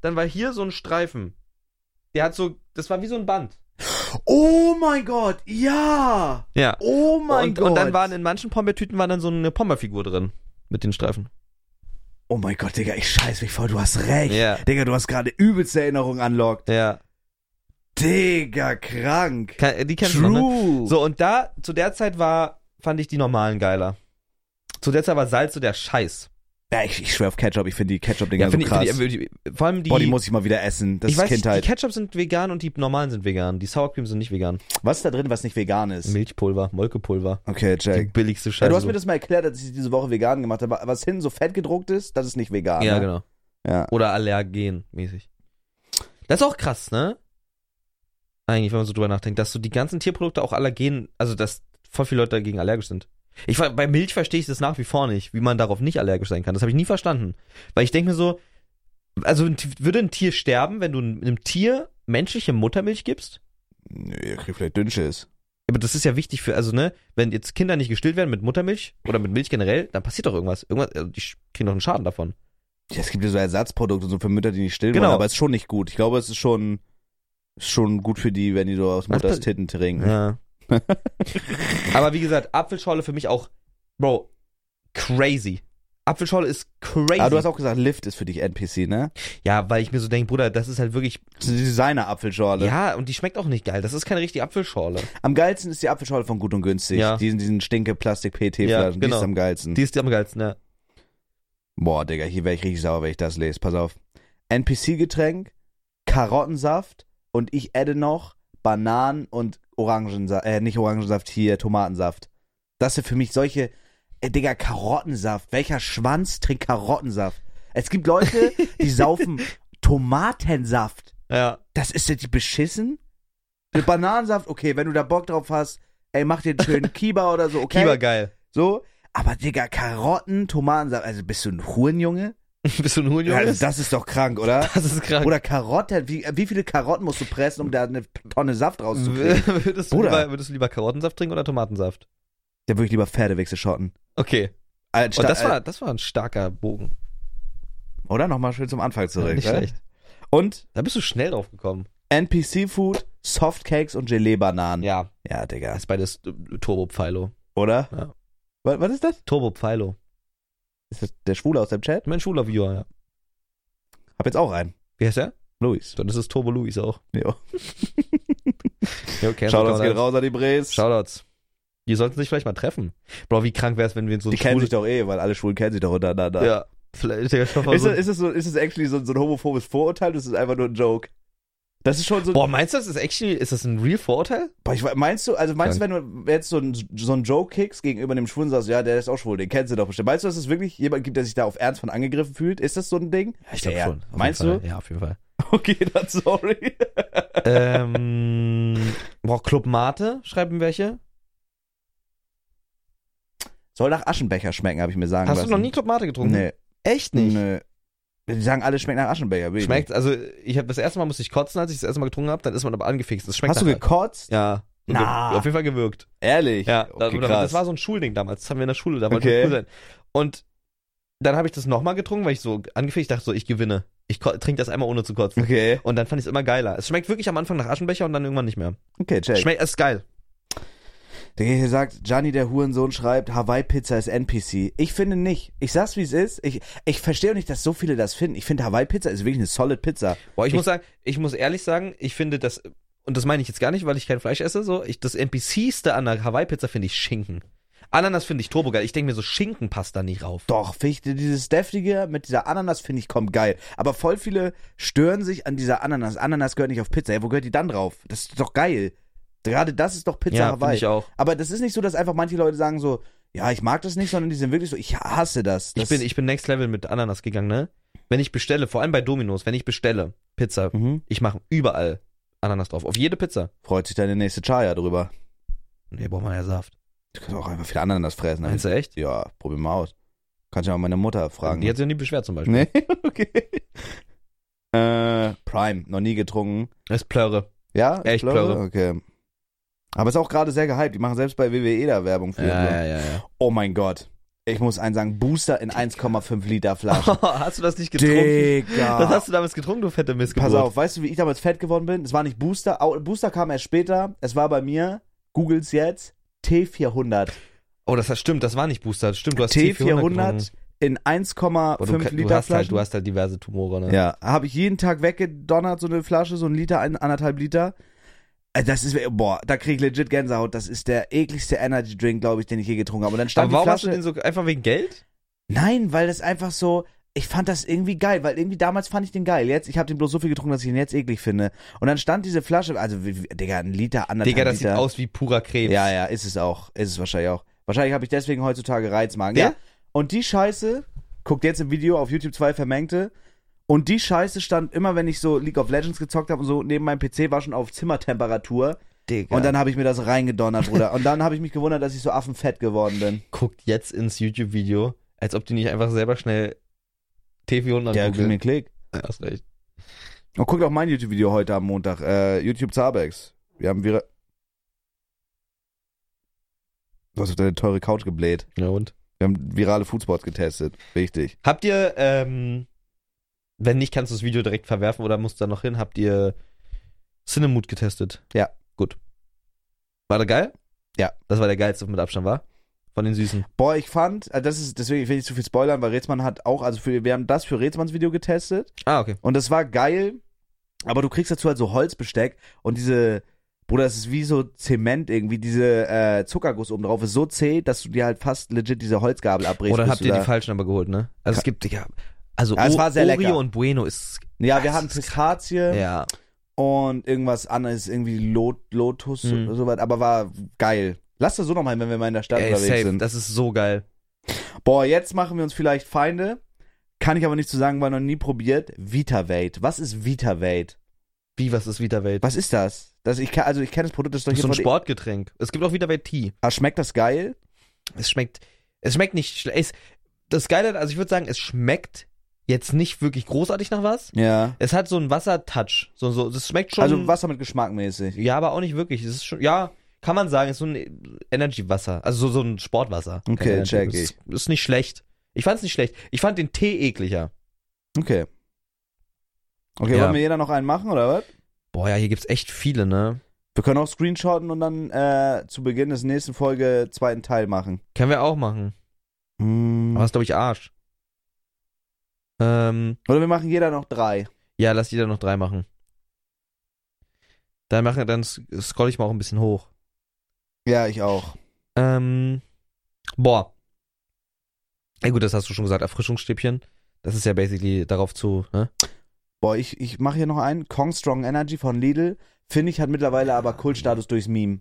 S1: dann war hier so ein Streifen. Der hat so, das war wie so ein Band.
S2: Oh mein Gott, ja!
S1: Ja.
S2: Oh mein
S1: und,
S2: Gott!
S1: und dann waren in manchen Pombeertüten war dann so eine Pombeerfigur drin mit den Streifen.
S2: oh mein Gott, Digga, ich scheiß mich voll, du hast recht.
S1: Ja.
S2: Digga, du hast gerade übelste Erinnerungen anlockt.
S1: Ja.
S2: Digga, krank.
S1: Ke- Die kennst du noch, ne?
S2: True.
S1: So, und da, zu der Zeit war, fand ich die normalen geiler. Zu der Zeit war Salz so der Scheiß.
S2: Ja, ich, ich schwör auf Ketchup, ich finde die Ketchup-Dinger so
S1: finde
S2: krass.
S1: ich, find ich, vor allem die,
S2: Boah, die muss ich mal wieder essen. Das
S1: ich
S2: ist
S1: weiß nicht, die
S2: Kindheit.
S1: Ketchup sind vegan und die normalen sind vegan. Die Sour Cream sind nicht vegan.
S2: was ist da drin, was nicht vegan ist?
S1: Milchpulver, Molkepulver.
S2: Okay,
S1: Die
S2: Jack.
S1: billigste Scheiße.
S2: Ja, du hast mir das mal erklärt, dass ich es diese Woche vegan gemacht habe. Was hinten so fett gedruckt ist, das ist nicht vegan.
S1: Ja,
S2: ne?
S1: genau.
S2: Ja.
S1: Oder allergenmäßig. Das ist auch krass, ne? Eigentlich, wenn man so drüber nachdenkt, dass so die ganzen Tierprodukte auch allergen, also dass voll viele Leute dagegen allergisch sind. Ich, ver- bei Milch verstehe ich das nach wie vor nicht, wie man darauf nicht allergisch sein kann. Das habe ich nie verstanden. Weil ich denke mir so, also ein T- würde ein Tier sterben, wenn du einem Tier menschliche Muttermilch gibst?
S2: Nö, ihr kriegt vielleicht Dünnschiss.
S1: Aber das ist ja wichtig für, also ne, wenn jetzt Kinder nicht gestillt werden mit Muttermilch oder mit Milch generell, dann passiert doch irgendwas. Irgendwas, also die sch- kriegen doch einen Schaden davon.
S2: Ja, es gibt ja so Ersatzprodukte so für Mütter, die nicht stillen
S1: Genau.
S2: wollen, aber ist schon nicht gut. Ich glaube, es ist schon, ist schon gut für die, wenn die so aus
S1: Was
S2: Mutters
S1: pa-
S2: Titten trinken.
S1: Ja. Aber wie gesagt, Apfelschorle für mich auch, Bro, crazy. Apfelschorle ist crazy.
S2: Aber du hast auch gesagt, Lift ist für dich NPC, ne?
S1: ja, weil ich mir so denke, Bruder, das ist halt wirklich.
S2: Das ist eine Designer-Apfelschorle.
S1: Ja, und die schmeckt auch nicht geil. Das ist keine richtige Apfelschorle.
S2: Am geilsten ist die Apfelschorle von Gut und Günstig.
S1: Ja.
S2: Diesen, diesen stinke Plastik-PT-Flaschen,
S1: Ja,
S2: die
S1: genau.
S2: ist am geilsten.
S1: Die ist am geilsten, ja.
S2: Boah, Digga, hier wäre ich richtig sauer, wenn ich das lese. Pass auf. NPC-Getränk, Karottensaft und ich adde noch Bananen und Orangensaft, äh, nicht Orangensaft, hier Tomatensaft. Das sind für mich solche, äh, Digga, Karottensaft. Welcher Schwanz trinkt Karottensaft? Es gibt Leute, die saufen Tomatensaft.
S1: Ja.
S2: Das ist jetzt beschissen? Mit Bananensaft, okay, wenn du da Bock drauf hast, ey, mach dir einen schönen Kiba oder so, okay.
S1: Kiba geil.
S2: So, aber Digga, Karotten, Tomatensaft, also bist du ein Hurenjunge?
S1: Bist du ein Hurenjunge?
S2: Ja, also das ist doch krank, oder?
S1: das ist krank.
S2: Oder Karotten, wie, wie viele Karotten musst du pressen, um da eine Tonne Saft rauszukriegen?
S1: würdest, du
S2: Bruder.
S1: lieber, würdest du lieber Karottensaft trinken oder Tomatensaft?
S2: Da würde ich lieber Äh, Pferdewechsel schotten.
S1: Okay. Und das war, das war ein starker Bogen.
S2: äh, oder nochmal schön zum Anfang zurück.
S1: nicht
S2: ne?
S1: schlecht.
S2: Und
S1: Da bist du schnell drauf gekommen.
S2: NPC-Food, Softcakes und Gelee-Bananen.
S1: Ja.
S2: ja, Digga.
S1: Das ist beides äh, Turbo-Pfeilo.
S2: Oder?
S1: Ja.
S2: Was, was ist das?
S1: Turbo-Pfeilo.
S2: Ist das der Schwule aus dem Chat?
S1: Mein Schulaufviewer, ja.
S2: Hab jetzt auch einen.
S1: Wie heißt er?
S2: Luis.
S1: Dann ist es Turbo Luis auch.
S2: Jo.
S1: Ja, okay.
S2: Schaut uns geht raus an die Bres.
S1: Shoutouts. Die sollten sich vielleicht mal treffen. Bro, wie krank wär's, wenn wir in so
S2: Die kennen sich doch eh, weil alle Schwulen kennen sich doch untereinander.
S1: Ja. Vielleicht ist der
S2: Ist
S1: so,
S2: das, ist das so, ist das actually so, so ein homophobes Vorurteil? Das ist einfach nur ein Joke. Das ist schon so.
S1: Boah, meinst du, das ist actually, ist das ein real Vorurteil?
S2: Boah, ich, we- meinst du, also meinst du, wenn du jetzt so ein, so ein Joke kickst gegenüber einem Schwulen und sagst, ja, der ist auch schwul, den kennst du doch bestimmt. Meinst du, dass es wirklich jemand gibt, der sich da auf Ernst von angegriffen fühlt? Ist das so ein Ding? Ja,
S1: Auf
S2: Meinst
S1: jeden
S2: du?
S1: Fall. Ja, auf jeden Fall.
S2: Okay, dann sorry.
S1: ähm, boah, Club Mate schreiben welche?
S2: Soll nach Aschenbecher schmecken, habe ich mir sagen
S1: Hast
S2: lassen.
S1: du noch nie Club Mate getrunken?
S2: Nee.
S1: Echt nicht?
S2: Nö. Die sagen, alles schmeckt nach Aschenbecher. bin ich
S1: Schmeckt, also ich habe das erste Mal musste ich kotzen, als ich das erste Mal getrunken habe, dann ist man aber angefixt. Das
S2: nicht.
S1: schmeckt
S2: Hast du
S1: nach,
S2: gekotzt?
S1: Ja.
S2: Na.
S1: Auf jeden Fall gewirkt.
S2: Ehrlich?
S1: Ja,
S2: okay,
S1: da,
S2: krass.
S1: das war so ein Schulding damals. Das haben wir in der Schule, da wollten wir
S2: Okay.
S1: cool sein. Und dann habe ich das nochmal getrunken, weil ich so angefixt dachte, so, ich gewinne. Ich ko- trinke das einmal ohne zu kotzen.
S2: okay.
S1: Und dann fand ich es immer geiler. Es schmeckt wirklich am Anfang nach Aschenbecher und dann irgendwann nicht mehr.
S2: Okay, check.
S1: Schmeckt, es ist geil.
S2: Der hier sagt, Gianni der Hurensohn schreibt, Hawaii-Pizza ist NPC. Ich finde nicht. Ich sag's wie es ist. Ich, ich verstehe auch nicht, dass so viele das finden. Ich finde Hawaii-Pizza ist wirklich eine solid Pizza.
S1: Boah, ich,
S2: Ich-
S1: muss sagen, ich muss ehrlich sagen, ich finde das, und das meine ich jetzt gar nicht, weil ich kein Fleisch esse, so, ich, das NPCste an der Hawaii-Pizza finde ich Schinken. Ananas finde ich turbo geil. Ich denke mir so, Schinken passt da nicht rauf.
S2: Doch, finde ich, dieses Deftige mit dieser Ananas finde ich kommt geil. Aber voll viele stören sich an dieser Ananas. Ananas gehört nicht auf Pizza. Ja, wo gehört die dann drauf? Das ist doch geil. Gerade das ist doch Pizza
S1: ja, finde
S2: Hawaii.
S1: ich auch.
S2: Aber das ist nicht so, dass einfach manche Leute sagen so, ja, ich mag das nicht, sondern die sind wirklich so, ich hasse das. das
S1: Ich bin, ich bin Next Level mit Ananas gegangen, ne? Wenn ich bestelle, vor allem bei Dominos, wenn ich bestelle Pizza,
S2: mhm.
S1: ich mache überall Ananas drauf. Auf jede Pizza.
S2: Freut sich deine nächste Chaya drüber.
S1: Nee, braucht man ja Saft.
S2: Du kannst auch einfach viel Ananas fressen.
S1: Meinst du echt?
S2: Ja, probier mal aus. Kannst ja mal meine Mutter fragen.
S1: Die hat sich noch nie beschwert zum Beispiel.
S2: Nee, okay. Äh, Prime, noch nie getrunken.
S1: Es plöre.
S2: Ja?
S1: Ja, ich plöre.
S2: Okay. Aber ist auch gerade sehr gehypt. Die machen selbst bei WWE da Werbung für.
S1: Ja,
S2: ihr Bier.
S1: ja, ja. ja.
S2: Oh mein Gott. Ich muss einen sagen, Booster in 1,5 Liter Flasche.
S1: Also. hast du das nicht getrunken?
S2: Digga.
S1: Das hast du damals getrunken, du fette Missgeburt.
S2: Pass auf, weißt du, wie ich damals fett geworden bin? Es war nicht Booster. au- Booster kam erst später. Es war bei mir, googles jetzt, T400.
S1: Oh, das hat- stimmt, das war nicht Booster. das Stimmt, du hast
S2: T400
S1: getrunken.
S2: in
S1: Boah, du,
S2: 1,5
S1: ke-
S2: Liter
S1: du, hast
S2: Flaschen.
S1: halt, du hast halt diverse Tumore, ne?
S2: Ja, habe ich jeden Tag weggedonnert, so eine Flasche, so ein Liter, ein, anderthalb Liter. Äh, Das ist, boah, da krieg ich legit Gänsehaut. Das ist der ekligste Energy Drink, glaube ich, den ich je getrunken habe. Und dann
S1: Aber
S2: stand
S1: warum
S2: die
S1: hast
S2: Flasche.
S1: du den so einfach wegen Geld?
S2: Nein, weil das einfach so. Ich fand das irgendwie geil, weil irgendwie damals fand ich den geil. Jetzt, ich habe den bloß so viel getrunken, dass ich ihn jetzt eklig finde. Und dann stand diese Flasche, also, wie- wie- Digga, ein Liter, anderthalb
S1: Digga, das sieht
S2: Liter.
S1: aus wie purer Krebs.
S2: Ja, ja, ist es auch. Ist es wahrscheinlich auch. Wahrscheinlich habe ich deswegen heutzutage Reizmagen.
S1: Ja?
S2: Ja. Und die Scheiße, guckt jetzt im Video auf YouTube 2 vermengte. Und die Scheiße stand immer, wenn ich so League of Legends gezockt habe und so neben meinem PC war schon auf Zimmertemperatur.
S1: Digga.
S2: Und dann habe ich mir das reingedonnert, Bruder. Und dann habe ich mich gewundert, dass ich so affenfett geworden bin.
S1: guckt jetzt ins YouTube-Video, als ob die nicht einfach selber schnell TV400
S2: Ja,
S1: googeln.
S2: mir Klick.
S1: Ja, hast recht.
S2: Und guckt auch mein YouTube-Video heute am Montag. Äh, YouTube Zabex. Wir haben wieder. Du hast auf deine teure Couch gebläht.
S1: Ja, und?
S2: Wir haben virale Foodspots getestet. Wichtig.
S1: Habt ihr, ähm, wenn nicht, kannst du das Video direkt verwerfen oder musst da noch hin, habt ihr Cinemood getestet?
S2: Ja.
S1: Gut. War der geil?
S2: Ja.
S1: Das war der geilste mit Abstand, war? Von den Süßen.
S2: Boah, ich fand, also das ist, deswegen ich will nicht zu viel spoilern, weil Rätsmann hat auch, also für, wir haben das für Rätsmanns Video getestet
S1: Ah, okay.
S2: und das war geil, aber du kriegst dazu halt so Holzbesteck und diese, Bruder, das ist wie so Zement irgendwie, diese äh, Zuckerguss oben drauf ist so zäh, dass du dir halt fast legit diese Holzgabel abbrichst.
S1: Oder
S2: bis
S1: habt
S2: du
S1: ihr
S2: da-
S1: die falschen aber geholt, ne? Also es gibt, ja, also
S2: Ja, es war sehr
S1: Oreo
S2: lecker.
S1: und Bueno ist,
S2: Ja, wir
S1: Das
S2: haben
S1: ist krass.
S2: Pistazie
S1: ja.
S2: und irgendwas anderes, irgendwie Lot, Lotus
S1: Mhm.
S2: oder sowas, aber war geil. Lass das so nochmal hin, wenn wir mal in der Stadt
S1: Ey,
S2: unterwegs
S1: safe,
S2: sind.
S1: das ist so geil.
S2: Boah, jetzt machen wir uns vielleicht Feinde. Kann ich aber nicht zu sagen, weil noch nie probiert. Vitavate. Was ist Vitavate?
S1: Wie, was ist Vita-Welt?
S2: Was ist das? das ich, kann- also ich kenne das Produkt, das ist doch
S1: Das ist
S2: hier
S1: so ein
S2: von-
S1: Sportgetränk. Es gibt auch Vita-Welt Tea.
S2: Ah, schmeckt das geil?
S1: Es schmeckt, es schmeckt nicht schlecht. Es- Das Geile, also ich würde sagen, es schmeckt jetzt nicht wirklich großartig nach was.
S2: Ja.
S1: Es hat so einen Wassertouch. So, so, das schmeckt schon.
S2: Also Wasser mit Geschmack mäßig.
S1: Ja, aber auch nicht wirklich. Es ist schon, ja, kann man sagen, es ist so ein Energy-Wasser. Also so, so ein Sportwasser.
S2: Okay,
S1: Kein Energy.
S2: check
S1: Ist, ist nicht schlecht. Ich fand's nicht schlecht. Ich fand den Tee ekliger.
S2: Okay. Okay,
S1: Ja.
S2: wollen wir jeder noch einen machen, oder was?
S1: Boah, ja, hier gibt's echt viele, ne?
S2: Wir können auch screenshotten und dann äh, zu Beginn des nächsten Folge zweiten Teil machen.
S1: Können wir auch machen.
S2: Mhm.
S1: Aber ist, glaube ich, Arsch. Ähm,
S2: Oder wir machen jeder noch drei.
S1: ja, lass jeder noch drei machen. Dann, machen, dann scroll ich mal auch ein bisschen hoch.
S2: Ja, ich auch.
S1: Ähm, boah. Ja gut, das hast du schon gesagt, Erfrischungsstäbchen. Das ist ja basically darauf zu, ne?
S2: Boah, ich, ich mache hier noch einen. Kong Strong Energy von Lidl. Finde ich hat mittlerweile aber Kultstatus durchs Meme.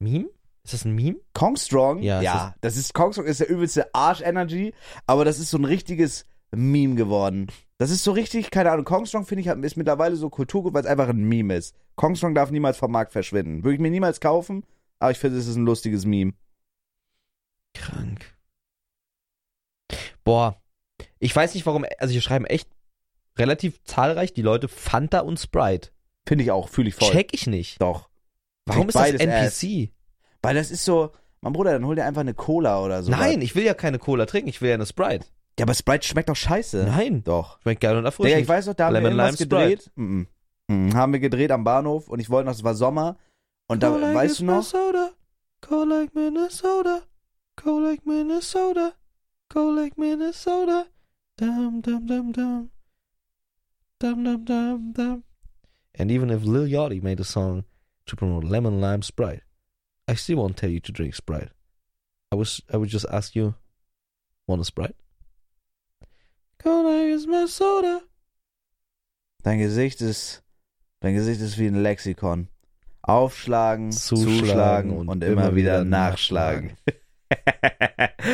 S1: Meme? Ist das ein Meme?
S2: Kongstrong,
S1: Ja,
S2: ja,
S1: es
S2: das ist Kongstrong ist der übelste Arsch-Energy, aber das ist so ein richtiges Meme geworden. Das ist so richtig, keine Ahnung, Kongstrong finde ich hat- ist mittlerweile so Kulturgut, weil es einfach ein Meme ist. Kongstrong darf niemals vom Markt verschwinden. Würde ich mir niemals kaufen, aber ich finde, es ist ein lustiges Meme.
S1: Krank. Boah. Ich weiß nicht warum, also hier schreiben echt relativ zahlreich die Leute Fanta und Sprite.
S2: Finde ich auch, fühle ich voll.
S1: Check ich nicht.
S2: Doch.
S1: Warum
S2: Kriegt
S1: ist das
S2: beides
S1: NPC?
S2: Weil das ist so, mein Bruder, dann hol dir einfach eine Cola oder so.
S1: Nein, ich will ja keine Cola trinken, ich will ja eine Sprite.
S2: Ja, aber Sprite schmeckt doch scheiße.
S1: Nein.
S2: Doch.
S1: Schmeckt geil und erfrischend.
S2: Digga, ich weiß noch, da haben
S1: Lemon
S2: wir irgendwas
S1: Lime Sprite.
S2: gedreht. Mhm. Mhm. Haben wir gedreht am Bahnhof und ich wollte noch, es war Sommer und da, weißt du noch,
S1: Minnesota. Go like Minnesota. Go like Minnesota. Go like Minnesota. Dum dum dum dum. Dum dum dum dum. And even if Lil Yachty made a song to promote lemon lime Sprite, I still won't tell you to drink Sprite.
S3: I wish I would just ask you, want a Sprite? Can I use my soda?
S2: Dein Gesicht ist, dein Gesicht ist wie ein Lexikon. Aufschlagen, zuschlagen, und, immer wieder nachschlagen.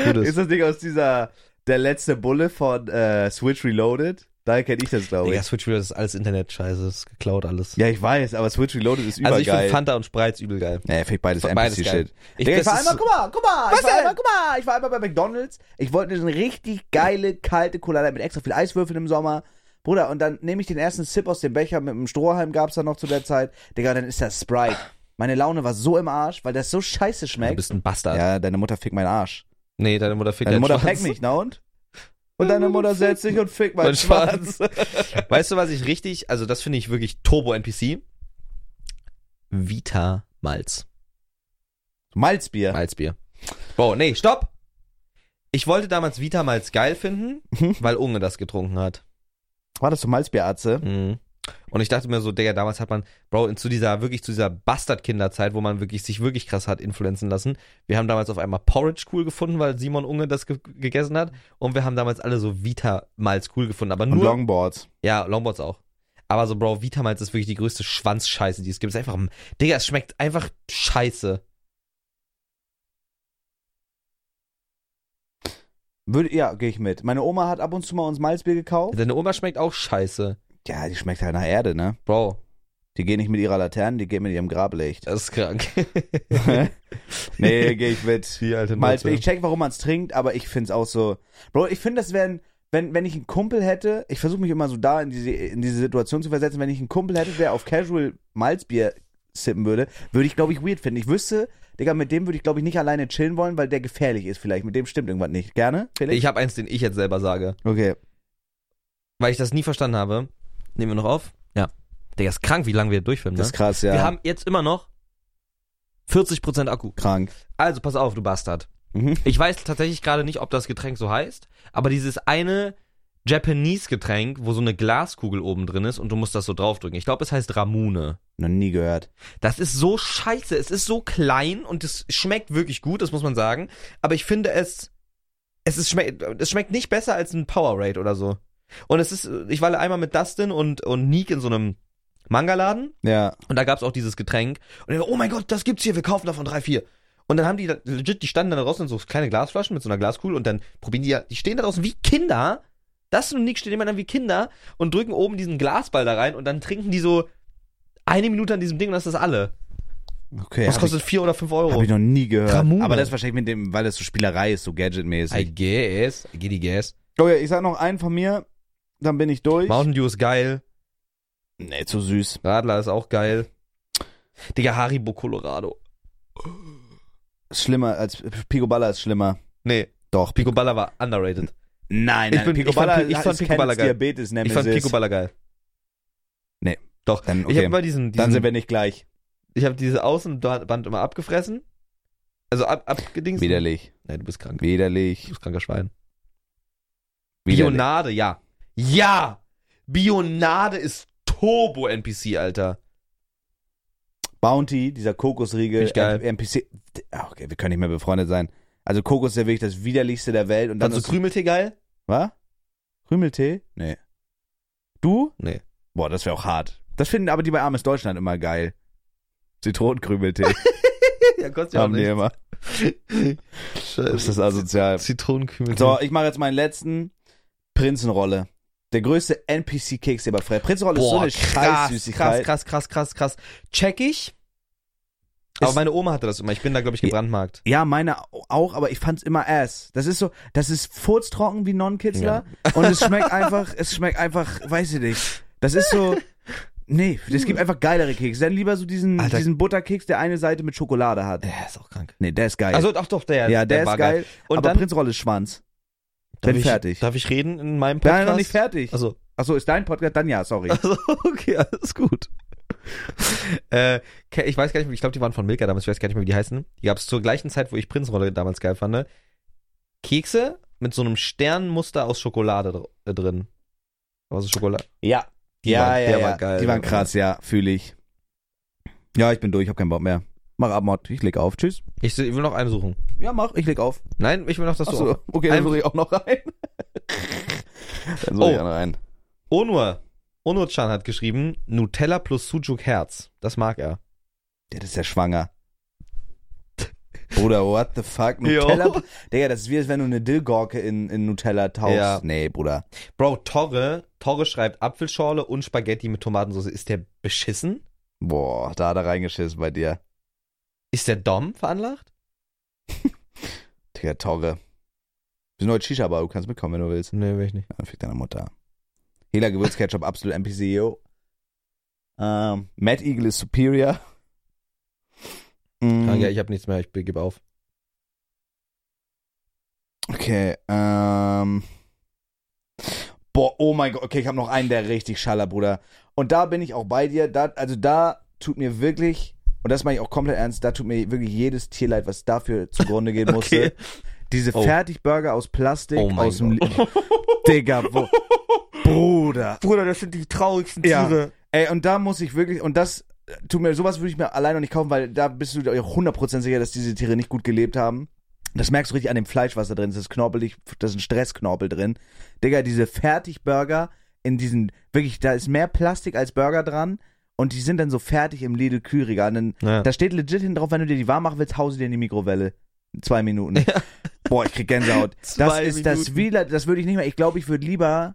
S3: Gutes.
S2: ist das Ding aus dieser, der letzte Bulle von äh, Switch Reloaded? Daher kenne ich das,
S1: Oh,
S2: glaube
S3: Digga,
S2: ich.
S3: Switch Reloaded ist alles Internet-Scheiße, ist geklaut alles.
S2: Ja, ich weiß, aber Switch Reloaded ist übergeil.
S3: also ich finde Fanta und Sprite übel geil.
S2: Nee, finde ich beides
S3: Beides geil.
S2: NPC-Shit.
S1: Ich,
S2: Digga, ich
S1: das
S2: war
S1: ist-
S2: einmal, guck mal, guck mal, ich
S3: Was
S2: war
S3: denn?
S2: einmal, guck mal, ich war einmal bei McDonalds. Ich wollte eine richtig geile, kalte Cola mit extra viel Eiswürfeln im Sommer. Bruder, und dann nehme ich den ersten Sip aus dem Becher mit dem Strohhalm, gab's da noch zu der Zeit. Digga, dann ist das Sprite. Meine Laune war so im Arsch, weil das so scheiße
S1: du
S2: schmeckt.
S1: bist ein Bastard.
S2: Ja, deine Mutter fickt meinen Arsch.
S3: Nee, deine Mutter fickt
S2: Deine
S3: deinen
S2: Mutter
S3: Schwanz.
S2: fickt mich, na und? Und deine Mutter setzt sich und fickt meinen
S3: Mein Schwanz.
S2: Schwanz.
S1: Weißt du, was ich richtig, also das finde ich wirklich Turbo-NPC? Vita Malz.
S2: Malzbier.
S1: Malzbier. Wow, nee, stopp! Ich wollte damals Vita Malz geil finden,
S2: Mhm.
S1: weil Unge das getrunken hat.
S2: War das so Malzbieratze?
S1: Mhm. Und ich dachte mir so, Digga, damals hat man, Bro, zu dieser, wirklich zu dieser Bastard-Kinderzeit, wo man wirklich, sich wirklich krass hat influenzen lassen. Wir haben damals auf einmal Porridge cool gefunden, weil Simon Unge das ge gegessen hat. Und wir haben damals alle so Vita Malz cool gefunden. Aber
S2: Und
S1: nur,
S2: Longboards.
S1: Ja, Longboards auch. Aber so, Bro, Vitamals ist wirklich die größte Schwanzscheiße, die es gibt. Es ist einfach, Digga, es schmeckt einfach scheiße.
S2: Würde, ja, gehe ich mit. Meine Oma hat ab und zu mal uns Malzbier gekauft.
S1: Deine Oma schmeckt auch scheiße.
S2: Ja, die schmeckt halt nach Erde, ne?
S1: Bro,
S2: Die gehen nicht mit ihrer Laterne, die gehen mit ihrem Grablicht.
S1: das ist krank.
S2: nee, gehe ich mit.
S1: die alte
S2: Malzbier. Ich check, warum man es trinkt, aber ich find's auch so. Bro, ich finde, das wären, wenn, wenn ich einen Kumpel hätte, ich versuche mich immer so da in diese, in diese Situation zu versetzen, wenn ich einen Kumpel hätte, der auf Casual Malzbier sippen würde, würde ich, glaube ich, weird finden. Ich wüsste, Digga, mit dem würde ich, glaube ich, nicht alleine chillen wollen, weil der gefährlich ist vielleicht. Mit dem stimmt irgendwas nicht. Gerne? Felix?
S1: Ich habe eins, den ich jetzt selber sage.
S2: okay.
S1: Weil ich das nie verstanden habe. Nehmen wir noch auf? Ja. Digga, ist krank, wie lange wir durchfilmen, ne?
S2: Das ist krass, ja.
S1: Wir haben jetzt immer noch 40% Akku.
S2: Krank.
S1: Also, pass auf, du Bastard.
S2: Mhm.
S1: Ich weiß tatsächlich gerade nicht, ob das Getränk so heißt, aber dieses eine Japanese-Getränk, wo so eine Glaskugel oben drin ist und du musst das so draufdrücken. Ich glaube, es heißt Ramune.
S2: Noch nie gehört.
S1: Das ist so scheiße. Es ist so klein und es schmeckt wirklich gut, das muss man sagen. Aber ich finde es, es, ist schmeckt, es schmeckt nicht besser als ein Powerade oder so. Und es ist, ich war einmal mit Dustin und, und Nick in so einem Manga-Laden
S2: Ja.
S1: und da gab's auch dieses Getränk. Und ich war, oh mein Gott, das gibt's hier, wir kaufen davon drei, vier. Und dann haben die, da- legit, die standen da draußen in so kleine Glasflaschen mit so einer Glaskugel und dann probieren die ja, die stehen da draußen wie Kinder. Das und Nick stehen immer dann wie Kinder und drücken oben diesen Glasball da rein und dann trinken die so eine Minute an diesem Ding und das ist alle.
S2: Okay.
S1: Das
S2: hab
S1: kostet vier oder fünf
S2: Habe
S1: Euro.
S2: ich noch nie gehört.
S1: Ramune.
S2: Aber das ist wahrscheinlich mit dem, weil das so Spielerei ist, so gadgetmäßig.
S1: guess. I get the guess.
S2: Okay, Oh ich sag noch einen von mir, dann bin ich durch.
S1: Mountain Dew ist geil.
S2: Nee, zu süß.
S1: Radler ist auch geil. Digga, Haribo Colorado.
S2: Ist Schlimmer als Pico Balla ist schlimmer.
S1: Nee,
S2: Doch.
S1: Pico Balla war underrated.
S2: Nein,
S1: Ich
S2: nein.
S1: bin-
S2: Pico
S1: ich fand
S2: Balla
S1: Pi- ich
S2: ist
S1: fand Pico
S2: Kenneths
S1: Balla geil.
S2: Diabetes
S1: Ich
S2: Nemesis.
S1: fand Pico Balla geil.
S2: Nee.
S1: Doch.
S2: Dann,
S1: Ich habe
S2: okay.
S1: immer diesen, diesen
S2: dann sind wir nicht gleich.
S1: Ich habe diese Außenband immer abgefressen. Also ab, abgedingst.
S2: Widerlich.
S1: Nein, du bist krank. Du
S2: Widerlich.
S1: bist kranker Schwein.
S2: Widerlich.
S1: Bionade, ja. Ja! Bionade ist Turbo-NPC, Alter.
S2: Bounty, dieser Kokosriegel.
S1: Finde ich geil.
S2: NPC. Ah, Okay, wir können nicht mehr befreundet sein. Also Kokos ist ja wirklich das widerlichste der Welt. Und dann
S1: Fandst du
S2: ist-
S1: Krümeltee geil?
S2: Was? Krümeltee? Nee. Du?
S1: Nee.
S2: Boah, das wäre auch hart. Das finden aber die bei Armes Deutschland immer geil. Zitronenkrümeltee
S1: ja, kostet
S2: haben die immer. Das
S1: Scheiße.
S2: ist also asozial.
S1: Zitronenkümmel.
S2: So, ich mache jetzt meinen letzten. Prinzenrolle. Der größte NPC-Keks, der bei Fred. Prinzenrolle
S1: Boah,
S2: ist so eine
S1: krass, krass,
S2: Scheißsüßigkeit.
S1: krass, krass, krass, krass. Check ich. Aber
S2: Ist-
S1: meine Oma hatte das immer. Ich bin da, glaube ich, gebrandmarkt.
S2: Ja, meine auch, aber ich fand's immer ass. Das ist so, das ist furztrocken wie Non-Kitzler und es schmeckt einfach, es schmeckt einfach, weiß ich nicht. Das ist so, nee, es gibt einfach geilere Kekse. Dann lieber so diesen,
S1: Alter.
S2: diesen Butterkeks, der eine Seite mit Schokolade hat.
S1: Der ist auch krank.
S2: Nee, der ist geil.
S1: Also, ach doch, der,
S2: ja, der, ist
S1: war
S2: geil,
S1: Und
S2: aber
S1: dann,
S2: Prinz Rolles Schwanz.
S1: darf
S2: bin
S1: ich,
S2: fertig.
S1: Darf ich reden in meinem Podcast?
S2: Nein, noch nicht fertig.
S1: Also,
S2: Achso, ist dein Podcast? Dann ja, sorry.
S1: Also, okay, alles gut. äh, ke- ich weiß gar nicht mehr, ich glaube, die waren von Milka damals, ich weiß gar nicht mehr, wie die heißen. Die gab es zur gleichen Zeit, wo ich Prinzenrolle damals geil fand. ne? Kekse mit so einem Sternmuster aus Schokolade dr äh, drin. Also Schokolade.
S2: Ja.
S1: Die
S2: ja,
S1: waren-
S2: ja,
S1: der
S2: ja.
S1: war geil.
S2: Die waren krass, ja, fühle ich. Ja, ich bin durch, ich habe keinen Bock mehr. Mach ab, Mod. Ich leg auf. Tschüss.
S1: Ich will noch eine suchen.
S2: Ja, mach. Ich leg auf.
S1: Nein, ich will noch, dass du.
S2: Achso,
S1: auch-
S2: okay, dann
S1: Ein-
S2: suche ich auch noch rein. dann suche ich
S1: Oh.
S2: auch noch rein.
S1: Onur. Onur-chan hat geschrieben, Nutella plus Sujuk Herz. Das mag er.
S2: Der ist ja schwanger. Bruder, what the fuck?
S1: Jo.
S2: Nutella? Digga, das ist wie, als wenn du eine Dillgorke in, in Nutella tauchst.
S1: Ja.
S2: Nee, Bruder.
S1: Bro, Torre. Torre schreibt Apfelschorle und Spaghetti mit Tomatensauce. Ist der beschissen?
S2: Boah, da hat er reingeschissen bei dir.
S1: Ist der Dom veranlagt?
S2: Digga, Torre. Wir sind heute Shisha, aber du kannst mitkommen, wenn du willst.
S1: Nee, will ich nicht.
S2: Dann fick deine Mutter. Hela Gewürzketchup, absolut NPC, yo. E Ähm, Mad Eagle ist superior. Mm,
S1: Danke, ich habe nichts mehr. Ich gebe auf.
S2: Okay, ähm. Boah, oh mein Gott, okay, ich habe noch einen, der richtig schaller, Bruder. Und da bin ich auch bei dir. Da, also da tut mir wirklich, und das meine ich auch komplett ernst, da tut mir wirklich jedes Tierleid, was dafür zugrunde gehen musste. Diese
S1: Oh.
S2: Fertigburger aus Plastik,
S1: Oh mein
S2: aus dem Li- Digga, wo, Bruder.
S1: Bruder, das sind die traurigsten
S2: Ja. Ey, und da muss ich wirklich, und das äh, tut mir, sowas würde ich mir alleine noch nicht kaufen, weil da bist du dir auch 100% sicher, dass diese Tiere nicht gut gelebt haben. Das merkst du richtig an dem Fleisch, was da drin ist. Das ist knorpelig, das ist ein Stressknorpel drin. Digga, diese Fertigburger in diesen, wirklich, da ist mehr Plastik als Burger dran und die sind dann so fertig im Lidl Küriger. Und dann,
S1: Ja.
S2: Da steht legit hin drauf, wenn du dir die warm machen willst, hause dir in die Mikrowelle. Zwei Minuten. Boah, ich krieg Gänsehaut. das
S1: Zwei
S2: ist das
S1: Minuten.
S2: wieder, das würde ich nicht mehr. Ich glaube, ich würde lieber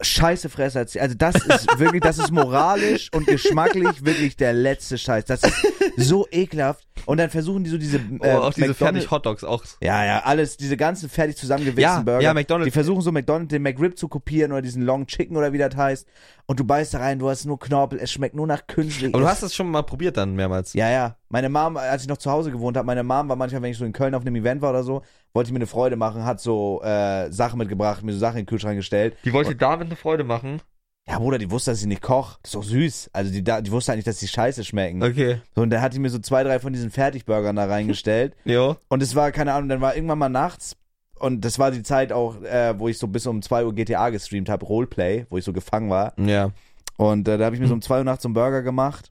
S2: Scheiße fressen als also das ist wirklich, das ist moralisch und geschmacklich wirklich der letzte Scheiß. Das ist so ekelhaft. Und dann versuchen die so diese äh,
S1: Oh, auch diese
S2: McDonald-
S1: fertig Hotdogs auch.
S2: ja, ja, alles, diese ganzen fertig zusammengewichsten
S1: Ja,
S2: Burger.
S1: ja, McDonald's.
S2: Die versuchen so McDonald's, den McRib zu kopieren oder diesen Long Chicken oder wie das heißt. Und du beißt da rein, du hast nur Knorpel, es schmeckt nur nach künstlich.
S1: Aber du
S2: Es-
S1: hast das schon mal probiert dann mehrmals.
S2: ja, ja. Meine Mom, als ich noch zu Hause gewohnt habe, meine Mom war manchmal, wenn ich so in Köln auf einem Event war oder so, wollte ich mir eine Freude machen, hat so äh, Sachen mitgebracht, mir so Sachen in den Kühlschrank gestellt.
S1: Die wollte David eine Freude machen.
S2: Ja, Bruder, die wusste, dass ich nicht koch. Das ist doch süß. Also die, da- die wusste eigentlich, dass die scheiße schmecken.
S1: Okay.
S2: So, und da hatte ich mir so zwei, drei von diesen Fertigburgern da reingestellt.
S1: Jo.
S2: Und es war, keine Ahnung, dann war irgendwann mal nachts. Und das war die Zeit auch, äh, wo ich so bis um 2 Uhr GTA gestreamt habe, Roleplay, wo ich so gefangen war.
S1: Ja.
S2: Und äh, da habe ich mir so um 2 Uhr nachts so einen Burger gemacht.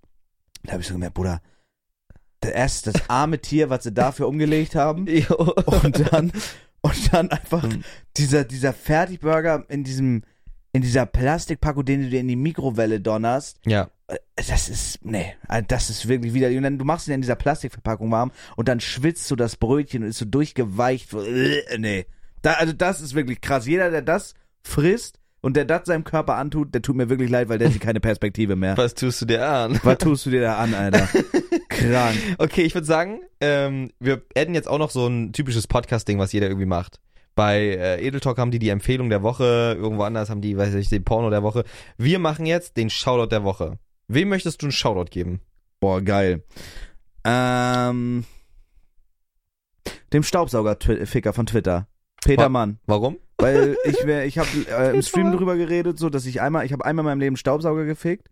S2: Da habe ich so gemerkt, Bruder, das, das arme Tier, was sie dafür umgelegt haben.
S1: Jo.
S2: Und dann, und dann einfach
S1: Mhm.
S2: dieser, dieser Fertigburger in diesem, in dieser Plastikpackung, den du dir in die Mikrowelle donnerst.
S1: Ja.
S2: Äh, Das ist, nee, also das ist wirklich widerlich. Und dann, du machst ihn in dieser Plastikverpackung warm und dann schwitzt du das Brötchen und ist so durchgeweicht. So, äh, nee. Da, also das ist wirklich krass. Jeder, der das frisst und der das seinem Körper antut, der tut mir wirklich leid, weil der sieht keine Perspektive mehr.
S1: Was tust du dir an?
S2: Was tust du dir da an, Alter? Krank.
S1: Okay, ich würde sagen, ähm, wir adden jetzt auch noch so ein typisches Podcast-Ding, was jeder irgendwie macht. Bei äh, Edeltalk haben die die Empfehlung der Woche, irgendwo anders haben die, weiß ich, den Porno der Woche. Wir machen jetzt den Shoutout der Woche. Wem möchtest du einen Shoutout geben?
S2: Boah, geil. Ähm, dem Staubsauger-Ficker von Twitter. Peter
S1: Wa-
S2: Mann.
S1: Warum?
S2: Weil ich wär, ich habe äh, im Stream drüber geredet, so dass ich einmal, ich habe einmal in meinem Leben einen Staubsauger gefickt.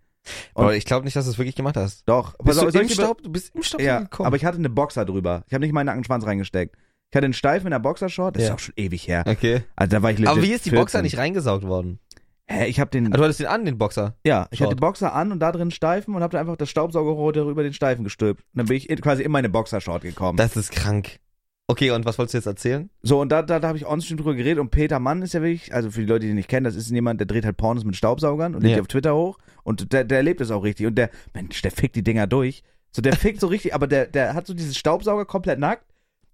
S2: Und-
S1: Aber ich glaube nicht, dass du es wirklich gemacht hast.
S2: Doch. Pass
S1: Bist
S2: auf,
S1: du,
S2: soll
S1: im
S2: ich dir-
S1: Staub, du bist im Staub
S2: Ja,
S1: gekommen.
S2: aber ich hatte eine Boxer drüber. Ich habe nicht meinen Nackenschwanz reingesteckt. Ich hatte einen Steif in der Boxershort. Das ist
S1: Ja.
S2: auch schon ewig her.
S1: okay.
S2: Also da war ich legit
S1: Aber wie ist die
S2: 14.
S1: Boxer nicht reingesaugt worden?
S2: Hä, ich habe den,
S1: Ah, du hattest den an, den Boxer.
S2: ja, ich hatte
S1: Short.
S2: Boxer an und da drin Steifen und habe einfach das Staubsaugerrohr darüber den Steifen gestülpt. Und dann bin ich in, quasi in meine Boxershort gekommen.
S1: Das ist krank. Okay, und was wolltest du jetzt erzählen?
S2: So, und da, da, da habe ich onstream drüber geredet und Peter Mann ist ja wirklich, also für die Leute, die ihn nicht kennen, das ist jemand, der dreht halt Pornos mit Staubsaugern und legt
S1: Ja.
S2: die auf Twitter hoch und der, der lebt das auch richtig und der, Mensch, der fickt die Dinger durch. So, der fickt so richtig, aber der, der hat so diesen Staubsauger komplett nackt,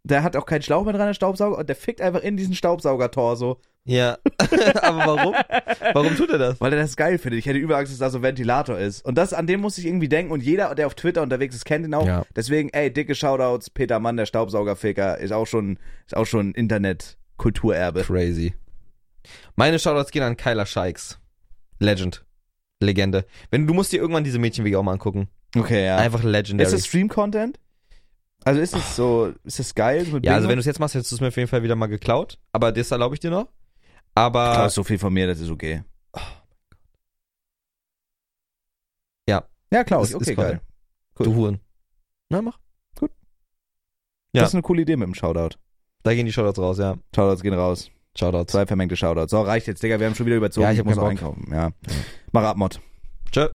S2: der hat auch keinen Schlauch mehr dran, der Staubsauger, und der fickt einfach in diesen Staubsauger-Torso,
S1: Ja. aber warum? Warum tut er das?
S2: weil er das geil findet. Ich hätte überall Angst, dass da so ein Ventilator ist. Und das, an dem muss ich irgendwie denken und jeder, der auf Twitter unterwegs ist, kennt ihn auch.
S1: Ja.
S2: Deswegen, ey, dicke Shoutouts, Peter Mann, der Staubsaugerficker, ist auch schon, ist auch schon Internet-Kulturerbe.
S1: Crazy. Meine Shoutouts gehen an Kyla Shikes. Legend. Legende. Wenn du musst dir irgendwann diese Mädchen auch mal angucken.
S2: Okay, ja.
S1: Einfach legendary.
S2: Ist das Stream-Content? Also ist es so, ist das geil? So mit
S1: ja, also wenn du
S2: Bildern?
S1: es jetzt machst, hättest du es mir auf jeden Fall wieder mal geklaut. Aber das erlaube ich dir noch. Aber
S2: Klar, ist so viel von mir, das ist okay.
S1: Oh Ja.
S2: Ja, Klaus,
S1: Ist-
S2: okay,
S1: ist
S2: geil.
S1: Content. du Huren. Na, mach. Ja.
S2: Das ist eine coole Idee mit dem Shoutout.
S1: Da gehen die Shoutouts raus, ja.
S2: Shoutouts gehen raus.
S1: Shoutouts.
S2: Zwei vermengte Shoutouts. So, reicht jetzt, Digga, wir haben schon wieder überzogen.
S1: Ja, ich hab
S2: muss
S1: keinen
S2: noch einkaufen. Ja. Mach ab, Mod.